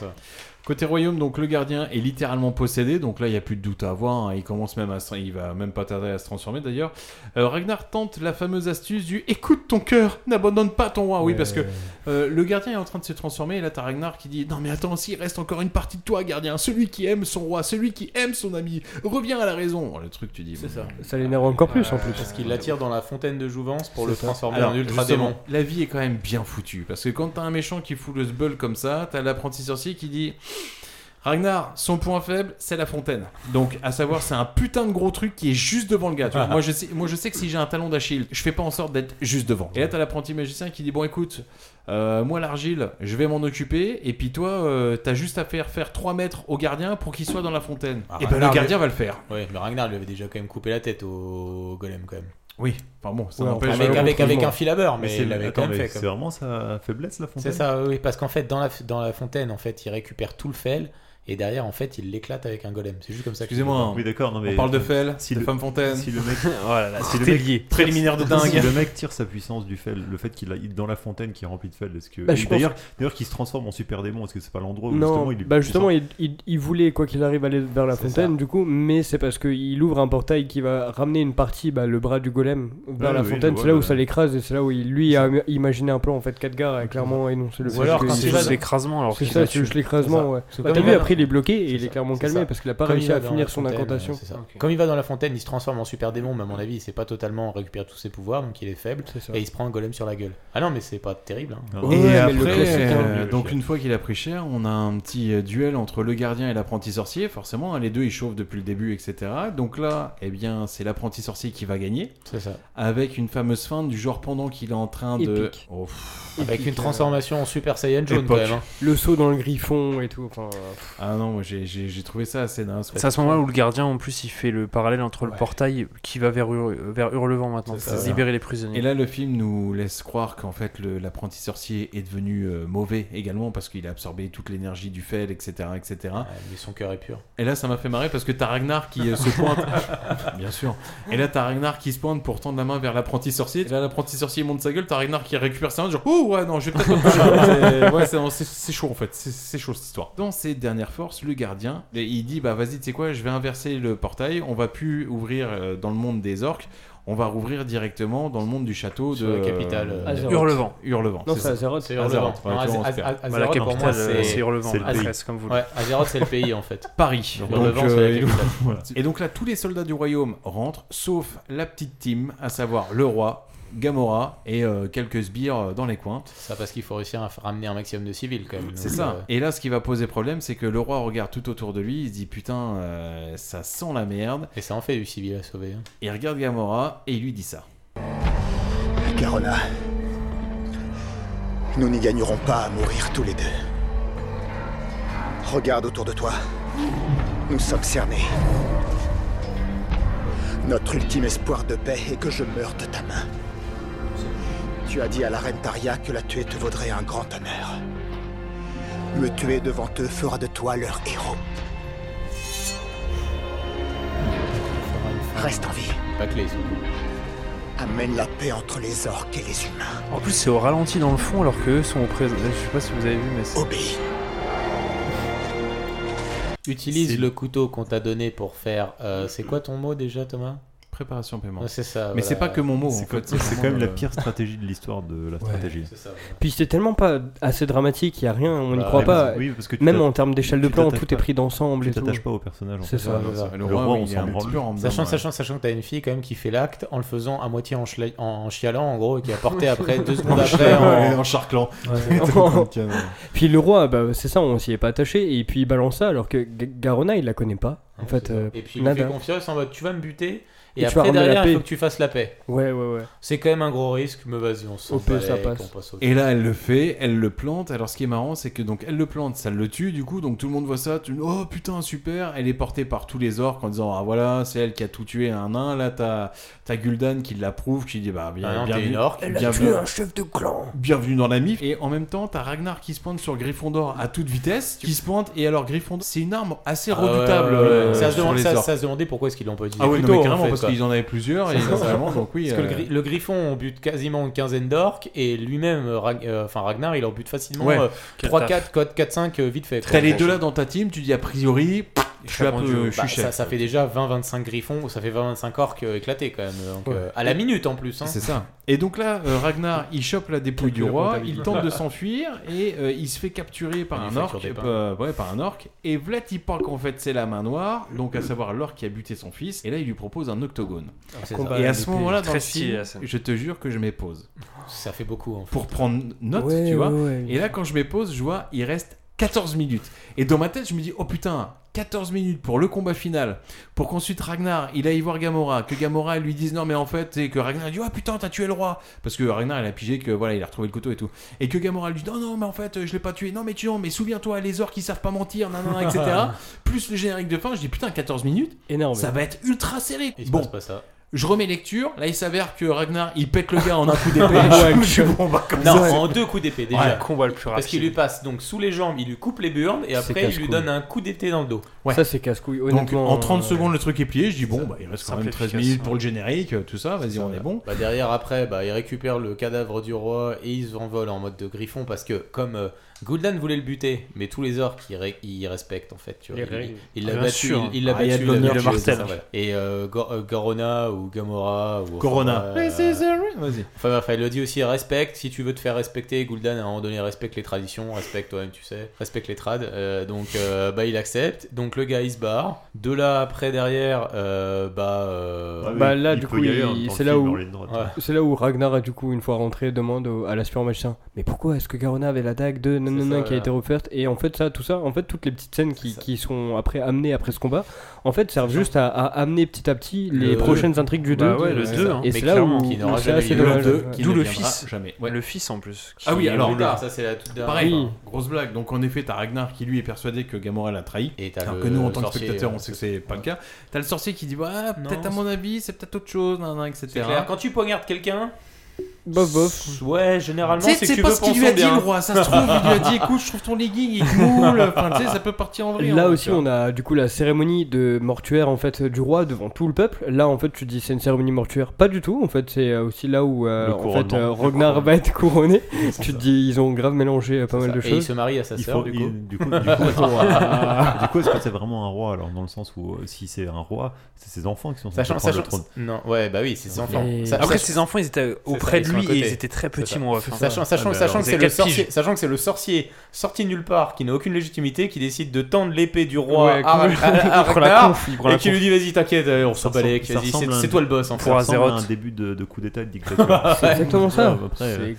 Speaker 3: Côté royaume, donc le gardien est littéralement possédé, donc là il n'y a plus de doute à avoir, hein. il commence même à se... il va même pas tarder à se transformer d'ailleurs. Euh, Ragnar tente la fameuse astuce du écoute ton cœur, n'abandonne pas ton roi, oui
Speaker 11: Ouais.
Speaker 3: parce que euh, le gardien est en train de se transformer et là t'as Ragnar qui dit non mais attends s'il reste encore une partie de toi gardien, celui qui aime son roi, celui qui aime son ami, reviens à la raison. Oh, le truc tu dis. C'est ça.
Speaker 2: Ça l'énerve encore plus en plus.
Speaker 11: Euh, Parce qu'il l'attire dans la fontaine de jouvence pour le
Speaker 3: C'est ça.
Speaker 11: transformer
Speaker 3: Alors,
Speaker 11: en ultra
Speaker 3: justement,
Speaker 11: démon.
Speaker 3: La vie est quand même bien foutue. Parce que quand t'as un méchant qui fout le sbeul comme ça, t'as l'apprenti sorcier qui dit Ragnar, son point faible, c'est la fontaine. Donc, à savoir, c'est un putain de gros truc qui est juste devant le gars. tu vois. moi, je sais, moi, je sais que si j'ai un talon d'Achille, je fais pas en sorte d'être juste devant. Et là, t'as l'apprenti magicien qui dit Bon, écoute, euh, moi, l'argile, je vais m'en occuper. Et puis, toi, euh, t'as juste à faire faire 3 mètres au gardien pour qu'il soit dans la fontaine. et ben, le gardien va le faire.
Speaker 11: Oui, mais Ragnar lui avait déjà quand même coupé la tête au golem quand même.
Speaker 3: Oui, enfin bon, ça
Speaker 11: Ouais,
Speaker 3: n'empêche-
Speaker 11: avec,
Speaker 3: euh,
Speaker 11: avec, avec
Speaker 3: franchement.
Speaker 11: un fil à beurre, mais,
Speaker 3: Mais c'est-
Speaker 11: il l'avait
Speaker 3: attends,
Speaker 11: quand même
Speaker 3: mais
Speaker 11: fait.
Speaker 3: c'est
Speaker 11: comme-
Speaker 10: vraiment sa faiblesse, la fontaine
Speaker 11: C'est ça, oui, oui, parce qu'en fait, dans la, dans la fontaine, en fait, il récupère tout le fel et derrière, en fait, il l'éclate avec un golem. C'est juste comme ça. que-
Speaker 3: Excusez-moi, hein.
Speaker 10: Oui, d'accord, non, mais-
Speaker 3: on parle de Fel,
Speaker 10: Si
Speaker 3: de
Speaker 10: le-
Speaker 3: Femme Fontaine.
Speaker 10: Si le mec,
Speaker 9: Oh
Speaker 3: Voilà, là,
Speaker 10: si
Speaker 9: Ah,
Speaker 10: le
Speaker 3: c'était
Speaker 10: mec
Speaker 3: lié.
Speaker 10: tire-
Speaker 3: Préliminaire de dingue.
Speaker 10: Si le mec tire sa puissance du fel, le fait qu'il aille dans la fontaine qui est remplie de fel, est-ce que
Speaker 2: Bah,
Speaker 10: et
Speaker 2: je pense-
Speaker 10: d'ailleurs, d'ailleurs qu'il se transforme en super démon, est-ce que c'est pas l'endroit où
Speaker 2: Non,
Speaker 10: justement il est
Speaker 2: bah
Speaker 10: plus
Speaker 2: justement, il, il- il voulait, quoi qu'il arrive, aller vers la fontaine, du coup, mais c'est parce qu'il ouvre un portail qui va ramener une partie, bah, le bras du golem, vers
Speaker 11: Ah,
Speaker 2: la
Speaker 11: oui,
Speaker 2: fontaine,
Speaker 11: je vois,
Speaker 2: c'est là où
Speaker 11: le-
Speaker 2: ça l'écrase, et c'est là où il, lui a imaginé un plan, en fait, Khadgar a clairement énoncé le
Speaker 11: Ou
Speaker 2: fait
Speaker 11: alors
Speaker 2: que-
Speaker 11: quand il va dans- l'écrasement, alors
Speaker 2: C'est
Speaker 11: qu'il
Speaker 2: ça,
Speaker 11: va
Speaker 2: c'est
Speaker 11: dessus.
Speaker 2: juste
Speaker 11: C'est
Speaker 2: l'écrasement,
Speaker 11: ça.
Speaker 2: ouais.
Speaker 11: Parce que
Speaker 2: Bah,
Speaker 11: comme
Speaker 2: T'as
Speaker 11: il
Speaker 2: vu,
Speaker 11: va
Speaker 2: après,
Speaker 11: dans-
Speaker 2: il est bloqué, et
Speaker 11: c'est
Speaker 2: il est
Speaker 11: ça,
Speaker 2: clairement
Speaker 11: c'est
Speaker 2: calmé,
Speaker 11: ça.
Speaker 2: parce qu'il a pas
Speaker 11: Comme
Speaker 2: réussi
Speaker 11: il va
Speaker 2: à
Speaker 11: dans
Speaker 2: finir
Speaker 11: la
Speaker 2: son
Speaker 11: fontaine,
Speaker 2: incantation.
Speaker 11: c'est ça. Comme il va dans la fontaine, il se transforme en super démon, mais à mon avis, c'est pas totalement on récupère tous ses pouvoirs, donc il est faible et il se prend un golem sur la gueule. Ah non, mais c'est pas terrible.
Speaker 10: Ah
Speaker 11: hein.
Speaker 3: Et après,
Speaker 10: hein.
Speaker 3: euh, donc une fois qu'il a pris cher, on a un petit euh, duel entre le gardien et l'apprenti sorcier. Forcément, hein, les deux ils chauffent depuis le début, etc. Donc là, eh bien, c'est l'apprenti sorcier qui va gagner.
Speaker 11: C'est ça.
Speaker 3: Avec une fameuse fin du genre pendant qu'il est en train de. Oh, pff.
Speaker 11: Avec
Speaker 2: euh,
Speaker 3: Épique,
Speaker 11: une transformation en Super Saiyan jaune
Speaker 3: Époque.
Speaker 11: quand même. hein.
Speaker 2: Le saut dans le griffon et tout, enfin...
Speaker 3: Ah non, moi, j'ai- j'ai j'ai trouvé ça assez dingue.
Speaker 9: C'est à ce moment-là où le gardien, en plus, il fait le parallèle entre le portail qui va vers, Hur- vers Hurlevent maintenant,
Speaker 3: C'est
Speaker 9: pour
Speaker 3: ça.
Speaker 9: libérer les prisonniers.
Speaker 3: Et là, le film nous laisse croire qu'en fait, le- l'apprenti sorcier est devenu euh, mauvais également parce qu'il a absorbé toute l'énergie du fel, etc., etc.
Speaker 11: mais son cœur est pur.
Speaker 3: Et là, ça m'a fait marrer parce que t'as Ragnar qui euh, se pointe, bien sûr. Et là, t'as Ragnar qui se pointe pour tendre la main vers l'apprenti sorcier. Et là, l'apprenti sorcier monte sa gueule. T'as Ragnar qui récupère sa main, genre oh ouais non, je vais peut-être me toucher. C'est- ouais, c'est- non, c'est c'est chaud en fait, c'est- c'est chaud cette histoire. Dans ses dernières forces, le gardien, et il dit bah vas-y, tu sais quoi, je vais inverser le portail. On va plus ouvrir euh, dans le monde des orques. On va rouvrir directement dans le monde du château de
Speaker 11: Sur la capitale, euh, Azeroth.
Speaker 9: Hurlevent.
Speaker 3: Hurlevent.
Speaker 9: Non, c'est Azeroth.
Speaker 11: C'est Hurlevent.
Speaker 3: Ouais,
Speaker 11: Non,
Speaker 3: tu vois, on se
Speaker 11: Az- Az-
Speaker 3: perd.
Speaker 11: Az- Azeroth, pour moi,
Speaker 9: euh,
Speaker 11: c'est euh, Azeroth,
Speaker 9: comme vous
Speaker 11: Ouais, Azeroth, c'est le pays en fait.
Speaker 3: Paris.
Speaker 11: Donc,
Speaker 3: Donc,
Speaker 11: Hurlevent,
Speaker 3: euh,
Speaker 11: c'est la capitale.
Speaker 3: voilà. Et donc là, tous les soldats du royaume rentrent, sauf la petite team, à savoir le roi, Gamora et euh, quelques sbires euh, dans les coins.
Speaker 11: Ça parce qu'il faut réussir à f- ramener un maximum de civils quand même.
Speaker 3: C'est
Speaker 11: Donc,
Speaker 3: ça.
Speaker 11: euh,
Speaker 3: Et là, ce qui va poser problème, c'est que le roi regarde tout autour de lui, il se dit putain, euh, ça sent la merde.
Speaker 11: Et ça en fait du civil à sauver. hein.
Speaker 3: Il regarde Gamora et il lui dit ça.
Speaker 6: Carona, nous n'y gagnerons pas à mourir tous les deux. Regarde autour de toi. Nous sommes cernés. Notre ultime espoir de paix est que je meure de ta main. Tu as dit à la reine Taria que la tuer te vaudrait un grand honneur. Me tuer devant eux fera de toi leur héros. Reste en vie.
Speaker 11: Pas que les autres.
Speaker 6: Amène la paix entre les orques et les humains.
Speaker 9: En plus, c'est au ralenti dans le fond, alors que eux sont au présent. Je sais pas si vous avez vu, mais c'est.
Speaker 11: Utilise le couteau qu'on t'a donné pour faire. euh, c'est quoi ton mot déjà, Thomas
Speaker 3: Préparation paiement.
Speaker 11: Ouais, c'est ça.
Speaker 3: Mais
Speaker 11: voilà.
Speaker 3: c'est pas que mon mot.
Speaker 10: C'est
Speaker 3: en
Speaker 10: quand-
Speaker 3: fait,
Speaker 10: c'est quand
Speaker 3: vraiment
Speaker 10: même la
Speaker 3: le-
Speaker 10: pire stratégie de l'histoire de la stratégie.
Speaker 2: Puis c'était tellement pas assez dramatique, il a rien, on n'y
Speaker 10: Bah,
Speaker 2: croit
Speaker 10: mais
Speaker 2: pas.
Speaker 10: oui, parce que tu
Speaker 2: Même
Speaker 10: t'a-
Speaker 2: en termes d'échelle de
Speaker 10: tu
Speaker 2: plan,
Speaker 10: t'attaches
Speaker 2: tout est
Speaker 10: pas-
Speaker 2: pris d'ensemble.
Speaker 10: tu
Speaker 2: et tout.
Speaker 10: t'attaches pas au personnage, en
Speaker 2: C'est
Speaker 10: fait.
Speaker 2: ça.
Speaker 10: Ouais,
Speaker 2: c'est ça.
Speaker 10: Le roi, on s'en branle.
Speaker 11: Sachant, sachant, sachant que t'as une fille quand même qui fait l'acte en le faisant à moitié en, chla- en- en chialant en gros et qui a porté après deux secondes
Speaker 2: En
Speaker 11: après
Speaker 2: chialant
Speaker 11: en,
Speaker 2: et en
Speaker 3: charclant.
Speaker 2: puis le roi, bah, c'est ça, on s'y est pas attaché, et puis il balance ça alors que G- Garona il la connaît pas. En fait, euh,
Speaker 11: Et puis il lui
Speaker 2: nada.
Speaker 11: fait confiance en mode tu vas me buter et,
Speaker 2: Et tu vas
Speaker 11: après
Speaker 2: ramener la
Speaker 11: derrière il faut
Speaker 2: paix.
Speaker 11: que tu fasses la paix.
Speaker 2: Ouais, ouais, ouais.
Speaker 11: C'est quand même un gros risque, mais vas-y, on s'en
Speaker 2: Au pire,
Speaker 11: bat
Speaker 2: ça
Speaker 11: les-
Speaker 2: passe.
Speaker 11: qu'on passe au-
Speaker 3: Et là, elle le fait, elle le plante. Alors, ce qui est marrant, c'est que donc elle le plante, ça le tue. Du coup, donc tout le monde voit ça. tout le monde, Oh putain, super. Elle est portée par tous les orques en disant Ah voilà, c'est elle qui a tout tué un nain. Là, t'as t'as Gul'dan qui l'approuve, qui dit Bah bien,
Speaker 11: Ah non, t'es
Speaker 3: bienvenue,
Speaker 11: une orque. Elle a
Speaker 3: bienvenue-
Speaker 11: tué un chef de clan.
Speaker 3: Bienvenue dans la MIF. Et en même temps, t'as Ragnar qui se pointe sur Gryffondor à toute vitesse, qui se pointe. Et alors, Gryffondor, c'est une arme assez
Speaker 11: Ah ouais,
Speaker 3: redoutable.
Speaker 11: ouais, ouais, ouais,
Speaker 3: euh,
Speaker 11: ça, se
Speaker 3: sur
Speaker 11: demande-
Speaker 3: les
Speaker 11: ça-
Speaker 3: orques.
Speaker 11: ça se demandait pourquoi est-ce qu'ils l'ont pas utilisé
Speaker 3: Ah oui,
Speaker 11: plus
Speaker 3: non,
Speaker 11: tôt,
Speaker 3: mais
Speaker 11: en
Speaker 3: carrément,
Speaker 11: fait,
Speaker 3: parce
Speaker 11: quoi.
Speaker 3: qu'ils en avaient plusieurs, et
Speaker 11: C'est ça.
Speaker 3: vraiment, donc oui,
Speaker 11: Parce que le,
Speaker 3: euh,
Speaker 11: gri- le griffon, on bute quasiment une quinzaine d'orques, et lui-même, euh, Rag- euh, enfin Ragnar, il en bute facilement euh,
Speaker 3: Ouais.
Speaker 11: 3-4, 4-5, euh, vite fait. quoi.
Speaker 3: T'as les deux là dans ta team, tu dis a priori, je suis un
Speaker 11: Bon,
Speaker 3: peu,
Speaker 11: Dieu,
Speaker 3: je suis
Speaker 11: bah,
Speaker 3: chef.
Speaker 11: Ça, ça fait déjà 20-25 griffons, ou ça fait 20-25 orques euh, éclatés quand même. Donc,
Speaker 3: Ouais.
Speaker 11: euh, à la minute en plus. hein.
Speaker 3: C'est ça. Et donc là, euh, Ragnar, il chope la dépouille du
Speaker 11: Calcul
Speaker 3: roi,
Speaker 11: comptabilité.
Speaker 3: il tente de s'enfuir et euh, il se fait capturer par
Speaker 11: Il
Speaker 3: un
Speaker 11: fait
Speaker 3: orc.
Speaker 11: capturer par-
Speaker 3: euh, ouais, par un orc. Et Vlad, il parle qu'en fait c'est la main noire, donc à savoir l'orc qui a buté son fils. Et là, il lui propose un octogone. Euh,
Speaker 11: Ah, c'est ça.
Speaker 3: et à ce
Speaker 11: Combat
Speaker 3: moment-là,
Speaker 11: d'épée.
Speaker 3: dans
Speaker 11: Très
Speaker 3: le
Speaker 11: stylé,
Speaker 3: film,
Speaker 11: la scène.
Speaker 3: je te jure que je m'épose.
Speaker 11: Ça fait beaucoup. En fait.
Speaker 3: Pour prendre note,
Speaker 11: Ouais,
Speaker 3: tu vois.
Speaker 11: ouais, ouais.
Speaker 3: Et là, quand je m'épose, je vois, il reste 14 minutes. Et dans ma tête, je me dis, oh putain, 14 minutes pour le combat final, pour qu'ensuite Ragnar, il aille voir Gamora, que Gamora elle lui dise non mais en fait, et que Ragnar dit, oh putain, t'as tué le roi, parce que Ragnar, il a pigé que voilà, il a retrouvé le couteau et tout, et que Gamora lui dit, non non mais en fait, euh, je l'ai pas tué, non mais tu non, mais souviens-toi, les orques ils savent pas mentir, nan, nan, nan, etc. Plus le générique de fin, je dis putain, 14 minutes,
Speaker 2: Énorme.
Speaker 3: ça va être ultra serré.
Speaker 11: Oh, Il se
Speaker 3: bon,
Speaker 11: passe pas ça.
Speaker 3: je remets lecture, là il s'avère que Ragnar il pète le gars en un coup d'épée, je suis bon, bah, comme
Speaker 11: non,
Speaker 3: ça.
Speaker 11: en deux coups d'épée déjà.
Speaker 3: Ouais.
Speaker 11: Parce qu'il lui passe donc sous les jambes, il lui coupe les burnes et
Speaker 3: C'est
Speaker 11: après il lui
Speaker 3: casse-couille.
Speaker 11: donne un coup d'épée dans le dos.
Speaker 3: Ouais.
Speaker 2: Ça, c'est casse-couille, honnêtement.
Speaker 3: Donc en 30
Speaker 2: euh,
Speaker 3: secondes, le truc est plié. Je dis, bon, bah, il reste quand même 13
Speaker 11: Simplification.
Speaker 3: minutes pour
Speaker 9: hein.
Speaker 3: le générique, euh, tout ça, vas-y, on est bon.
Speaker 11: Bah derrière, après, bah, ils récupèrent le cadavre du roi et ils envolent en mode de griffon parce que, comme euh, Gul'dan voulait le buter, mais tous les orques, ils, ré- ils respectent en fait. Tu vois,
Speaker 9: Les règles.
Speaker 11: il il l'a
Speaker 9: Bien
Speaker 11: battu,
Speaker 9: sûr.
Speaker 11: il- il l'a
Speaker 9: Ah, il y a
Speaker 11: battu,
Speaker 9: de l'honneur
Speaker 11: il l'a
Speaker 9: qui
Speaker 11: battu,
Speaker 9: est
Speaker 11: ça,
Speaker 9: dedans.
Speaker 11: voilà. Et euh, Gor- euh, Gorona ou Gamora ou.
Speaker 3: Corona.
Speaker 11: enfin,
Speaker 3: This
Speaker 11: euh,
Speaker 3: is the ring. Vas-y.
Speaker 11: Enfin bref, elle le dit aussi, respecte, si tu veux te faire respecter, Gul'dan à un moment donné respecte les traditions, respecte toi-même, tu sais, respecte les trad. Euh, donc euh, bah il accepte, donc le gars il se barre. De là après derrière, euh, bah... euh,
Speaker 10: Ah
Speaker 2: Bah là, du coup, il- c'est là où c'est là où Ragnar a du coup une fois rentré demande au- à l'aspirant magicien. Mais pourquoi est-ce que Garona avait la dague de nanana
Speaker 11: ça,
Speaker 2: qui a été refaite Et en fait, ça, tout ça, en fait, toutes les petites scènes qui, qui sont après amenées après ce combat, en fait, servent juste à, à amener petit à petit les
Speaker 9: Le-
Speaker 2: prochaines intrigues du 2.
Speaker 9: Bah ouais, le 2.
Speaker 11: hein.
Speaker 2: Et c'est là où c'est assez dommage.
Speaker 9: D'où le fils. Le fils en plus. qui
Speaker 3: Ah oui,
Speaker 9: est
Speaker 3: alors
Speaker 9: brûlé.
Speaker 3: là,
Speaker 11: ça, c'est la toute dernière.
Speaker 3: Pareil,
Speaker 11: Oui.
Speaker 3: grosse blague. Donc en effet, t'as Ragnar qui lui est persuadé que Gamora l'a trahi.
Speaker 11: Et t'as
Speaker 3: alors
Speaker 11: le
Speaker 3: que nous, en tant que
Speaker 11: sorcier,
Speaker 3: spectateurs,
Speaker 11: euh,
Speaker 3: on sait que c'est pas le cas. T'as le sorcier qui dit bah peut-être à mon avis, c'est peut-être autre chose, nan, nan, etc.
Speaker 11: C'est clair, quand tu poignardes quelqu'un...
Speaker 2: Bof, bof.
Speaker 11: Ouais, généralement,
Speaker 3: Tu sais,
Speaker 11: c'est que
Speaker 3: c'est
Speaker 11: tu
Speaker 3: pas
Speaker 11: veux
Speaker 3: ce qu'il
Speaker 11: penser
Speaker 3: lui a dit
Speaker 11: bien.
Speaker 3: le roi. Ça se trouve, il lui a dit écoute, je trouve ton legging, il te moule. Enfin, tu sais, ça peut partir en vrille.
Speaker 2: Là
Speaker 3: hein,
Speaker 2: aussi,
Speaker 3: tu vois.
Speaker 2: on a du coup la cérémonie de mortuaire en fait du roi devant tout le peuple. Là, en fait, tu dis c'est une cérémonie mortuaire, pas du tout. En fait, c'est euh, aussi là où euh,
Speaker 11: Le
Speaker 2: en
Speaker 11: couronnement.
Speaker 2: fait euh,
Speaker 11: Le
Speaker 2: Ragnar va être couronné. tu te dis ils ont grave mélangé euh, pas mal
Speaker 11: ça.
Speaker 2: de
Speaker 11: Et il
Speaker 2: choses.
Speaker 11: se marie à sa
Speaker 10: Il
Speaker 11: sœur,
Speaker 10: faut-
Speaker 11: du
Speaker 10: il- euh,
Speaker 11: coup.
Speaker 10: du coup, du coup, attends, du coup, est-ce que c'est vraiment un roi alors dans le sens où euh, si c'est un roi, c'est ses enfants qui sont censés
Speaker 11: Sachant,
Speaker 10: prendre
Speaker 11: sachant,
Speaker 10: le trône.
Speaker 11: non, ouais, bah oui, c'est ses enfants.
Speaker 9: Mais-
Speaker 11: Ça-
Speaker 9: Après,
Speaker 11: sach-
Speaker 9: ses enfants, ils étaient
Speaker 11: C'est ça,
Speaker 9: auprès de
Speaker 11: sont
Speaker 9: lui
Speaker 11: à côté.
Speaker 9: et ils étaient très
Speaker 11: C'est
Speaker 9: petits,
Speaker 11: ça.
Speaker 9: mon ref.
Speaker 11: Sachant,
Speaker 9: Ah,
Speaker 11: sachant,
Speaker 9: bah
Speaker 11: sachant
Speaker 9: alors,
Speaker 11: que
Speaker 9: vous
Speaker 11: c'est
Speaker 9: avez
Speaker 11: le
Speaker 9: quatre
Speaker 11: sorcier,
Speaker 9: piges.
Speaker 11: sachant que c'est le sorcier sorti de nulle part, qui n'a aucune légitimité, qui décide de tendre l'épée du roi
Speaker 9: Ouais,
Speaker 11: à, à-
Speaker 9: cool.
Speaker 11: à- à
Speaker 9: Il prend la
Speaker 11: Ragnar,
Speaker 9: conf, il prend la
Speaker 11: et qui lui
Speaker 9: conf.
Speaker 11: dit vas-y t'inquiète, euh, on s'en
Speaker 10: Ça
Speaker 11: bat les
Speaker 10: ressemble-
Speaker 11: mecs,
Speaker 10: ça
Speaker 11: vas-y,
Speaker 10: ressemble
Speaker 11: c'est
Speaker 10: à un-
Speaker 11: c'est toi le boss en fait.
Speaker 10: Ça ressemble à un début de, de coup d'état de dictateur.
Speaker 11: Ouais.
Speaker 10: Ouais, après, euh,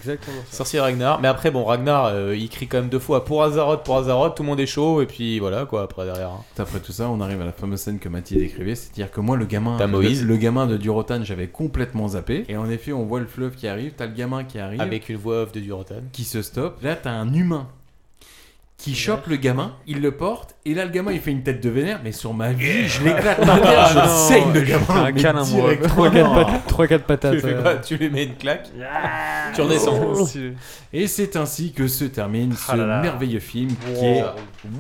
Speaker 11: Sorcier Ragnar. Mais après, bon, Ragnar, euh, il crie quand même deux fois pour Azeroth, pour Azeroth, tout le monde est chaud, et puis voilà quoi, après derrière. hein.
Speaker 3: Après tout ça, on arrive à la fameuse scène que Mathilde écrivait, c'est-à-dire que moi, le gamin,
Speaker 11: T'as
Speaker 3: le-
Speaker 11: Moïse.
Speaker 3: le gamin de Durotan, j'avais complètement zappé. Et en effet, on voit le fleuve qui arrive, t'as le gamin qui arrive,
Speaker 11: Avec une voix off de Durotan.
Speaker 3: qui se stoppe. Là, t'as un humain qui chope le gamin, il le porte, et là, le gamin, il fait une tête de vénère, mais sur ma vie, je l'éclate par terre,
Speaker 9: Ah
Speaker 3: je
Speaker 9: non,
Speaker 3: saigne le
Speaker 9: je
Speaker 3: gamin.
Speaker 9: fais un
Speaker 3: mais
Speaker 9: câlin, moi.
Speaker 3: direct.
Speaker 9: Trois, quatre
Speaker 2: Oh.
Speaker 3: Non.
Speaker 9: patates-
Speaker 2: trois, quatre patates,
Speaker 11: Tu, fais
Speaker 2: euh.
Speaker 11: pas- tu lui mets une claque, tu redescends.
Speaker 3: Oh. Et c'est ainsi que se termine ce
Speaker 11: Ah là là.
Speaker 3: merveilleux film qui
Speaker 11: Wow.
Speaker 3: est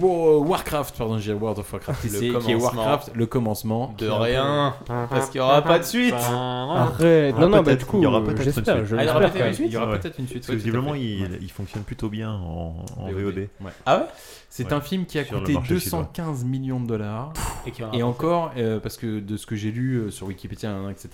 Speaker 3: Wow, Warcraft, pardon, j'ai World of Warcraft
Speaker 11: Le
Speaker 3: ici, qui est
Speaker 11: commencement.
Speaker 3: Warcraft, le commencement.
Speaker 11: De
Speaker 3: Qui est un peu-
Speaker 11: rien, parce qu'il n'y aura pas de suite.
Speaker 2: Arrête. Non, non, bah, du coup,
Speaker 10: il y aura
Speaker 2: euh,
Speaker 10: peut-être
Speaker 2: j'espère,
Speaker 10: une
Speaker 2: je
Speaker 10: suite.
Speaker 2: Ah, il y aura l'espère, peut-être quand une même. suite
Speaker 10: Il y aura
Speaker 2: Ouais.
Speaker 10: peut-être une suite.
Speaker 2: Oui, tout à
Speaker 10: Parce que visiblement, il, il fonctionne plutôt bien en, en VOD.
Speaker 11: Ah ouais
Speaker 3: C'est
Speaker 10: Ouais.
Speaker 3: un film qui a
Speaker 10: Sur le
Speaker 3: coûté
Speaker 10: marché chinois.
Speaker 3: 215 millions de dollars.
Speaker 11: Et qui en a rapporté.
Speaker 3: Et encore, euh, parce que de ce que j'ai lu euh, sur Wikipédia, hein, etc.,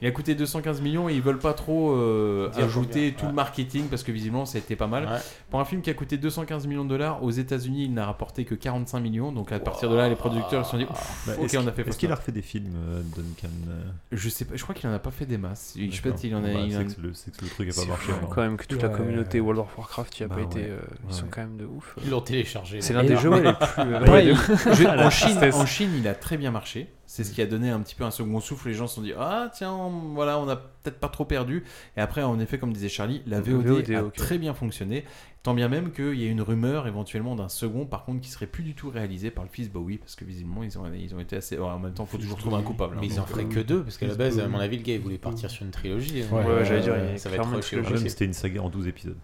Speaker 3: il a coûté 215 millions et ils veulent pas trop euh,
Speaker 11: Dire
Speaker 3: ajouter
Speaker 11: combien,
Speaker 3: tout le marketing parce que visiblement ça a été pas mal.
Speaker 11: Ouais.
Speaker 3: Pour un film qui a coûté 215 millions de dollars, aux États-Unis il n'a rapporté que 45 millions. Donc à partir de là, les producteurs se sont dit Ouf,
Speaker 10: Bah,
Speaker 3: Ok,
Speaker 10: est-ce
Speaker 3: on a
Speaker 10: qu'il-
Speaker 3: fait
Speaker 10: Est-ce
Speaker 3: fausse
Speaker 10: qu'il a
Speaker 3: note.
Speaker 10: refait des films, euh, Duncan euh,
Speaker 3: Je sais pas, je crois qu'il en a pas fait des masses. Je sais pas
Speaker 10: D'accord.
Speaker 3: s'il en a.
Speaker 10: Bah,
Speaker 3: il en a-
Speaker 10: c'est que le- c'est que le truc a pas
Speaker 9: C'est
Speaker 10: marché.
Speaker 9: fou,
Speaker 10: alors.
Speaker 9: quand même que toute la
Speaker 10: Ouais.
Speaker 9: communauté World of Warcraft y a
Speaker 10: Bah
Speaker 9: pas été.
Speaker 10: ouais.
Speaker 9: euh, Ils sont quand même de ouf.
Speaker 11: Ils l'ont téléchargé.
Speaker 9: C'est l'un
Speaker 11: Et
Speaker 9: des
Speaker 11: là-
Speaker 9: jeux les plus. euh,
Speaker 3: Après,
Speaker 9: de-
Speaker 3: il- je-
Speaker 9: à la
Speaker 3: en, Chine,
Speaker 9: tristesse.
Speaker 3: en Chine, il a très bien marché. C'est ce qui a donné un petit peu un second souffle. Les gens se sont dit Ah, tiens, on- voilà, on a peut-être pas trop perdu. Et après, en effet, comme disait Charlie, la
Speaker 9: Le
Speaker 3: VOD,
Speaker 9: VOD,
Speaker 3: a
Speaker 9: ok.
Speaker 3: très bien fonctionné. Tant bien même qu'il y a une rumeur éventuellement d'un second, par contre, qui serait plus du tout réalisé par le fils Bowie, parce que visiblement, ils ont, ils ont été assez. ouais, en même temps, faut toujours trouver un coupable. hein.
Speaker 11: Mais ils en
Speaker 3: Donc,
Speaker 11: feraient
Speaker 3: euh,
Speaker 11: que deux, parce qu'à la
Speaker 3: fils
Speaker 11: base, à
Speaker 3: Bowie.
Speaker 11: mon avis, le gars, il voulait partir sur une trilogie.
Speaker 10: Ouais,
Speaker 11: donc,
Speaker 10: ouais, j'allais dire,
Speaker 11: euh,
Speaker 10: il y a
Speaker 11: ça va être
Speaker 10: clairement Ah, une
Speaker 11: rushé au
Speaker 10: trilogie.
Speaker 11: possible.
Speaker 10: C'était une saga en 12 épisodes.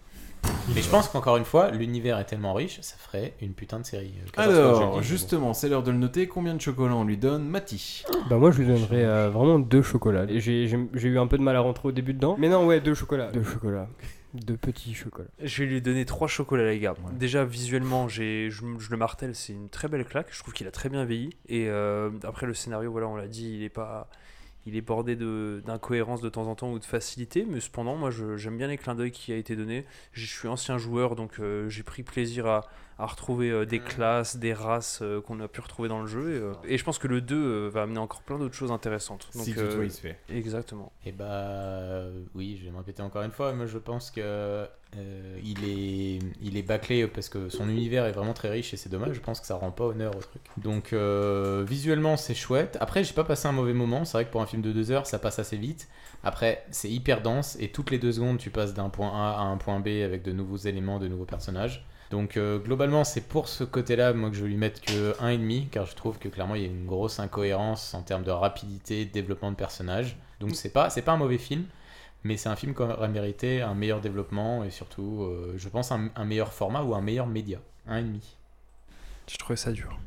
Speaker 11: Mais je pense qu'encore une fois, l'univers est tellement riche, ça ferait une putain de série. euh, catastrophe, je
Speaker 3: Alors,
Speaker 11: le dis.
Speaker 3: justement, c'est l'heure de le noter. Combien de chocolat on lui donne Mati
Speaker 2: Bah moi je lui donnerais euh, vraiment deux chocolats. Et J'ai j'ai- j'ai eu un peu de mal à rentrer au début dedans. Mais non ouais deux chocolats. Deux chocolats. Deux petits chocolats.
Speaker 9: Je vais lui donner trois chocolats, les gars. Déjà, visuellement, j'ai, je, m- je le martèle, c'est une très belle claque. Je trouve qu'il a très bien vieilli. Et euh, après, le scénario, voilà, on l'a dit, il est pas. Il est bordé de, d'incohérences de temps en temps ou de facilité, mais cependant, moi, je- j'aime bien les clins d'œil qui a été donné. Je suis ancien joueur, donc euh, j'ai pris plaisir à, à retrouver euh, des classes, des races euh, qu'on a pu retrouver dans le jeu. Et, euh, et je pense que le 2 euh, va amener encore plein d'autres choses intéressantes. Donc,
Speaker 3: Si
Speaker 9: euh,
Speaker 3: toutefois il se fait.
Speaker 9: Exactement.
Speaker 11: Et bah euh, oui, je vais me répéter encore une fois, mais je pense que euh, il est il est bâclé parce que son univers est vraiment très riche et c'est dommage. Je pense que ça rend pas honneur au truc. Donc euh, visuellement c'est chouette. Après j'ai pas passé un mauvais moment. C'est vrai que pour un film de deux heures ça passe assez vite. Après c'est hyper dense et toutes les deux secondes tu passes d'un point A à un point B avec de nouveaux éléments, de nouveaux personnages. Donc euh, globalement, c'est pour ce côté-là, moi, que je vais lui mettre que 1,5, car je trouve que clairement, il y a une grosse incohérence en termes de rapidité, de développement de personnages. Donc c'est pas, c'est pas un mauvais film, mais c'est un film qui aurait mérité un meilleur développement et surtout, euh, je pense, un, un meilleur format ou un meilleur média. 1,5.
Speaker 9: Je trouvais ça dur.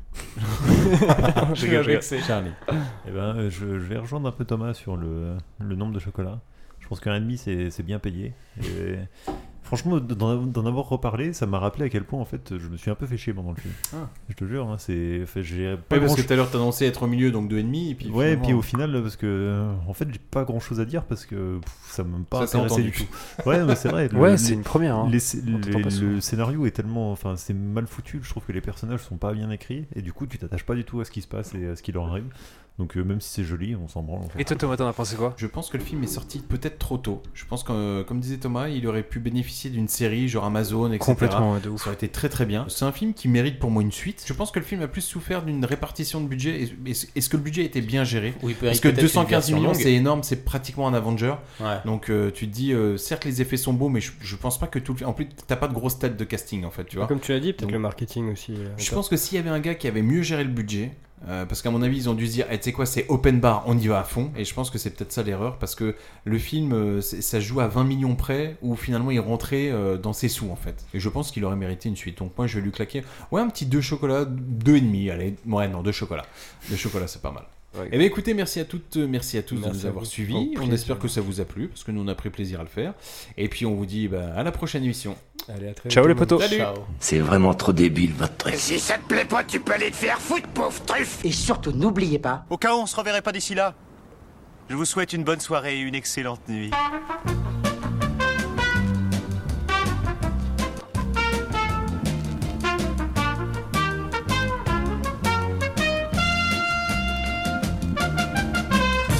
Speaker 11: Je rigole, je rigole. Charlie.
Speaker 10: Eh ben, euh, je, je vais rejoindre un peu Thomas sur le, le nombre de chocolats. Je pense qu'un et demi, c'est c'est bien payé. Et franchement, d'en d'en avoir reparlé, ça m'a rappelé à quel point, en fait, je me suis un peu fait chier pendant le film.
Speaker 3: Ah.
Speaker 10: Je te jure, hein, c'est. enfin, j'ai pas
Speaker 3: Ouais, parce que
Speaker 10: grand-
Speaker 3: tout à l'heure, t'as annoncé être au milieu, donc 2,5. Et puis,
Speaker 10: ouais, et
Speaker 3: finalement-
Speaker 10: puis au final, parce que euh, en fait, j'ai pas grand chose à dire parce que pff, ça m'a pas
Speaker 3: Ça s'est
Speaker 10: intéressé
Speaker 3: entendu.
Speaker 10: du tout. Ouais, mais c'est vrai. le-
Speaker 9: Ouais,
Speaker 10: le-
Speaker 9: c'est une première, hein.
Speaker 10: les sc-
Speaker 9: On t'entend
Speaker 10: les-
Speaker 9: pas souvent.
Speaker 10: le scénario est tellement, enfin, c'est mal foutu. Je trouve que les personnages sont pas bien écrits et du coup, tu t'attaches pas du tout à ce qui se passe et à ce qui leur arrive. Donc euh, même si c'est joli, on s'en branle. en fait.
Speaker 9: Et toi, Thomas, t'en as pensé quoi
Speaker 3: Je pense que le film est sorti peut-être trop tôt. Je pense que, euh, comme disait Thomas, il aurait pu bénéficier d'une série genre Amazon, etc.
Speaker 9: Complètement, ouais, de
Speaker 3: Ça aurait été très très bien. C'est un film qui mérite pour moi une suite. Je pense que le film a plus souffert d'une répartition de budget. Est- Est-ce est-ce que le budget était bien géré
Speaker 11: Oui, peut-être
Speaker 3: Parce que
Speaker 11: une
Speaker 3: 215
Speaker 11: version
Speaker 3: millions,
Speaker 11: longue.
Speaker 3: c'est énorme, c'est pratiquement un Avenger.
Speaker 11: Ouais.
Speaker 3: Donc euh, tu te dis, euh, certes les effets sont beaux, mais je, je pense pas que tout le film... En plus, t'as pas de grosse tête de casting en fait, tu vois.
Speaker 2: Comme tu l'as dit, peut-être
Speaker 3: Donc,
Speaker 2: le marketing aussi. euh,
Speaker 3: je
Speaker 2: encore.
Speaker 3: pense que s'il y avait un gars qui avait mieux géré le budget, euh, parce qu'à mon avis, ils ont dû se dire, Eh, tu sais quoi, c'est open bar, on y va à fond. Et je pense que c'est peut-être ça l'erreur, parce que le film, euh, c'est- ça se joue à 20 millions près, où finalement il rentrait euh, dans ses sous, en fait. Et je pense qu'il aurait mérité une suite. Donc moi, je vais lui claquer, ouais, un petit 2 chocolats, 2,5, allez. Ouais, non, 2 chocolats. 2 chocolats, c'est pas mal.
Speaker 9: Ouais.
Speaker 3: Eh bien écoutez, merci à toutes, merci à tous de
Speaker 9: Merci
Speaker 3: nous
Speaker 9: à
Speaker 3: avoir
Speaker 9: vous.
Speaker 3: suivis.
Speaker 9: Au
Speaker 3: On
Speaker 9: plaisir.
Speaker 3: espère que ça vous a plu, parce que nous on a pris plaisir à le faire. Et puis on vous dit bah, à la prochaine émission.
Speaker 2: Allez, à très
Speaker 7: Ciao, les potos.
Speaker 3: Salut.
Speaker 7: C'est vraiment trop débile, votre truc.
Speaker 4: Si ça te plaît pas, tu peux aller te faire foutre, pauvre truffe
Speaker 8: Et surtout, n'oubliez pas.
Speaker 14: Au cas où on se reverrait pas d'ici là, je vous souhaite une bonne soirée et une excellente nuit.